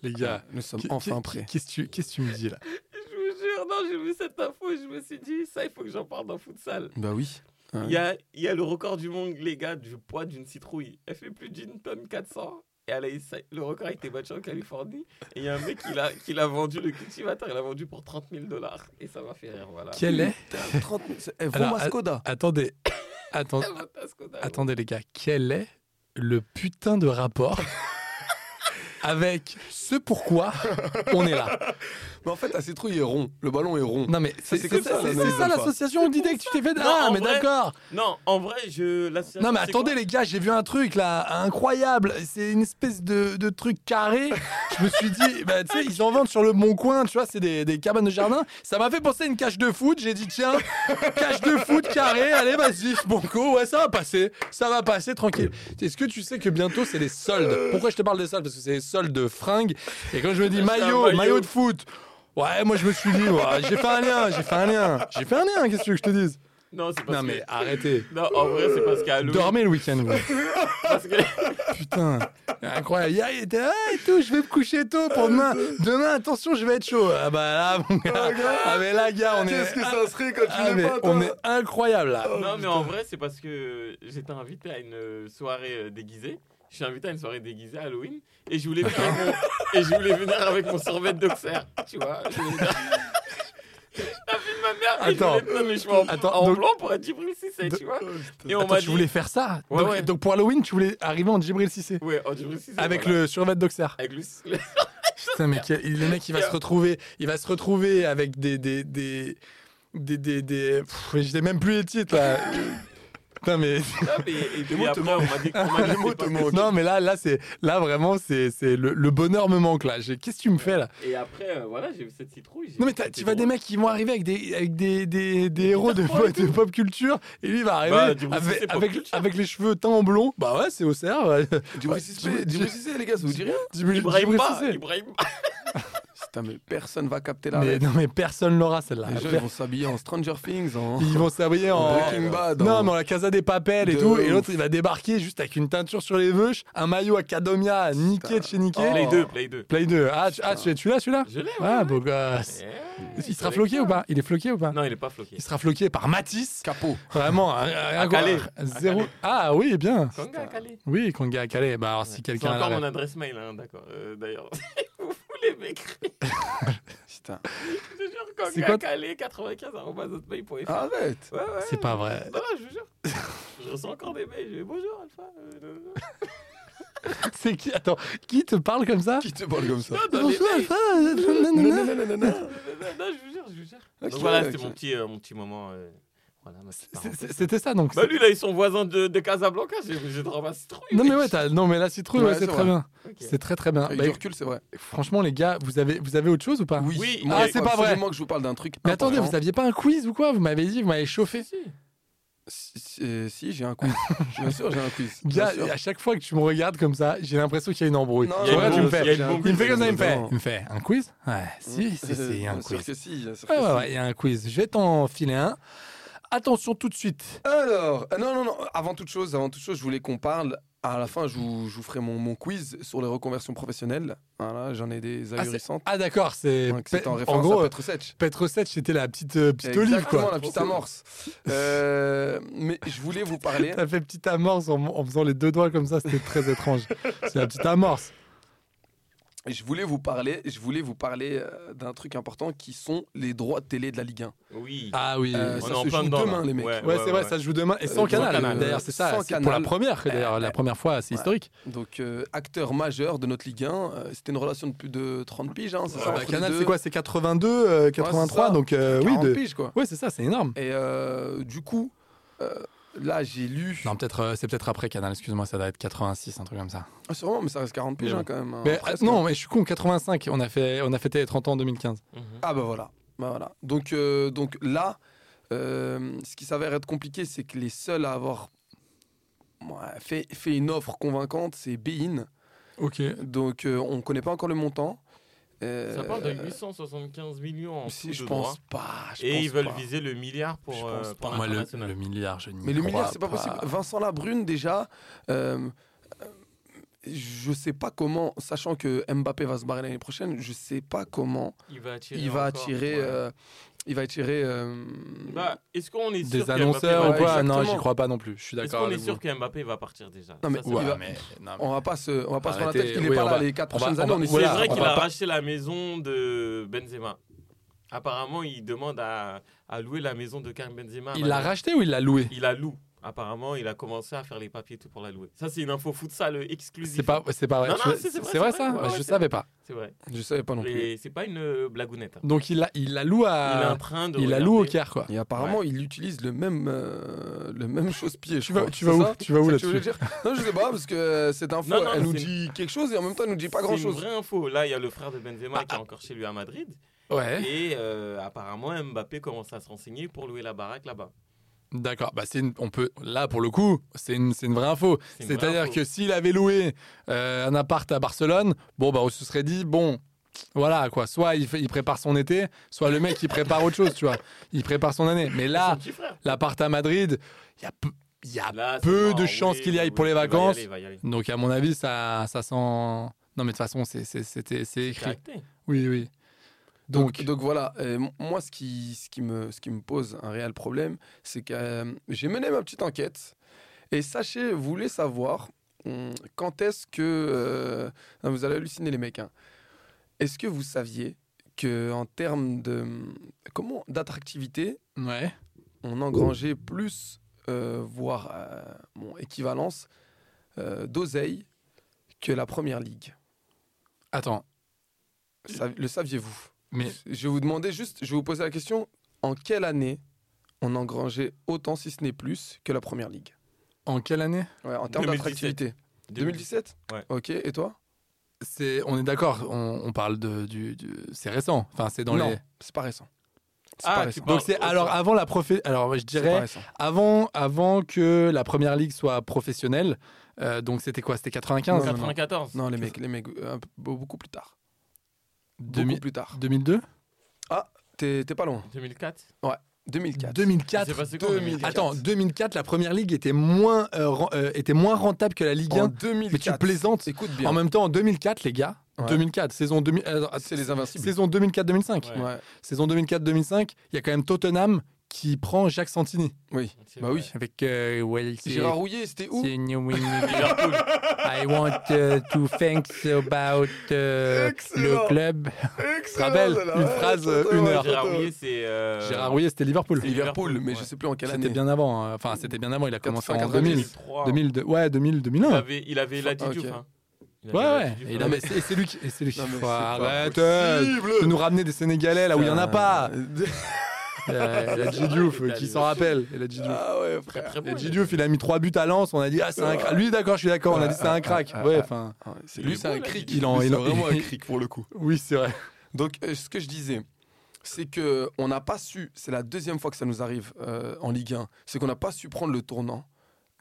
Speaker 6: Les gars,
Speaker 8: Nous sommes
Speaker 6: qui-
Speaker 8: enfin
Speaker 6: qui-
Speaker 8: prêts.
Speaker 6: qu'est-ce que tu- qu'est-ce que tu me dis là
Speaker 7: Je vous jure, non, j'ai vu cette info, je me suis dit, ça, il faut que j'en parle dans futsal.
Speaker 8: Bah oui.
Speaker 7: Il y a, il y a le record du monde, les gars, du poids d'une citrouille. Elle fait plus d'une tonne 400. Et elle a essayé- le record a été battu en Californie. Et il y a un mec qui l'a, qui l'a vendu, le cultivateur, il l'a vendu pour 30 000 dollars. Et ça m'a fait rire, voilà.
Speaker 6: Quelle est
Speaker 8: Putain, 30 000, c'est- Eh,
Speaker 6: Alors,
Speaker 8: vends-moi
Speaker 6: à-
Speaker 8: Skoda.
Speaker 6: Attendez. Attendez,
Speaker 7: Ah, parce qu'on a-
Speaker 6: attendez les gars, quel est le putain de rapport avec ce pourquoi on est là
Speaker 8: Mais en fait, la citrouille est rond. Le ballon est rond.
Speaker 6: Non mais c'est
Speaker 8: c'est
Speaker 6: c'est
Speaker 8: comme
Speaker 6: ça,
Speaker 8: ça,
Speaker 6: c'est-
Speaker 8: l'analyse,
Speaker 6: c'est ça
Speaker 8: quoi.
Speaker 6: l'association d'idées que tu t'es fait.
Speaker 7: Non,
Speaker 6: Ah
Speaker 7: en
Speaker 6: mais
Speaker 7: vrai-
Speaker 6: d'accord.
Speaker 7: Non, en vrai, je.
Speaker 6: Non mais attendez les gars, j'ai vu un truc là, incroyable. C'est une espèce de, de truc carré. Je me suis dit, bah, tu sais, ils en vendent sur le bon coin, tu vois, c'est des, des cabanes de jardin. Ça m'a fait penser à une cage de foot. J'ai dit tiens, cage de foot carré, allez vas-y, ce bon coup, ouais ça va passer, ça va passer tranquille. Est-ce que tu sais que bientôt c'est les
Speaker 7: Euh.
Speaker 6: soldes Pourquoi je te parle des soldes Parce que c'est les soldes de fringues. Et quand je me dis maillot,
Speaker 7: maillot.
Speaker 6: maillot de foot. Ouais, moi je me suis dit, ouais, j'ai fait un lien, j'ai fait un lien, j'ai fait un lien, qu'est-ce que tu veux que je te dise
Speaker 7: Non, c'est parce
Speaker 6: Non mais
Speaker 7: que-
Speaker 6: arrêtez,
Speaker 7: Non, en vrai, c'est parce qu'à Halloween.
Speaker 6: dormez le week-end, vous.
Speaker 7: Parce que...
Speaker 6: Putain, incroyable. Hier, il était ah, et tout, je vais me coucher tôt pour demain. Demain, attention, je vais être chaud. Ah bah là, mon
Speaker 7: Oh,
Speaker 6: gars. Ah mais là, gars, on est.
Speaker 8: Qu'est-ce que ça serait quand tu
Speaker 6: Ah,
Speaker 8: l'es
Speaker 6: mais
Speaker 8: pas, toi
Speaker 6: on est incroyable là.
Speaker 7: Non, mais en vrai, c'est parce que j'étais invité à une euh, soirée euh, déguisée. Je suis invité à une soirée déguisée à Halloween et je voulais venir avec mon, et je voulais venir avec mon sorbet d'Auxerre, tu vois. Je voulais venir- La fille de ma mère, et
Speaker 6: Attends.
Speaker 7: je voulais prendre mes cheveux en,
Speaker 6: Attends,
Speaker 7: en
Speaker 6: donc-
Speaker 7: blanc pour être Djibril Cissé, tu vois. Et on
Speaker 6: Attends,
Speaker 7: m'a
Speaker 6: tu
Speaker 7: dit,
Speaker 6: voulais faire ça
Speaker 7: Ouais,
Speaker 6: donc,
Speaker 7: ouais.
Speaker 6: donc pour Halloween, tu voulais arriver en Djibril Cissé
Speaker 7: ouais, en Djibril Cissé,
Speaker 6: avec
Speaker 7: voilà.
Speaker 6: le survêt d'Auxerre.
Speaker 7: avec le, le-
Speaker 6: Putain, mais quel- le mec, il va se retrouver, il va se retrouver avec des des des des des, des- pff, j'ai même plus les titres là. Putain, mais.
Speaker 7: Ah, mais- et puis
Speaker 8: mots te
Speaker 7: après, on
Speaker 8: manquent.
Speaker 7: m'a dit on m'a dit que
Speaker 8: Les mots
Speaker 7: c'était
Speaker 8: te
Speaker 7: pas-
Speaker 8: manquent.
Speaker 6: Non, mais là, là, c'est, là vraiment, c'est, c'est le, le bonheur me manque là. J'ai- Qu'est-ce que tu me fais là
Speaker 7: Et après, euh, voilà, j'ai vu cette citrouille. j'ai
Speaker 6: Non, mais
Speaker 7: vu que
Speaker 6: t'as-
Speaker 7: c'était
Speaker 6: tu vas des
Speaker 7: drôle.
Speaker 6: mecs qui vont arriver avec des, avec des, des, des héros de, pop- de pop culture et lui il va arriver
Speaker 7: Bah, du Bruce Lee, c'est
Speaker 6: avec,
Speaker 7: pop
Speaker 6: avec,
Speaker 7: culture.
Speaker 6: avec les cheveux teints en blond. Bah ouais, c'est au cerf. ouais.
Speaker 8: Dis-moi si c'est, dis-moi si c'est, les gars, ça vous dit rien
Speaker 6: Du Bruce- du
Speaker 7: Ibrahim
Speaker 6: Bruce
Speaker 7: pas,
Speaker 6: Lee.
Speaker 7: Ibrahim pas.
Speaker 8: Putain, mais personne va capter la
Speaker 6: Mais
Speaker 8: ref.
Speaker 6: non, mais personne l'aura celle-là.
Speaker 8: Les gens, ils vont s'habiller en Stranger Things, en
Speaker 6: Ils vont s'habiller en.
Speaker 8: Breaking Bad. en-
Speaker 6: Non, mais en la Casa des Papels et
Speaker 8: De
Speaker 6: tout. Et
Speaker 8: ouf.
Speaker 6: l'autre, il va débarquer juste avec une teinture sur les veuches, un maillot à Cadomia, niqué de chez niqué.
Speaker 8: Oh.
Speaker 7: Play 2, Play 2.
Speaker 6: Play 2. Ah, tu, ah, tu- tu l'as celui-là
Speaker 7: Je l'ai, ouais,
Speaker 6: Ah,
Speaker 7: ouais. Eh,
Speaker 6: beau gosse.
Speaker 7: Yeah.
Speaker 6: Il sera floqué ou pas Il est floqué ou pas
Speaker 7: Non, il est pas floqué.
Speaker 6: Ah. Il sera floqué par Matisse.
Speaker 8: capot.
Speaker 6: Vraiment, un, un- un-
Speaker 7: Calais.
Speaker 6: zéro.
Speaker 7: À Calais.
Speaker 6: Ah oui, bien.
Speaker 7: Kanga, calé.
Speaker 6: Oui, Konga à Calais. Bah, alors, si
Speaker 7: C'est
Speaker 6: quelqu'un. a
Speaker 7: encore
Speaker 6: la-
Speaker 7: mon adresse mail, hein, d'accord. Euh, D'ailleurs, si vous voulez m'écrire,
Speaker 8: Putain.
Speaker 7: je te jure,
Speaker 6: C'est quoi Ah.
Speaker 7: Kanga, calé, 95.hotmail.fr.
Speaker 8: Arrête.
Speaker 7: Ouais, ouais.
Speaker 6: C'est pas vrai.
Speaker 7: Non, je vous jure. je reçois encore des mails. Je dis bonjour, Alpha. Euh, non, non.
Speaker 6: C'est qui Attends, qui te parle comme ça
Speaker 8: Qui te parle comme ça
Speaker 7: dans les
Speaker 6: Bonsoir,
Speaker 7: mails.
Speaker 6: ça, euh, nanana.
Speaker 8: Nanana.
Speaker 7: Non, non, non, je vous jure, je vous jure.
Speaker 8: Ok,
Speaker 7: Donc voilà,
Speaker 8: ok.
Speaker 7: c'était mon petit, euh, mon petit moment. euh, voilà, ma petite
Speaker 6: C'est-
Speaker 7: parenthèse.
Speaker 6: c'est- C'était ça donc.
Speaker 7: Bah lui là, ils sont voisins de, de Casablanca, j'ai j'ai trop ma citrouille.
Speaker 6: Non mais ouais, t'as- non mais la citrouille, ouais,
Speaker 8: Ouais,
Speaker 6: c'est
Speaker 8: c'est
Speaker 6: très
Speaker 8: vrai.
Speaker 6: bien.
Speaker 7: Ok.
Speaker 6: C'est très très bien.
Speaker 8: Avec
Speaker 6: Bah,
Speaker 8: du recul, c'est vrai.
Speaker 6: franchement les gars, vous avez vous avez autre chose ou pas
Speaker 7: Oui,
Speaker 8: Moi,
Speaker 7: ah,
Speaker 8: il faut
Speaker 6: c'est pas vrai.
Speaker 8: absolument que je vous parle d'un truc.
Speaker 6: Mais attendez,
Speaker 8: important.
Speaker 6: vous aviez pas un quiz ou quoi Vous m'avez dit, vous m'avez chauffé.
Speaker 8: Si, si, si, j'ai un quiz. Bien sûr, j'ai un quiz. Bien
Speaker 6: Gars,
Speaker 8: sûr.
Speaker 6: à chaque fois que tu me regardes comme ça, j'ai l'impression qu'il y a une embrouille.
Speaker 8: Non,
Speaker 6: C'est
Speaker 7: Il y a
Speaker 6: vrai,
Speaker 7: une
Speaker 6: tu me
Speaker 7: bombe, il y a
Speaker 6: fais.
Speaker 7: une bombe.
Speaker 6: Il me fait comme ça, il me fait.
Speaker 8: Non.
Speaker 6: Il me fait un quiz Ouais, si, si, si, il y a un
Speaker 8: Bien sûr
Speaker 6: quiz.
Speaker 8: que si, bien sûr
Speaker 6: Ouais,
Speaker 8: que
Speaker 6: ouais,
Speaker 8: si.
Speaker 6: ouais, il y a un quiz. Je vais t'en filer un. Attention tout de suite.
Speaker 8: Alors, euh, non, non, non, avant toute chose, avant toute chose, je voulais qu'on parle. À la fin, je vous, je vous ferai mon, mon quiz sur les reconversions professionnelles. Voilà, j'en ai des
Speaker 6: c'est-
Speaker 8: ahurissantes.
Speaker 6: Ah d'accord, c'est
Speaker 8: Donc, c'est
Speaker 6: Pe-
Speaker 8: en
Speaker 6: en
Speaker 8: référence
Speaker 6: gros
Speaker 8: à Petr Sech.
Speaker 6: Petro 7, c'était la petite euh, petite olive
Speaker 8: Exactement,
Speaker 6: quoi.
Speaker 8: la petite amorce. Euh, mais je voulais vous parler.
Speaker 6: T'as fait petite amorce en, en faisant les deux doigts comme ça, c'était très étrange. C'est la petite amorce.
Speaker 8: Je voulais vous parler. Je voulais vous parler euh, d'un truc important qui sont les droits de télé de la Ligue 1.
Speaker 7: Oui.
Speaker 6: Ah oui.
Speaker 8: Euh,
Speaker 7: On
Speaker 8: ça
Speaker 7: est en
Speaker 8: se
Speaker 7: plein
Speaker 8: joue
Speaker 7: dedans,
Speaker 8: demain,
Speaker 7: là.
Speaker 8: les mecs.
Speaker 6: Ouais, c'est vrai, ça se joue demain et sans
Speaker 8: Euh,
Speaker 6: canal.
Speaker 8: canal.
Speaker 6: D'ailleurs, c'est ça.
Speaker 8: Sans
Speaker 6: C'est pour la
Speaker 8: canal.
Speaker 6: première. que D'ailleurs, la première fois, c'est
Speaker 8: Ouais.
Speaker 6: historique.
Speaker 8: Donc, euh, acteur majeur de notre Ligue 1. euh, C'était une relation de plus de 30 piges. Hein, c'est ça,
Speaker 6: Bah,
Speaker 8: entre les
Speaker 6: canal,
Speaker 8: deux,
Speaker 6: c'est quoi C'est 82, euh, 83.
Speaker 8: ça.
Speaker 6: donc euh, oui,
Speaker 8: 40
Speaker 6: de...
Speaker 8: piges, quoi.
Speaker 6: ouais, c'est ça. C'est énorme.
Speaker 8: Et euh, du coup, euh, là, j'ai lu.
Speaker 6: Non, peut-être, euh, c'est peut-être après Canal. Excuse-moi, ça doit être 86, un truc comme ça.
Speaker 8: Ah, sûrement, mais ça reste 40 piges
Speaker 6: Mais
Speaker 8: hein, quand même. hein,
Speaker 6: mais, ah,
Speaker 8: presque.
Speaker 6: non, mais je suis con. 85. On a fait, on a fêté les 30 ans en 2015.
Speaker 8: Ah, bah voilà. Bah, voilà. Donc, euh, donc là, euh, ce qui s'avère être compliqué, c'est que les seuls à avoir ouais, fait, fait une offre convaincante, c'est Bein.
Speaker 6: Ok.
Speaker 8: Donc, euh, on ne connaît pas encore le montant. Euh,
Speaker 7: Ça parle de 875 millions en
Speaker 8: Si,
Speaker 7: coût
Speaker 8: je
Speaker 7: de
Speaker 8: pense
Speaker 7: droits.
Speaker 8: pas. je
Speaker 7: Et
Speaker 8: pense
Speaker 7: ils veulent
Speaker 8: pas.
Speaker 7: viser le milliard pour,
Speaker 8: Je
Speaker 7: euh,
Speaker 8: pense
Speaker 7: pour
Speaker 8: pas.
Speaker 6: Moi, le,
Speaker 7: l'international.
Speaker 6: le milliard, je n'y
Speaker 8: Mais le
Speaker 6: crois
Speaker 8: milliard, c'est pas, possible. Vincent Labrune, déjà, euh, euh, je sais pas comment, sachant que Mbappé va se barrer l'année prochaine, je sais pas comment
Speaker 7: Il va attirer.
Speaker 8: il va,
Speaker 7: encore,
Speaker 8: attirer,
Speaker 7: ouais.
Speaker 8: euh, il va attirer. euh,
Speaker 7: Bah, est-ce qu'on est sûr
Speaker 6: Des
Speaker 7: que
Speaker 6: annonceurs ou
Speaker 7: Mbappé va-
Speaker 6: quoi Non,
Speaker 8: exactement.
Speaker 6: j'y crois pas non plus. Je suis
Speaker 7: Est-ce
Speaker 6: d'accord
Speaker 7: qu'on
Speaker 6: avec
Speaker 7: est sûr
Speaker 6: vous.
Speaker 7: que Mbappé va partir déjà
Speaker 8: Non, mais
Speaker 7: Ça, c'est-
Speaker 8: il
Speaker 6: Ouais,
Speaker 8: va-
Speaker 6: mais- non, mais-
Speaker 8: On va pas se, on va pas se prendre la
Speaker 6: Arrêtez,
Speaker 8: tête. Il est
Speaker 6: oui,
Speaker 8: pas
Speaker 6: on
Speaker 8: là
Speaker 6: va-
Speaker 8: les quatre
Speaker 6: on va-
Speaker 8: prochaines
Speaker 6: on
Speaker 8: années.
Speaker 6: va-
Speaker 8: on est
Speaker 6: voilà,
Speaker 7: c'est vrai
Speaker 6: on
Speaker 7: qu'il
Speaker 6: va
Speaker 7: a
Speaker 6: pas-
Speaker 7: racheté la maison de Benzema. Apparemment, il demande à, à louer la maison de Karim Benzema.
Speaker 6: Il l'a racheté ou il l'a loué
Speaker 7: Il la loue. Apparemment, il a commencé à faire les papiers et tout pour la louer. Ça, c'est une info football exclusive.
Speaker 6: C'est pas, c'est pas vrai.
Speaker 7: Non,
Speaker 6: Tu
Speaker 7: non,
Speaker 6: veux-
Speaker 7: c'est- c'est vrai,
Speaker 6: c'est vrai
Speaker 7: c'est
Speaker 6: ça
Speaker 7: vrai. Ouais,
Speaker 6: Bah,
Speaker 7: ouais,
Speaker 6: Je
Speaker 7: c'est
Speaker 6: savais pas.
Speaker 7: C'est vrai.
Speaker 8: Je savais pas non plus.
Speaker 7: Et c'est pas une euh, blagounette. hein.
Speaker 6: Donc il la, il la loue
Speaker 7: il est
Speaker 6: à,
Speaker 7: en train de.
Speaker 6: Bah, il la loue au
Speaker 7: regarder.
Speaker 6: Caire quoi.
Speaker 8: Et apparemment, il utilise le même, euh, le même chausse-pied.
Speaker 6: Tu vas- tu vas où- tu vas où là-dessus
Speaker 8: Non, je sais pas parce que euh, cette info,
Speaker 7: Non, non,
Speaker 8: elle nous
Speaker 7: c'est-
Speaker 8: dit quelque chose et en même temps, elle nous dit pas
Speaker 7: C'est
Speaker 8: grand-chose.
Speaker 7: une vraie info. Là, il y a le frère de Benzema
Speaker 6: Bah,
Speaker 7: qui est encore chez lui à Madrid.
Speaker 6: Ouais.
Speaker 7: Et euh, apparemment, Mbappé commence à se renseigner pour louer la baraque là-bas.
Speaker 6: D'accord. Bah c'est une- on peut là pour le coup, c'est une, c'est une vraie info.
Speaker 7: C'est une vraie
Speaker 6: C'est-à-dire
Speaker 7: info.
Speaker 6: que s'il avait loué euh, un appart à Barcelone, bon bah on se serait dit bon. Voilà quoi, soit il, fait- il prépare son été, soit le mec il prépare autre chose, tu vois. Il prépare son année. Mais là,
Speaker 7: Son petit frère.
Speaker 6: l'appart à Madrid, il y a peu, il y a
Speaker 7: Là, c'est
Speaker 6: peu
Speaker 7: mort,
Speaker 6: de chances
Speaker 7: oui,
Speaker 6: qu'il y aille
Speaker 7: oui,
Speaker 6: pour les
Speaker 7: il va y
Speaker 6: vacances.
Speaker 7: aller, il va y aller.
Speaker 6: Donc à mon avis, ça, ça sent. Non mais de toute façon, c'est- c'est c'était- c'est
Speaker 7: C'est
Speaker 6: écrit.
Speaker 7: acté.
Speaker 6: Oui, oui.
Speaker 8: Donc,
Speaker 6: Donc,
Speaker 8: donc voilà, euh, m- moi ce qui, ce, qui me, ce qui me pose un réel problème, c'est que euh, j'ai mené ma petite enquête et sachez, vous voulez savoir hum, quand est-ce que... euh, non, vous allez halluciner les mecs. hein. Est-ce que vous saviez que en termes de... hmm, Comment D'attractivité,
Speaker 6: ouais.
Speaker 8: on engrangeait plus, euh, voire euh, bon, équivalence, euh, d'oseille que la Première Ligue.
Speaker 6: Attends,
Speaker 8: Sa- le saviez-vous
Speaker 6: mais
Speaker 8: Je vais vous demander juste, je vais vous poser la question, en quelle année on a engrangé autant, si ce n'est plus, que la première ligue.
Speaker 6: En quelle année
Speaker 8: Ouais, en termes
Speaker 7: 2017.
Speaker 8: d'attractivité. 2017
Speaker 7: Ouais.
Speaker 8: Ok, et toi
Speaker 6: C'est, on est d'accord, on, on parle de, du, du- c'est récent. Enfin, c'est dans
Speaker 8: Non,
Speaker 6: les.
Speaker 8: c'est pas récent. C'est
Speaker 7: Ah,
Speaker 8: pas
Speaker 7: tu
Speaker 8: récent.
Speaker 7: parles-
Speaker 6: Donc c'est
Speaker 7: ok.
Speaker 6: alors avant la profé... Alors je
Speaker 8: C'est pas
Speaker 6: dirais
Speaker 8: récent.
Speaker 6: avant avant que la première ligue soit professionnelle. euh, donc c'était quoi C'était 95,
Speaker 8: Non, non, non.
Speaker 7: 94.
Speaker 8: Non, les mecs, les mecs, euh, un peu- beaucoup plus tard.
Speaker 6: 2000
Speaker 8: Beaucoup plus tard.
Speaker 6: 2002,
Speaker 8: T'es t'es pas loin.
Speaker 7: 2004.
Speaker 8: 2004.
Speaker 6: 2004.
Speaker 7: C'est passé quand 2004
Speaker 6: Attends, 2004, la première ligue était moins euh, ren- euh, était moins rentable que la Ligue 1.
Speaker 8: En 2004.
Speaker 6: Mais tu plaisantes.
Speaker 8: Écoute bien.
Speaker 6: En même temps, en 2004, les gars,
Speaker 8: Ouais. Ah,
Speaker 6: 2004, saison 2000, euh,
Speaker 8: C'est les invincibles.
Speaker 6: saison 2004-2005.
Speaker 7: Ouais.
Speaker 8: Ouais.
Speaker 6: Saison 2004-2005, il y a quand même Tottenham qui prend Jacques Santini
Speaker 8: Oui.
Speaker 7: C'est
Speaker 8: Bah
Speaker 7: vrai.
Speaker 8: oui.
Speaker 6: avec euh, well, c'est-
Speaker 8: Gérard Rouillet, c'était où
Speaker 6: c'est New England.
Speaker 7: Liverpool.
Speaker 6: I want uh, to thank about uh,
Speaker 5: Excellent.
Speaker 6: club. Tu te rappelles Une phrase, euh, une heure.
Speaker 7: Gérard Rouillet, c'est. euh,
Speaker 6: Gérard Rouillet, c'était Liverpool.
Speaker 8: Liverpool,
Speaker 7: Liverpool,
Speaker 8: mais
Speaker 7: ouais.
Speaker 8: je sais plus en quelle
Speaker 6: C'était
Speaker 8: année.
Speaker 6: bien avant. hein. Enfin, c'était bien avant. Il a commencé en
Speaker 8: 95,
Speaker 6: 2000.
Speaker 7: 2003.
Speaker 6: 2002. Ouais, 2000,
Speaker 7: Il
Speaker 6: 2001.
Speaker 7: avait, il avait la
Speaker 8: Ah, ok.
Speaker 7: Didiouf, hein. Il
Speaker 6: Ouais,
Speaker 7: avait la
Speaker 6: ouais.
Speaker 7: Didiouf,
Speaker 6: Et
Speaker 7: hein.
Speaker 6: non, mais c'est et c'est lui qui. et c'est lui qui-
Speaker 8: Non, mais c'est
Speaker 6: Faut
Speaker 8: pas
Speaker 6: Arrête
Speaker 8: possible.
Speaker 6: euh, de nous ramener des Sénégalais là où il n'y en a pas. Euh, Il a Diouf
Speaker 7: C'est vrai,
Speaker 6: qui
Speaker 7: il
Speaker 6: s'en
Speaker 7: est
Speaker 6: rappelle. Il a Diouf.
Speaker 8: Ah ouais,
Speaker 7: Très,
Speaker 8: frère.
Speaker 7: très bon,
Speaker 6: Et
Speaker 7: il est-
Speaker 6: Diouf, il a mis trois buts à Lens. On a dit, ah, c'est un crack. Lui, d'accord, je suis d'accord. On a dit, c'est un crack. Ouais, enfin.
Speaker 8: Ah ouais, c'est-
Speaker 7: Il
Speaker 8: Lui,
Speaker 7: est
Speaker 8: c'est
Speaker 7: beau,
Speaker 8: un
Speaker 7: là,
Speaker 8: cric.
Speaker 7: Didou.
Speaker 6: Il en-
Speaker 8: Lui,
Speaker 6: il
Speaker 8: c'est
Speaker 6: en-
Speaker 8: vraiment un cric pour le coup.
Speaker 6: Oui, c'est vrai.
Speaker 8: Donc, euh, ce que je disais, c'est que on n'a pas su. C'est la deuxième fois que ça nous arrive euh, en Ligue 1. C'est qu'on n'a pas su prendre le tournant.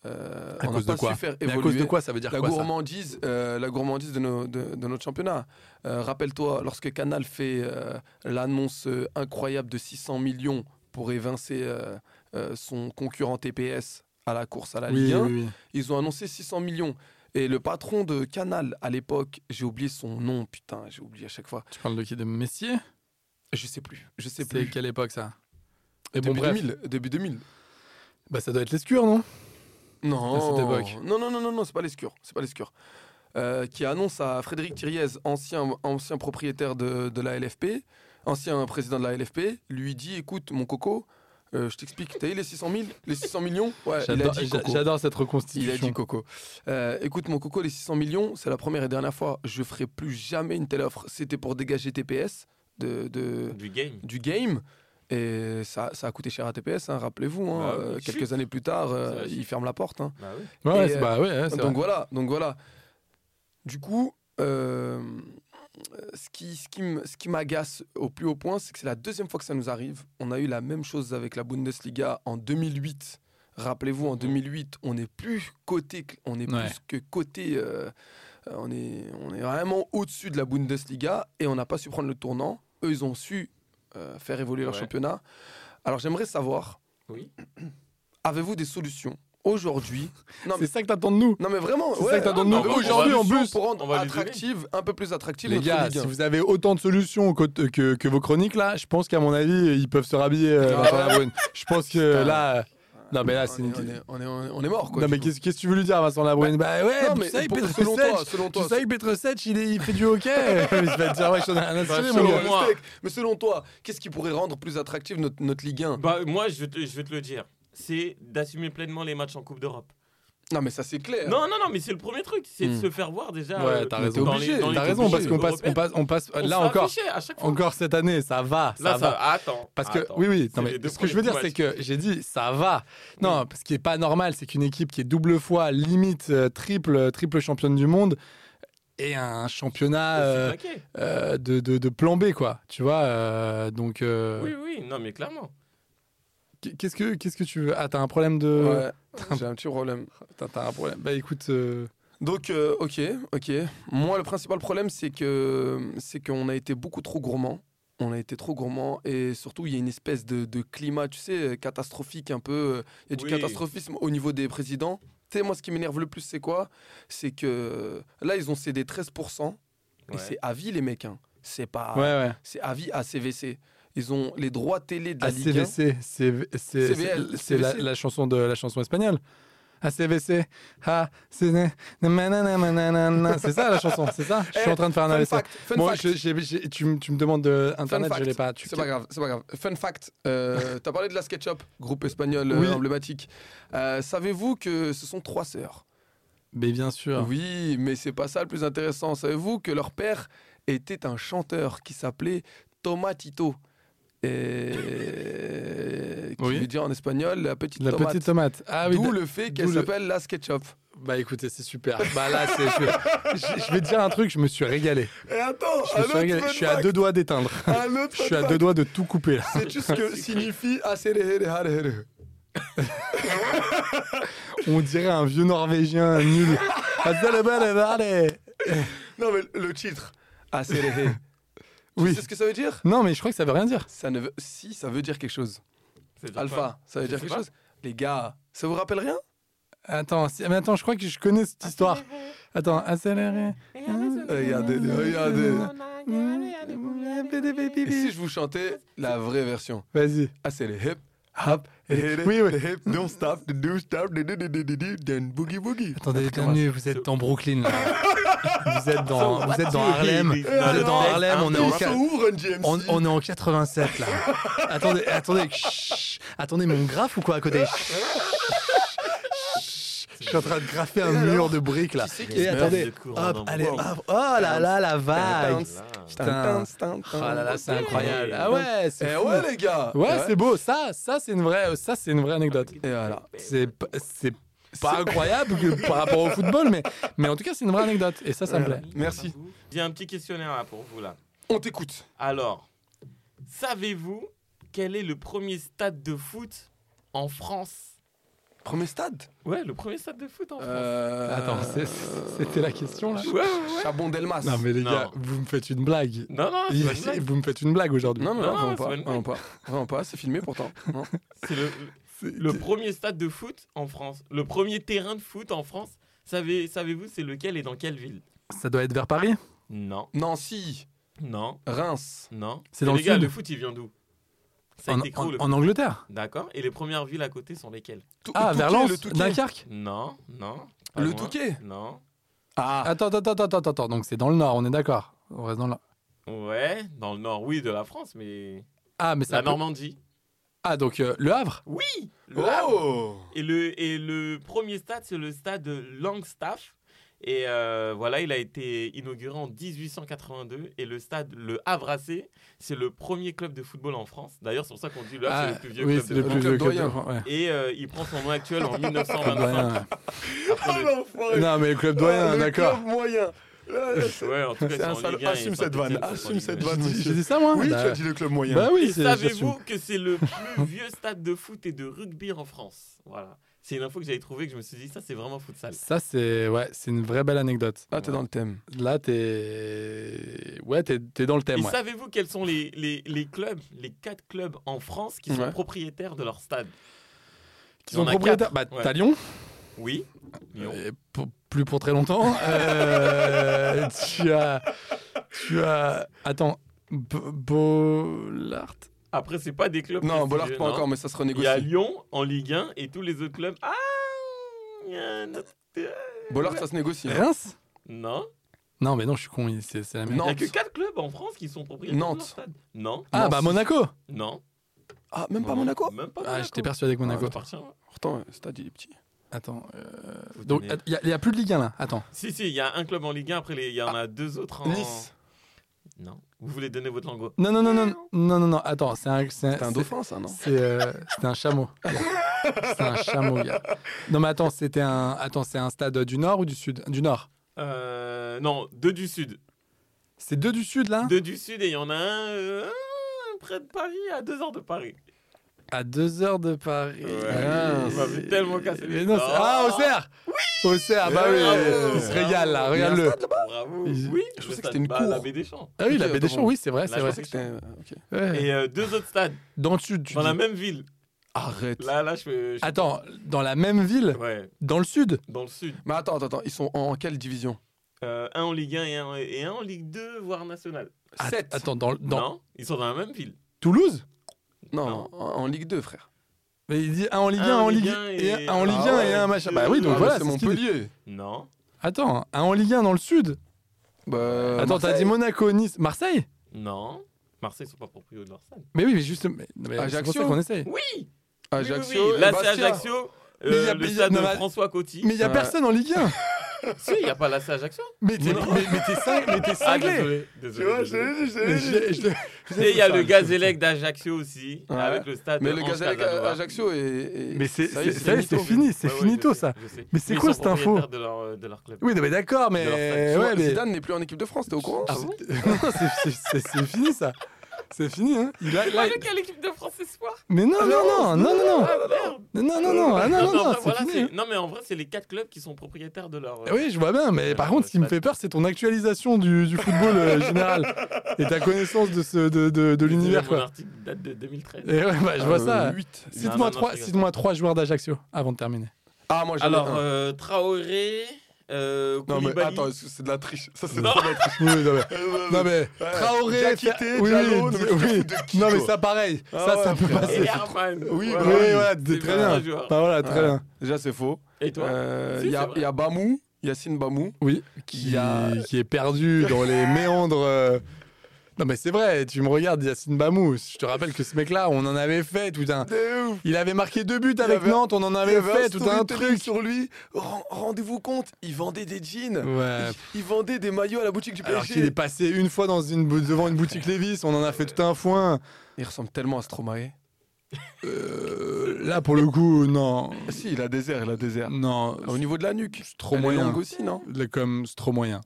Speaker 8: Euh,
Speaker 6: À
Speaker 8: on n'a
Speaker 6: cause de
Speaker 8: pas
Speaker 6: quoi
Speaker 8: su faire
Speaker 6: Mais
Speaker 8: évoluer
Speaker 6: à cause de quoi ça veut dire
Speaker 8: la
Speaker 6: quoi ça
Speaker 8: gourmandise, euh, la gourmandise de, nos- de- de notre championnat. Euh, Rappelle-toi, lorsque Canal fait euh, l'annonce euh, incroyable de 600 millions pour évincer euh, euh, son concurrent TPS à la course à la
Speaker 6: Oui,
Speaker 8: Ligue 1,
Speaker 6: oui, oui.
Speaker 8: ils ont annoncé 600 millions. Et le patron de Canal à l'époque, j'ai oublié son nom, putain, j'ai oublié à chaque fois.
Speaker 6: Tu parles de qui De Messier
Speaker 8: Je sais plus, je sais
Speaker 6: C'était
Speaker 8: plus.
Speaker 6: quelle époque ça Et bon,
Speaker 8: début
Speaker 6: bref.
Speaker 8: 2000, début 2000.
Speaker 6: Bah, ça doit être l'escure, non
Speaker 8: Non,
Speaker 6: À cette époque.
Speaker 8: non, non, non, non, non, c'est pas l'escure, c'est pas l'escure. Euh, qui annonce à Frédéric Thiriez, ancien, ancien propriétaire de, de la LFP, ancien président de la LFP, lui dit écoute, mon coco, euh, je t'explique, t'as eu les 600 000 Les 600 millions Ouais, il a
Speaker 6: J'adore-
Speaker 8: dit
Speaker 6: j'a-
Speaker 8: coco.
Speaker 6: J'adore cette
Speaker 8: Il
Speaker 6: reconstitution.
Speaker 8: a dit coco. Euh, écoute, mon coco, les 600 millions, c'est la première et dernière fois, je ferai plus jamais une telle offre. C'était pour dégager TPS de, de-
Speaker 7: Du game.
Speaker 8: du game. Et ça, ça a coûté cher à TPS, hein, rappelez-vous. hein.
Speaker 7: Bah oui,
Speaker 8: Euh,
Speaker 7: chut.
Speaker 8: quelques années plus tard, euh,
Speaker 7: C'est vrai,
Speaker 8: il
Speaker 7: chut.
Speaker 8: ferme la porte. hein.
Speaker 7: Bah oui.
Speaker 6: Ouais,
Speaker 8: Et,
Speaker 6: c'est-
Speaker 8: euh,
Speaker 6: bah, ouais, ouais, c'est
Speaker 8: Donc
Speaker 6: vrai.
Speaker 8: voilà, donc voilà. Du coup, euh, ce qui, ce qui me- ce qui m'agace au plus haut point, c'est que c'est la deuxième fois que ça nous arrive. On a eu la même chose avec la Bundesliga en 2008. Rappelez-vous, en 2008, on n'est plus côté, on est
Speaker 6: Mhm. Ouais.
Speaker 8: plus que côté, euh, euh, on est, on est vraiment au-dessus de la Bundesliga et on n'a pas su prendre le tournant. Eux, ils ont su euh, faire évoluer leur
Speaker 7: Ouais.
Speaker 8: championnat. Alors j'aimerais savoir,
Speaker 7: Oui.
Speaker 8: avez-vous des solutions aujourd'hui Non, mais-
Speaker 6: C'est ça que t'attends de nous.
Speaker 8: non mais vraiment,
Speaker 6: C'est ça que t'as dans
Speaker 8: de
Speaker 6: le nom.
Speaker 7: Aujourd'hui,
Speaker 6: en plus,
Speaker 8: pour rendre
Speaker 7: on va les
Speaker 8: attractive, un peu plus attractive
Speaker 6: Les
Speaker 8: notre
Speaker 6: gars,
Speaker 8: Ligue
Speaker 6: si
Speaker 8: 1.
Speaker 6: vous avez autant de solutions que, que, que vos chroniques là, je pense qu'à mon avis, ils peuvent se rhabiller. euh,
Speaker 8: Ah
Speaker 6: Vincent
Speaker 8: ouais.
Speaker 6: Labrune. Je pense que
Speaker 8: Putain.
Speaker 6: là. euh, Non, mais là, c'est
Speaker 8: on,
Speaker 6: une.
Speaker 8: est, on, est, on, est, on est- on est mort quoi.
Speaker 6: non, mais
Speaker 8: du coup.
Speaker 6: qu'est-ce qu'est-ce que tu veux lui dire, Vincent Labrune Bah ouais,
Speaker 8: Non,
Speaker 6: tu
Speaker 8: mais
Speaker 6: sais,
Speaker 8: pour-
Speaker 6: Petre
Speaker 8: selon
Speaker 6: Sech,
Speaker 8: toi, selon toi,
Speaker 6: Tu sais, Petre Sech, il, est- il fait du hockey. il va te dire, ouais, je suis un assuré, mon
Speaker 7: selon
Speaker 6: gars.
Speaker 7: moi.
Speaker 8: Steak. Mais selon toi, qu'est-ce qui pourrait rendre plus attractive notre, notre Ligue 1
Speaker 7: Bah, moi, je vais, te, je vais te le dire. C'est d'assumer pleinement les matchs en Coupe d'Europe.
Speaker 8: Non mais ça c'est clair.
Speaker 7: Non, non, non, mais c'est le premier truc. C'est
Speaker 8: Hmm.
Speaker 7: de se faire voir déjà.
Speaker 6: Ouais,
Speaker 7: euh,
Speaker 6: t'as
Speaker 7: dans
Speaker 6: raison.
Speaker 7: les- dans
Speaker 8: Obligé,
Speaker 7: les
Speaker 6: T'as
Speaker 8: est
Speaker 6: raison,
Speaker 7: coupes
Speaker 6: parce qu'on passe, on
Speaker 7: européennes.
Speaker 6: passe, on passe.
Speaker 7: On se
Speaker 6: Là
Speaker 7: fait
Speaker 6: encore,
Speaker 7: afficher à chaque fois.
Speaker 6: encore cette année, ça va, ça
Speaker 7: Là,
Speaker 6: va.
Speaker 7: ça. Attends.
Speaker 6: Parce que,
Speaker 7: attends.
Speaker 6: oui, oui, non,
Speaker 7: C'est
Speaker 6: mais
Speaker 7: les deux
Speaker 6: ce que je veux dire,
Speaker 7: premiers
Speaker 6: c'est que j'ai dit ça va. Non, ce qui n'est pas normal, c'est qu'une équipe qui est double fois, limite euh, triple, euh, triple championne du monde, et un championnat
Speaker 7: matchs.
Speaker 6: euh,
Speaker 7: C'est claqué.
Speaker 6: euh, de, de, de plan B, quoi. Tu vois, euh, donc. euh,
Speaker 7: Oui, oui, non, mais clairement.
Speaker 6: Qu'est-ce que Qu'est-ce que tu veux Ah, t'as un problème de.
Speaker 8: Ouais, j'ai un petit problème.
Speaker 6: T'as- T'as un problème. Bah écoute. euh,
Speaker 8: Donc euh, ok, ok. Moi le principal problème c'est que c'est qu'on a été beaucoup trop gourmand. On a été trop gourmand et surtout il y a une espèce de, de climat, tu sais, euh, catastrophique un peu. euh, Il y a du
Speaker 7: Oui.
Speaker 8: catastrophisme au niveau des présidents. Tu sais, moi ce qui m'énerve le plus c'est quoi C'est que là ils ont cédé 13% et
Speaker 7: Ouais.
Speaker 8: c'est à vie les mecs. hein. C'est pas,
Speaker 6: Ouais, ouais.
Speaker 8: c'est à vie à CVC. Ils ont les droits télé de la Ligue 1.
Speaker 6: ACVC, c'est c'est-
Speaker 8: CVL,
Speaker 6: c'est- c'est la,
Speaker 8: CVC.
Speaker 6: la chanson de la chanson espagnole. ACVC, ah, c'est na- na- na- na- na- na- na- na. c'est ça la chanson, c'est ça. Je suis
Speaker 8: Eh,
Speaker 6: en train de faire un
Speaker 8: Fun
Speaker 6: AVC.
Speaker 8: fact, fun
Speaker 6: Moi,
Speaker 8: fact.
Speaker 6: je- j'ai- j'ai- tu, me- tu me demandes de internet, je
Speaker 8: fact.
Speaker 6: l'ai pas. Tu
Speaker 8: C'est pas grave, c'est pas grave. Fun fact, euh, t'as parlé de la SketchUp, groupe espagnol euh,
Speaker 6: Oui.
Speaker 8: emblématique. Euh, Savez-vous que ce sont trois sœurs
Speaker 6: Mais bien sûr.
Speaker 8: Oui, mais c'est pas ça le plus intéressant. Savez-vous que leur père était un chanteur qui s'appelait Tomatito et qui
Speaker 6: Oui.
Speaker 8: lui dit en espagnol la petite
Speaker 6: La
Speaker 8: tomate.
Speaker 6: petite tomate. Ah oui,
Speaker 8: D'où
Speaker 6: d-
Speaker 8: le fait
Speaker 6: d'où
Speaker 8: qu'elle
Speaker 6: le-
Speaker 8: s'appelle la SketchUp.
Speaker 6: Bah écoutez, c'est super. Bah là, c'est- je, vais- je- je vais te dire un truc, je me suis régalé.
Speaker 10: Et
Speaker 8: Oh,
Speaker 10: attends,
Speaker 6: Je, me suis, régalé. Je suis à deux doigts d'éteindre.
Speaker 10: Un autre
Speaker 6: Je suis à
Speaker 10: fun
Speaker 6: deux doigts de tout couper là.
Speaker 10: C'est juste ce que signifie Aserereharere.
Speaker 6: On dirait un vieux Norvégien nul. Azalabalabale.
Speaker 8: Non mais le titre. Aserere.
Speaker 6: Oui.
Speaker 8: Tu sais ce que ça veut dire
Speaker 6: Non, mais je crois que ça veut rien dire.
Speaker 8: Ça ne veut... Si, ça veut dire quelque chose.
Speaker 7: C'est
Speaker 8: Alpha,
Speaker 7: pas-
Speaker 8: ça veut
Speaker 7: Je
Speaker 8: dire
Speaker 7: sais
Speaker 8: quelque
Speaker 7: pas.
Speaker 8: chose. Les gars, ça vous rappelle rien
Speaker 6: Attends, si- mais attends, je crois que je connais cette histoire. Attends, accéléré. Ah,
Speaker 8: Regardez, regardez.
Speaker 6: Mmh,
Speaker 8: Et si je vous chantais la vraie version
Speaker 6: Vas-y.
Speaker 8: Ah, c'est les hip.
Speaker 6: Hop. Oui, oui.
Speaker 8: Hip, don't stop, the do stop, the do do do do do, then boogie boogie.
Speaker 7: Ah,
Speaker 6: Attendez,
Speaker 8: commence.
Speaker 6: bienvenue, vous êtes en Brooklyn. Là. vous êtes dans, vous êtes dans
Speaker 7: What
Speaker 6: Harlem.
Speaker 7: you
Speaker 6: Vous êtes dans
Speaker 7: did.
Speaker 6: Harlem, on est en,
Speaker 10: Il s'ouvre un GMC.
Speaker 6: on, on est en 87 là. attendez, attendez, chut. attendez mon graphe ou quoi à côté Chut. Chut. Je suis en train de graffer un mur de briques là.
Speaker 7: c'est qui
Speaker 6: Et
Speaker 7: se meurt
Speaker 6: attendez,
Speaker 7: Vous êtes courant
Speaker 6: hop,
Speaker 7: dans le
Speaker 6: allez,
Speaker 7: bois,
Speaker 6: hop. Oh là là, la vague. Putain. Oh
Speaker 7: Ah
Speaker 6: là là, c'est incroyable. Ah ouais, c'est
Speaker 8: Eh
Speaker 6: fou.
Speaker 8: ouais, les gars
Speaker 6: Ouais, c'est beau. Ça, ça c'est une vraie, ça c'est une vraie anecdote.
Speaker 8: Et voilà.
Speaker 6: C'est p- c'est pas incroyable que- par rapport au football, mais mais en tout cas c'est une vraie anecdote et ça ça me plaît.
Speaker 8: Merci.
Speaker 7: J'ai un petit questionnaire là pour vous là.
Speaker 8: On t'écoute.
Speaker 7: Alors, savez-vous quel est le premier stade de foot en France
Speaker 8: Premier stade
Speaker 7: Ouais, le premier stade de foot en France.
Speaker 8: Euh,
Speaker 6: Attends, c'est- c'est- c'était la question là.
Speaker 7: Ouais, ouais, ouais.
Speaker 8: Chabon Delmas.
Speaker 6: Non mais les
Speaker 7: Non.
Speaker 6: gars, vous me faites une blague.
Speaker 7: Non, non, c'est pas une blague.
Speaker 6: Vous me faites une blague aujourd'hui.
Speaker 8: Non, non,
Speaker 7: Non,
Speaker 8: non, vraiment
Speaker 7: c'est pas
Speaker 8: pas.
Speaker 7: une
Speaker 8: Vraiment pas. Vraiment pas, c'est filmé pourtant. Non.
Speaker 7: C'est le, le premier stade de foot en France. Le premier terrain de foot en France. Savez- Savez-vous c'est lequel et dans quelle ville
Speaker 6: Ça doit être vers Paris.
Speaker 7: Non,
Speaker 8: Nancy,
Speaker 7: non,
Speaker 8: Reims.
Speaker 7: non.
Speaker 6: C'est
Speaker 7: Et
Speaker 6: dans
Speaker 7: les
Speaker 6: le
Speaker 7: gars,
Speaker 6: sud
Speaker 7: le foot, il vient d'où Ça a
Speaker 6: En,
Speaker 7: été créé où,
Speaker 6: en-
Speaker 7: le
Speaker 6: en Angleterre.
Speaker 7: D'accord. Et les premières villes à côté sont lesquelles
Speaker 8: Tou-
Speaker 6: Ah,
Speaker 8: Touquet,
Speaker 6: vers
Speaker 8: Le
Speaker 6: Lens,
Speaker 8: Touquet.
Speaker 6: Dunkerque.
Speaker 7: Non, non. pas
Speaker 8: Le
Speaker 7: loin.
Speaker 8: Touquet.
Speaker 7: Non.
Speaker 8: Ah,
Speaker 6: Attends, attends, attends, attends, attends. Donc c'est dans le nord, on est d'accord. On reste dans le. nord.
Speaker 7: Ouais, dans le nord, oui, de la France, mais.
Speaker 6: Ah mais ça.
Speaker 7: La
Speaker 6: peut-
Speaker 7: Normandie.
Speaker 6: Ah donc euh, le Havre.
Speaker 7: Oui le Havre.
Speaker 8: oh
Speaker 7: et, le, et le premier stade, c'est le stade Langstaff. Et euh, voilà, il a été inauguré en 1882. Et le stade Le Havracé, c'est le premier club de football en France. D'ailleurs, c'est pour ça qu'on dit le
Speaker 8: Ah,
Speaker 7: Havre, c'est le plus vieux
Speaker 6: Ah, oui,
Speaker 7: club
Speaker 6: c'est
Speaker 7: de
Speaker 6: le
Speaker 7: France.
Speaker 6: plus vieux
Speaker 8: Club
Speaker 6: club.
Speaker 8: doyen.
Speaker 6: de France, ouais.
Speaker 7: Et euh, il prend son nom actuel en
Speaker 6: Club
Speaker 7: 1925.
Speaker 8: Ah, ben,
Speaker 6: doyen.
Speaker 7: Après le-
Speaker 6: Non mais le club doyen,
Speaker 8: Le
Speaker 6: d'accord.
Speaker 8: club moyen. Là, là, c'est-
Speaker 7: Ouais, en tout cas,
Speaker 8: C'est un
Speaker 7: ils sont en
Speaker 8: salaud.
Speaker 7: Ligue 1 et
Speaker 8: Assume
Speaker 7: ils sont
Speaker 8: cette vanne,
Speaker 7: septième, ils sont en
Speaker 8: assume
Speaker 7: Ligue 1.
Speaker 8: cette
Speaker 6: J'ai
Speaker 8: vanne,
Speaker 6: dit- j'ai
Speaker 8: monsieur.
Speaker 6: dit ça moi
Speaker 8: Oui, tu
Speaker 6: Bah,
Speaker 8: as dit le club moyen.
Speaker 6: Bah oui,
Speaker 7: Et
Speaker 6: c'est- j'assume.
Speaker 7: savez-vous que c'est le plus vieux stade de foot et de rugby en France Voilà. C'est une info que j'avais trouvée que je me suis dit, ça c'est vraiment futsal.
Speaker 6: Ça, c'est ouais, c'est une vraie belle anecdote.
Speaker 8: Là, Ah, t'es dans le thème.
Speaker 6: Là, t'es ouais, t'es t'es dans le
Speaker 7: Et
Speaker 6: thème. ouais.
Speaker 7: savez-vous quels sont les, les, les clubs, les quatre clubs en France qui sont
Speaker 8: Ouais.
Speaker 7: propriétaires de leur stade
Speaker 6: Qui
Speaker 7: Il y en
Speaker 6: sont
Speaker 7: a
Speaker 6: propriétaires.
Speaker 7: quatre.
Speaker 6: Bah,
Speaker 7: Ouais.
Speaker 6: t'as Lyon,
Speaker 7: Oui.
Speaker 8: Euh,
Speaker 7: Lyon.
Speaker 6: et pour- plus pour très longtemps. Euh, tu as, tu as. Attends, B- Bollard.
Speaker 7: Après, c'est pas des clubs.
Speaker 8: Non,
Speaker 7: prestigieux,
Speaker 8: Bollard, pas
Speaker 7: non.
Speaker 8: encore, mais ça se
Speaker 7: Il y a
Speaker 8: renégocie.
Speaker 7: Lyon en Ligue 1 et tous les autres clubs. Ah il y a un autre- euh,
Speaker 8: Bollard, ça se négocie. hein.
Speaker 6: Reims.
Speaker 7: Non.
Speaker 6: Non, mais non, je suis con. il- C'est c'est la même.
Speaker 7: Il n'y a
Speaker 8: Nantes.
Speaker 7: que quatre clubs en France qui sont propriétaires de leur
Speaker 8: Nantes.
Speaker 7: stade. Non.
Speaker 6: Ah bah
Speaker 8: Nancy.
Speaker 6: Monaco.
Speaker 7: Non.
Speaker 8: Ah, même pas
Speaker 7: Non.
Speaker 8: Monaco
Speaker 7: Même pas Monaco.
Speaker 6: Ah, j'étais persuadé que Monaco.
Speaker 7: Ça appartient.
Speaker 8: Pourtant, euh, stade, il est petit.
Speaker 6: Attends. euh, Donc,
Speaker 7: hein. donnez-
Speaker 6: il y, a- il y a plus de Ligue 1 là. Attends.
Speaker 7: Si, si, il y a un club en Ligue 1, après les- il y en a deux autres en.
Speaker 8: Nice.
Speaker 7: Non. Vous voulez donner votre langue au-
Speaker 6: Non, non, non, non, non, non, non. Attends, c'est un, c'est
Speaker 8: T'es un
Speaker 6: c'est-
Speaker 8: dauphin, ça, non
Speaker 6: C'est euh, c'était un chameau. C'était un chameau, gars. Non, mais attends, c'était un, attends, c'est un stade du nord ou du sud Du nord.
Speaker 7: Euh, non, deux du Sud.
Speaker 6: C'est deux du sud, là
Speaker 7: Deux du Sud et il y en a un euh, près de Paris, à deux heures de Paris.
Speaker 6: À deux heures de Paris. Ah.
Speaker 7: Ouais, il m'avait tellement cassé les
Speaker 6: Mais non, c'est-
Speaker 7: dents.
Speaker 6: Ah, Auxerre Oui Auxerre, bah oui,
Speaker 7: Oh. bravo,
Speaker 6: il se régale, là,
Speaker 7: bravo.
Speaker 6: regarde-le.
Speaker 7: Bravo.
Speaker 6: Ils-
Speaker 7: Oui,
Speaker 8: je pensais
Speaker 7: le
Speaker 8: que
Speaker 7: stade-
Speaker 8: c'était une
Speaker 7: bah,
Speaker 8: cour.
Speaker 7: la baie des Champs.
Speaker 6: Ah oui, la
Speaker 8: Ok,
Speaker 6: baie des champs, oui, c'est vrai,
Speaker 7: Là,
Speaker 6: c'est
Speaker 7: je
Speaker 6: vrai.
Speaker 7: pensais que
Speaker 8: C'était- euh, ok.
Speaker 6: Ouais.
Speaker 7: Et euh, deux autres stades
Speaker 6: Dans le sud, tu
Speaker 7: dans la
Speaker 6: dis- Ah.
Speaker 7: même ville.
Speaker 8: Arrête.
Speaker 7: Là, là, je fais. je-
Speaker 6: Attends, dans la même ville
Speaker 7: Ouais,
Speaker 6: Dans le sud
Speaker 7: dans le Sud.
Speaker 8: Mais attends, attends, attends, ils sont en quelle division
Speaker 7: Euh, un en Ligue 1 et un, et un en Ligue 2, voire national.
Speaker 6: Att-
Speaker 8: 7
Speaker 6: Attends, dans, dans
Speaker 7: Non, ils sont dans la même ville.
Speaker 6: Toulouse
Speaker 8: Non, en, en Ligue 2, frère.
Speaker 6: Mais il dit un en Ligue 1,
Speaker 7: Un
Speaker 6: en
Speaker 7: en
Speaker 6: Ligue
Speaker 7: Ligue un
Speaker 6: 1
Speaker 7: et-
Speaker 6: et un en Ligue
Speaker 8: Ah
Speaker 6: 1
Speaker 8: ouais.
Speaker 6: et un machin. Bah oui, donc
Speaker 8: Ah,
Speaker 6: voilà,
Speaker 8: mais c'est
Speaker 6: c'est ce qu'il dit.
Speaker 8: Montpellier.
Speaker 7: Non.
Speaker 6: Attends, un en Ligue 1 dans le sud
Speaker 8: Bah,
Speaker 6: Attends, t'as dit Monaco, Nice, Marseille
Speaker 7: Non. Marseille, ils sont pas propriétaires de leur stade.
Speaker 6: Mais oui, mais juste. mais- mais C'est pour
Speaker 8: Ajaccio.
Speaker 6: ça qu'on essaye.
Speaker 7: Oui,
Speaker 8: Ah, Ajaccio.
Speaker 7: oui, oui, oui.
Speaker 8: et
Speaker 7: Là, c'est
Speaker 8: Bastia.
Speaker 7: Ajaccio.
Speaker 6: Mais il y
Speaker 7: Euh,
Speaker 6: a-
Speaker 7: le
Speaker 6: il y a-
Speaker 7: stade de
Speaker 6: non, mais-
Speaker 7: François Coty.
Speaker 6: Mais il n'y a
Speaker 8: Ouais.
Speaker 6: personne en Ligue 1
Speaker 7: Si, il n'y a pas l'assez Ajaccio
Speaker 11: Mais t'es mais- mais t'es cin- mais t'es
Speaker 7: Ah,
Speaker 11: cinglé.
Speaker 7: désolé, désolé,
Speaker 11: Tu vois,
Speaker 7: désolé.
Speaker 11: je l'ai dit, je l'ai
Speaker 7: Mais
Speaker 11: dit.
Speaker 7: je-
Speaker 11: Je l'ai- je l'ai
Speaker 7: Et il y a
Speaker 11: dit, je
Speaker 7: le
Speaker 11: l'ai dit.
Speaker 7: Gazélec d'Ajaccio aussi,
Speaker 8: Ouais.
Speaker 7: avec le stade
Speaker 8: Mais
Speaker 7: Ah, de
Speaker 8: le
Speaker 7: Ange
Speaker 8: Gazélec
Speaker 7: Casanova.
Speaker 8: à Ajaccio est- est.
Speaker 6: Mais c'est
Speaker 8: ça y
Speaker 6: c'est-
Speaker 8: est,
Speaker 6: ça y est, c'est fini, c'est
Speaker 8: Ouais, ouais,
Speaker 6: finito
Speaker 8: je sais,
Speaker 6: ça.
Speaker 8: je sais.
Speaker 6: Mais c'est
Speaker 8: Mais
Speaker 6: quoi
Speaker 8: ils sont
Speaker 6: cette info
Speaker 7: propriétaires de leur, euh, de leur club.
Speaker 6: Oui, non, mais d'accord, mais
Speaker 8: De leur fac.
Speaker 6: ouais, mais-
Speaker 8: Zidane n'est plus en équipe de France, t'es au courant
Speaker 6: Ah bon Non, c'est- c'est- c'est- c'est fini ça. C'est fini, hein. Il a- là, il-
Speaker 7: Avec l'équipe de France ce soir
Speaker 6: Mais non, non, non, non, non,
Speaker 7: Ah, merde.
Speaker 6: non, non, non, non, ah, non, non, non,
Speaker 7: bah,
Speaker 6: c'est
Speaker 7: voilà,
Speaker 6: fini.
Speaker 7: c'est-
Speaker 6: hein. Eh
Speaker 7: non, mais en vrai, c'est les quatre clubs qui sont propriétaires de leur. euh,
Speaker 6: Oui, je vois bien, mais par contre, ce qui me fait peur, c'est ton actualisation du, du football euh, général et ta connaissance de, ce, de, de, de l'univers.
Speaker 7: Mon
Speaker 6: quoi.
Speaker 7: article date de 2013.
Speaker 6: Et ouais, bah, je
Speaker 8: Ah,
Speaker 6: vois
Speaker 8: euh,
Speaker 6: ça.
Speaker 7: Non,
Speaker 6: Cite-moi
Speaker 7: non, non,
Speaker 6: trois,
Speaker 7: je rigole.
Speaker 6: cite-moi trois joueurs d'Ajaccio avant de terminer.
Speaker 8: Ah, moi, j'en ai
Speaker 7: Alors,
Speaker 8: un.
Speaker 7: euh, Traoré. Euh,
Speaker 8: Non, mais
Speaker 7: Koulibaly.
Speaker 8: attends, est-ce que c'est de la triche. Ça, c'est de
Speaker 7: Non.
Speaker 8: la triche.
Speaker 6: Oui, oui, non, mais, non, mais
Speaker 8: Euh, Ouais.
Speaker 6: Traoré,
Speaker 8: Diakité,
Speaker 6: Fer- oui,
Speaker 8: Diallo,
Speaker 6: oui,
Speaker 8: non, mais
Speaker 6: oui,
Speaker 8: tu te fous de qui,
Speaker 6: non, mais
Speaker 8: toi
Speaker 6: ça, pareil,
Speaker 8: Ah
Speaker 6: ça,
Speaker 8: ouais,
Speaker 6: ça peut
Speaker 8: frère.
Speaker 6: passer.
Speaker 7: Et Herman.
Speaker 8: Oui,
Speaker 7: Ouais,
Speaker 8: bah
Speaker 6: Oui,
Speaker 7: ouais.
Speaker 6: voilà,
Speaker 7: C'est
Speaker 6: c'est très
Speaker 7: vraiment un
Speaker 6: bien.
Speaker 7: joueur.
Speaker 6: Bah, voilà, très
Speaker 8: Ouais.
Speaker 6: bien.
Speaker 8: Déjà, c'est faux.
Speaker 7: Et toi
Speaker 8: Euh,
Speaker 7: Si,
Speaker 8: Il y
Speaker 7: c'est
Speaker 8: a-
Speaker 7: vrai.
Speaker 8: il y a Bamou, Yacine Bamou.
Speaker 6: Oui,
Speaker 8: Qui
Speaker 6: qui,
Speaker 8: a-
Speaker 6: qui est perdu dans les méandres. euh. Non, mais c'est vrai, tu me regardes, Yacine Bamou. Je te rappelle que ce mec-là, on en avait fait tout un.
Speaker 8: De ouf.
Speaker 6: Il avait marqué deux buts
Speaker 8: Il
Speaker 6: avec
Speaker 8: avait-
Speaker 6: Nantes, on en
Speaker 8: Il y
Speaker 6: avait fait
Speaker 8: un
Speaker 6: tout un
Speaker 8: storytelling
Speaker 6: truc.
Speaker 8: sur lui. Ren- Rendez-vous compte, il vendait des jeans.
Speaker 6: Ouais.
Speaker 8: Il, il vendait des maillots à la boutique du
Speaker 6: Alors qu'il est
Speaker 8: PSG.
Speaker 6: passé une fois dans une, bou- devant une boutique Lévis, on en a fait tout un foin.
Speaker 8: Il ressemble tellement à Stromae.
Speaker 6: Euh, là, pour le coup, non.
Speaker 8: Ah Si, il a des airs, il a des airs.
Speaker 6: Non,
Speaker 8: Au niveau de la nuque,
Speaker 6: c'est trop
Speaker 8: elle est
Speaker 6: moyen.
Speaker 8: longue aussi, non
Speaker 6: Le- Comme c'est trop moyen.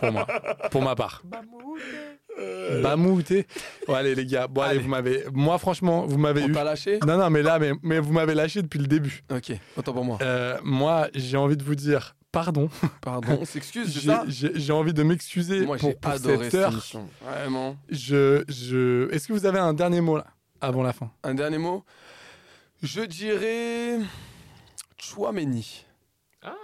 Speaker 6: pour moi. Pour ma part. Euh. Bamouté. Bon, allez, les gars. Bon, allez, vous m'avez. Moi, franchement, vous m'avez
Speaker 8: On
Speaker 6: eu. Ah
Speaker 8: t'a lâché
Speaker 6: Non, non, mais là, mais, mais vous m'avez lâché depuis le début.
Speaker 8: Ok, autant pour moi.
Speaker 6: Euh, moi, j'ai envie de vous dire pardon.
Speaker 8: Pardon, on s'excuse, c'est
Speaker 6: J'ai
Speaker 8: ça
Speaker 6: j'ai- j'ai envie de m'excuser
Speaker 8: Moi,
Speaker 6: pour,
Speaker 8: j'ai
Speaker 6: pour
Speaker 8: adoré
Speaker 6: cette
Speaker 8: cette
Speaker 6: heure.
Speaker 8: émission. Vraiment.
Speaker 6: Je, je... Est-ce que vous avez un dernier mot là avant la fin
Speaker 8: Un dernier mot Je dirais... Chouameni.
Speaker 7: Ah,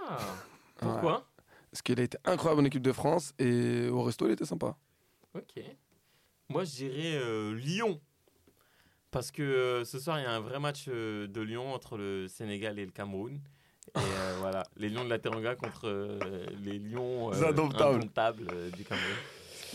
Speaker 7: pourquoi
Speaker 8: Parce qu'il a été incroyable en équipe de France et au resto, il était sympa.
Speaker 7: Ok. Moi, je dirais euh, Lyon. Parce que euh, ce soir, il y a un vrai match euh, de Lyon entre le Sénégal et le Cameroun. Et euh, voilà, les Lions de la Teranga contre euh, les Lions euh,
Speaker 8: Les indomptables.
Speaker 7: indomptables, euh, du Cameroun.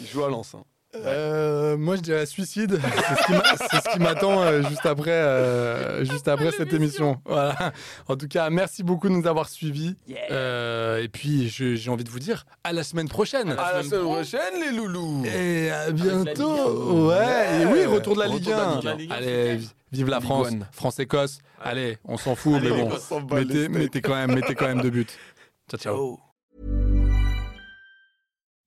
Speaker 8: Il joue à Lens. hein.
Speaker 6: Euh, Moi, je dirais suicide. C'est ce qui m'a- C'est ce qui m'attend euh, juste après, euh, juste après cette émission. Voilà. En tout cas, merci beaucoup de nous avoir suivis. Euh, et puis, je- j'ai envie de vous dire à la semaine prochaine.
Speaker 8: À la semaine prochaine, les loulous
Speaker 6: Et à
Speaker 7: Ligue
Speaker 6: bientôt.
Speaker 7: un.
Speaker 6: Ouais. Et oui,
Speaker 8: Ouais.
Speaker 6: retour de la
Speaker 8: Retour
Speaker 6: Ligue
Speaker 8: de la
Speaker 6: 1.
Speaker 8: Ligue
Speaker 7: un. Ligue un,
Speaker 6: Allez, vi- vive la
Speaker 8: Ligue
Speaker 6: France.
Speaker 8: one.
Speaker 6: France-Écosse. Allez, on s'en fout,
Speaker 7: Allez,
Speaker 6: mais bon.
Speaker 7: on
Speaker 8: s'en bat les
Speaker 6: Mettez,
Speaker 8: steaks.
Speaker 6: mettez quand même, mettez quand même deux buts. Ciao, ciao.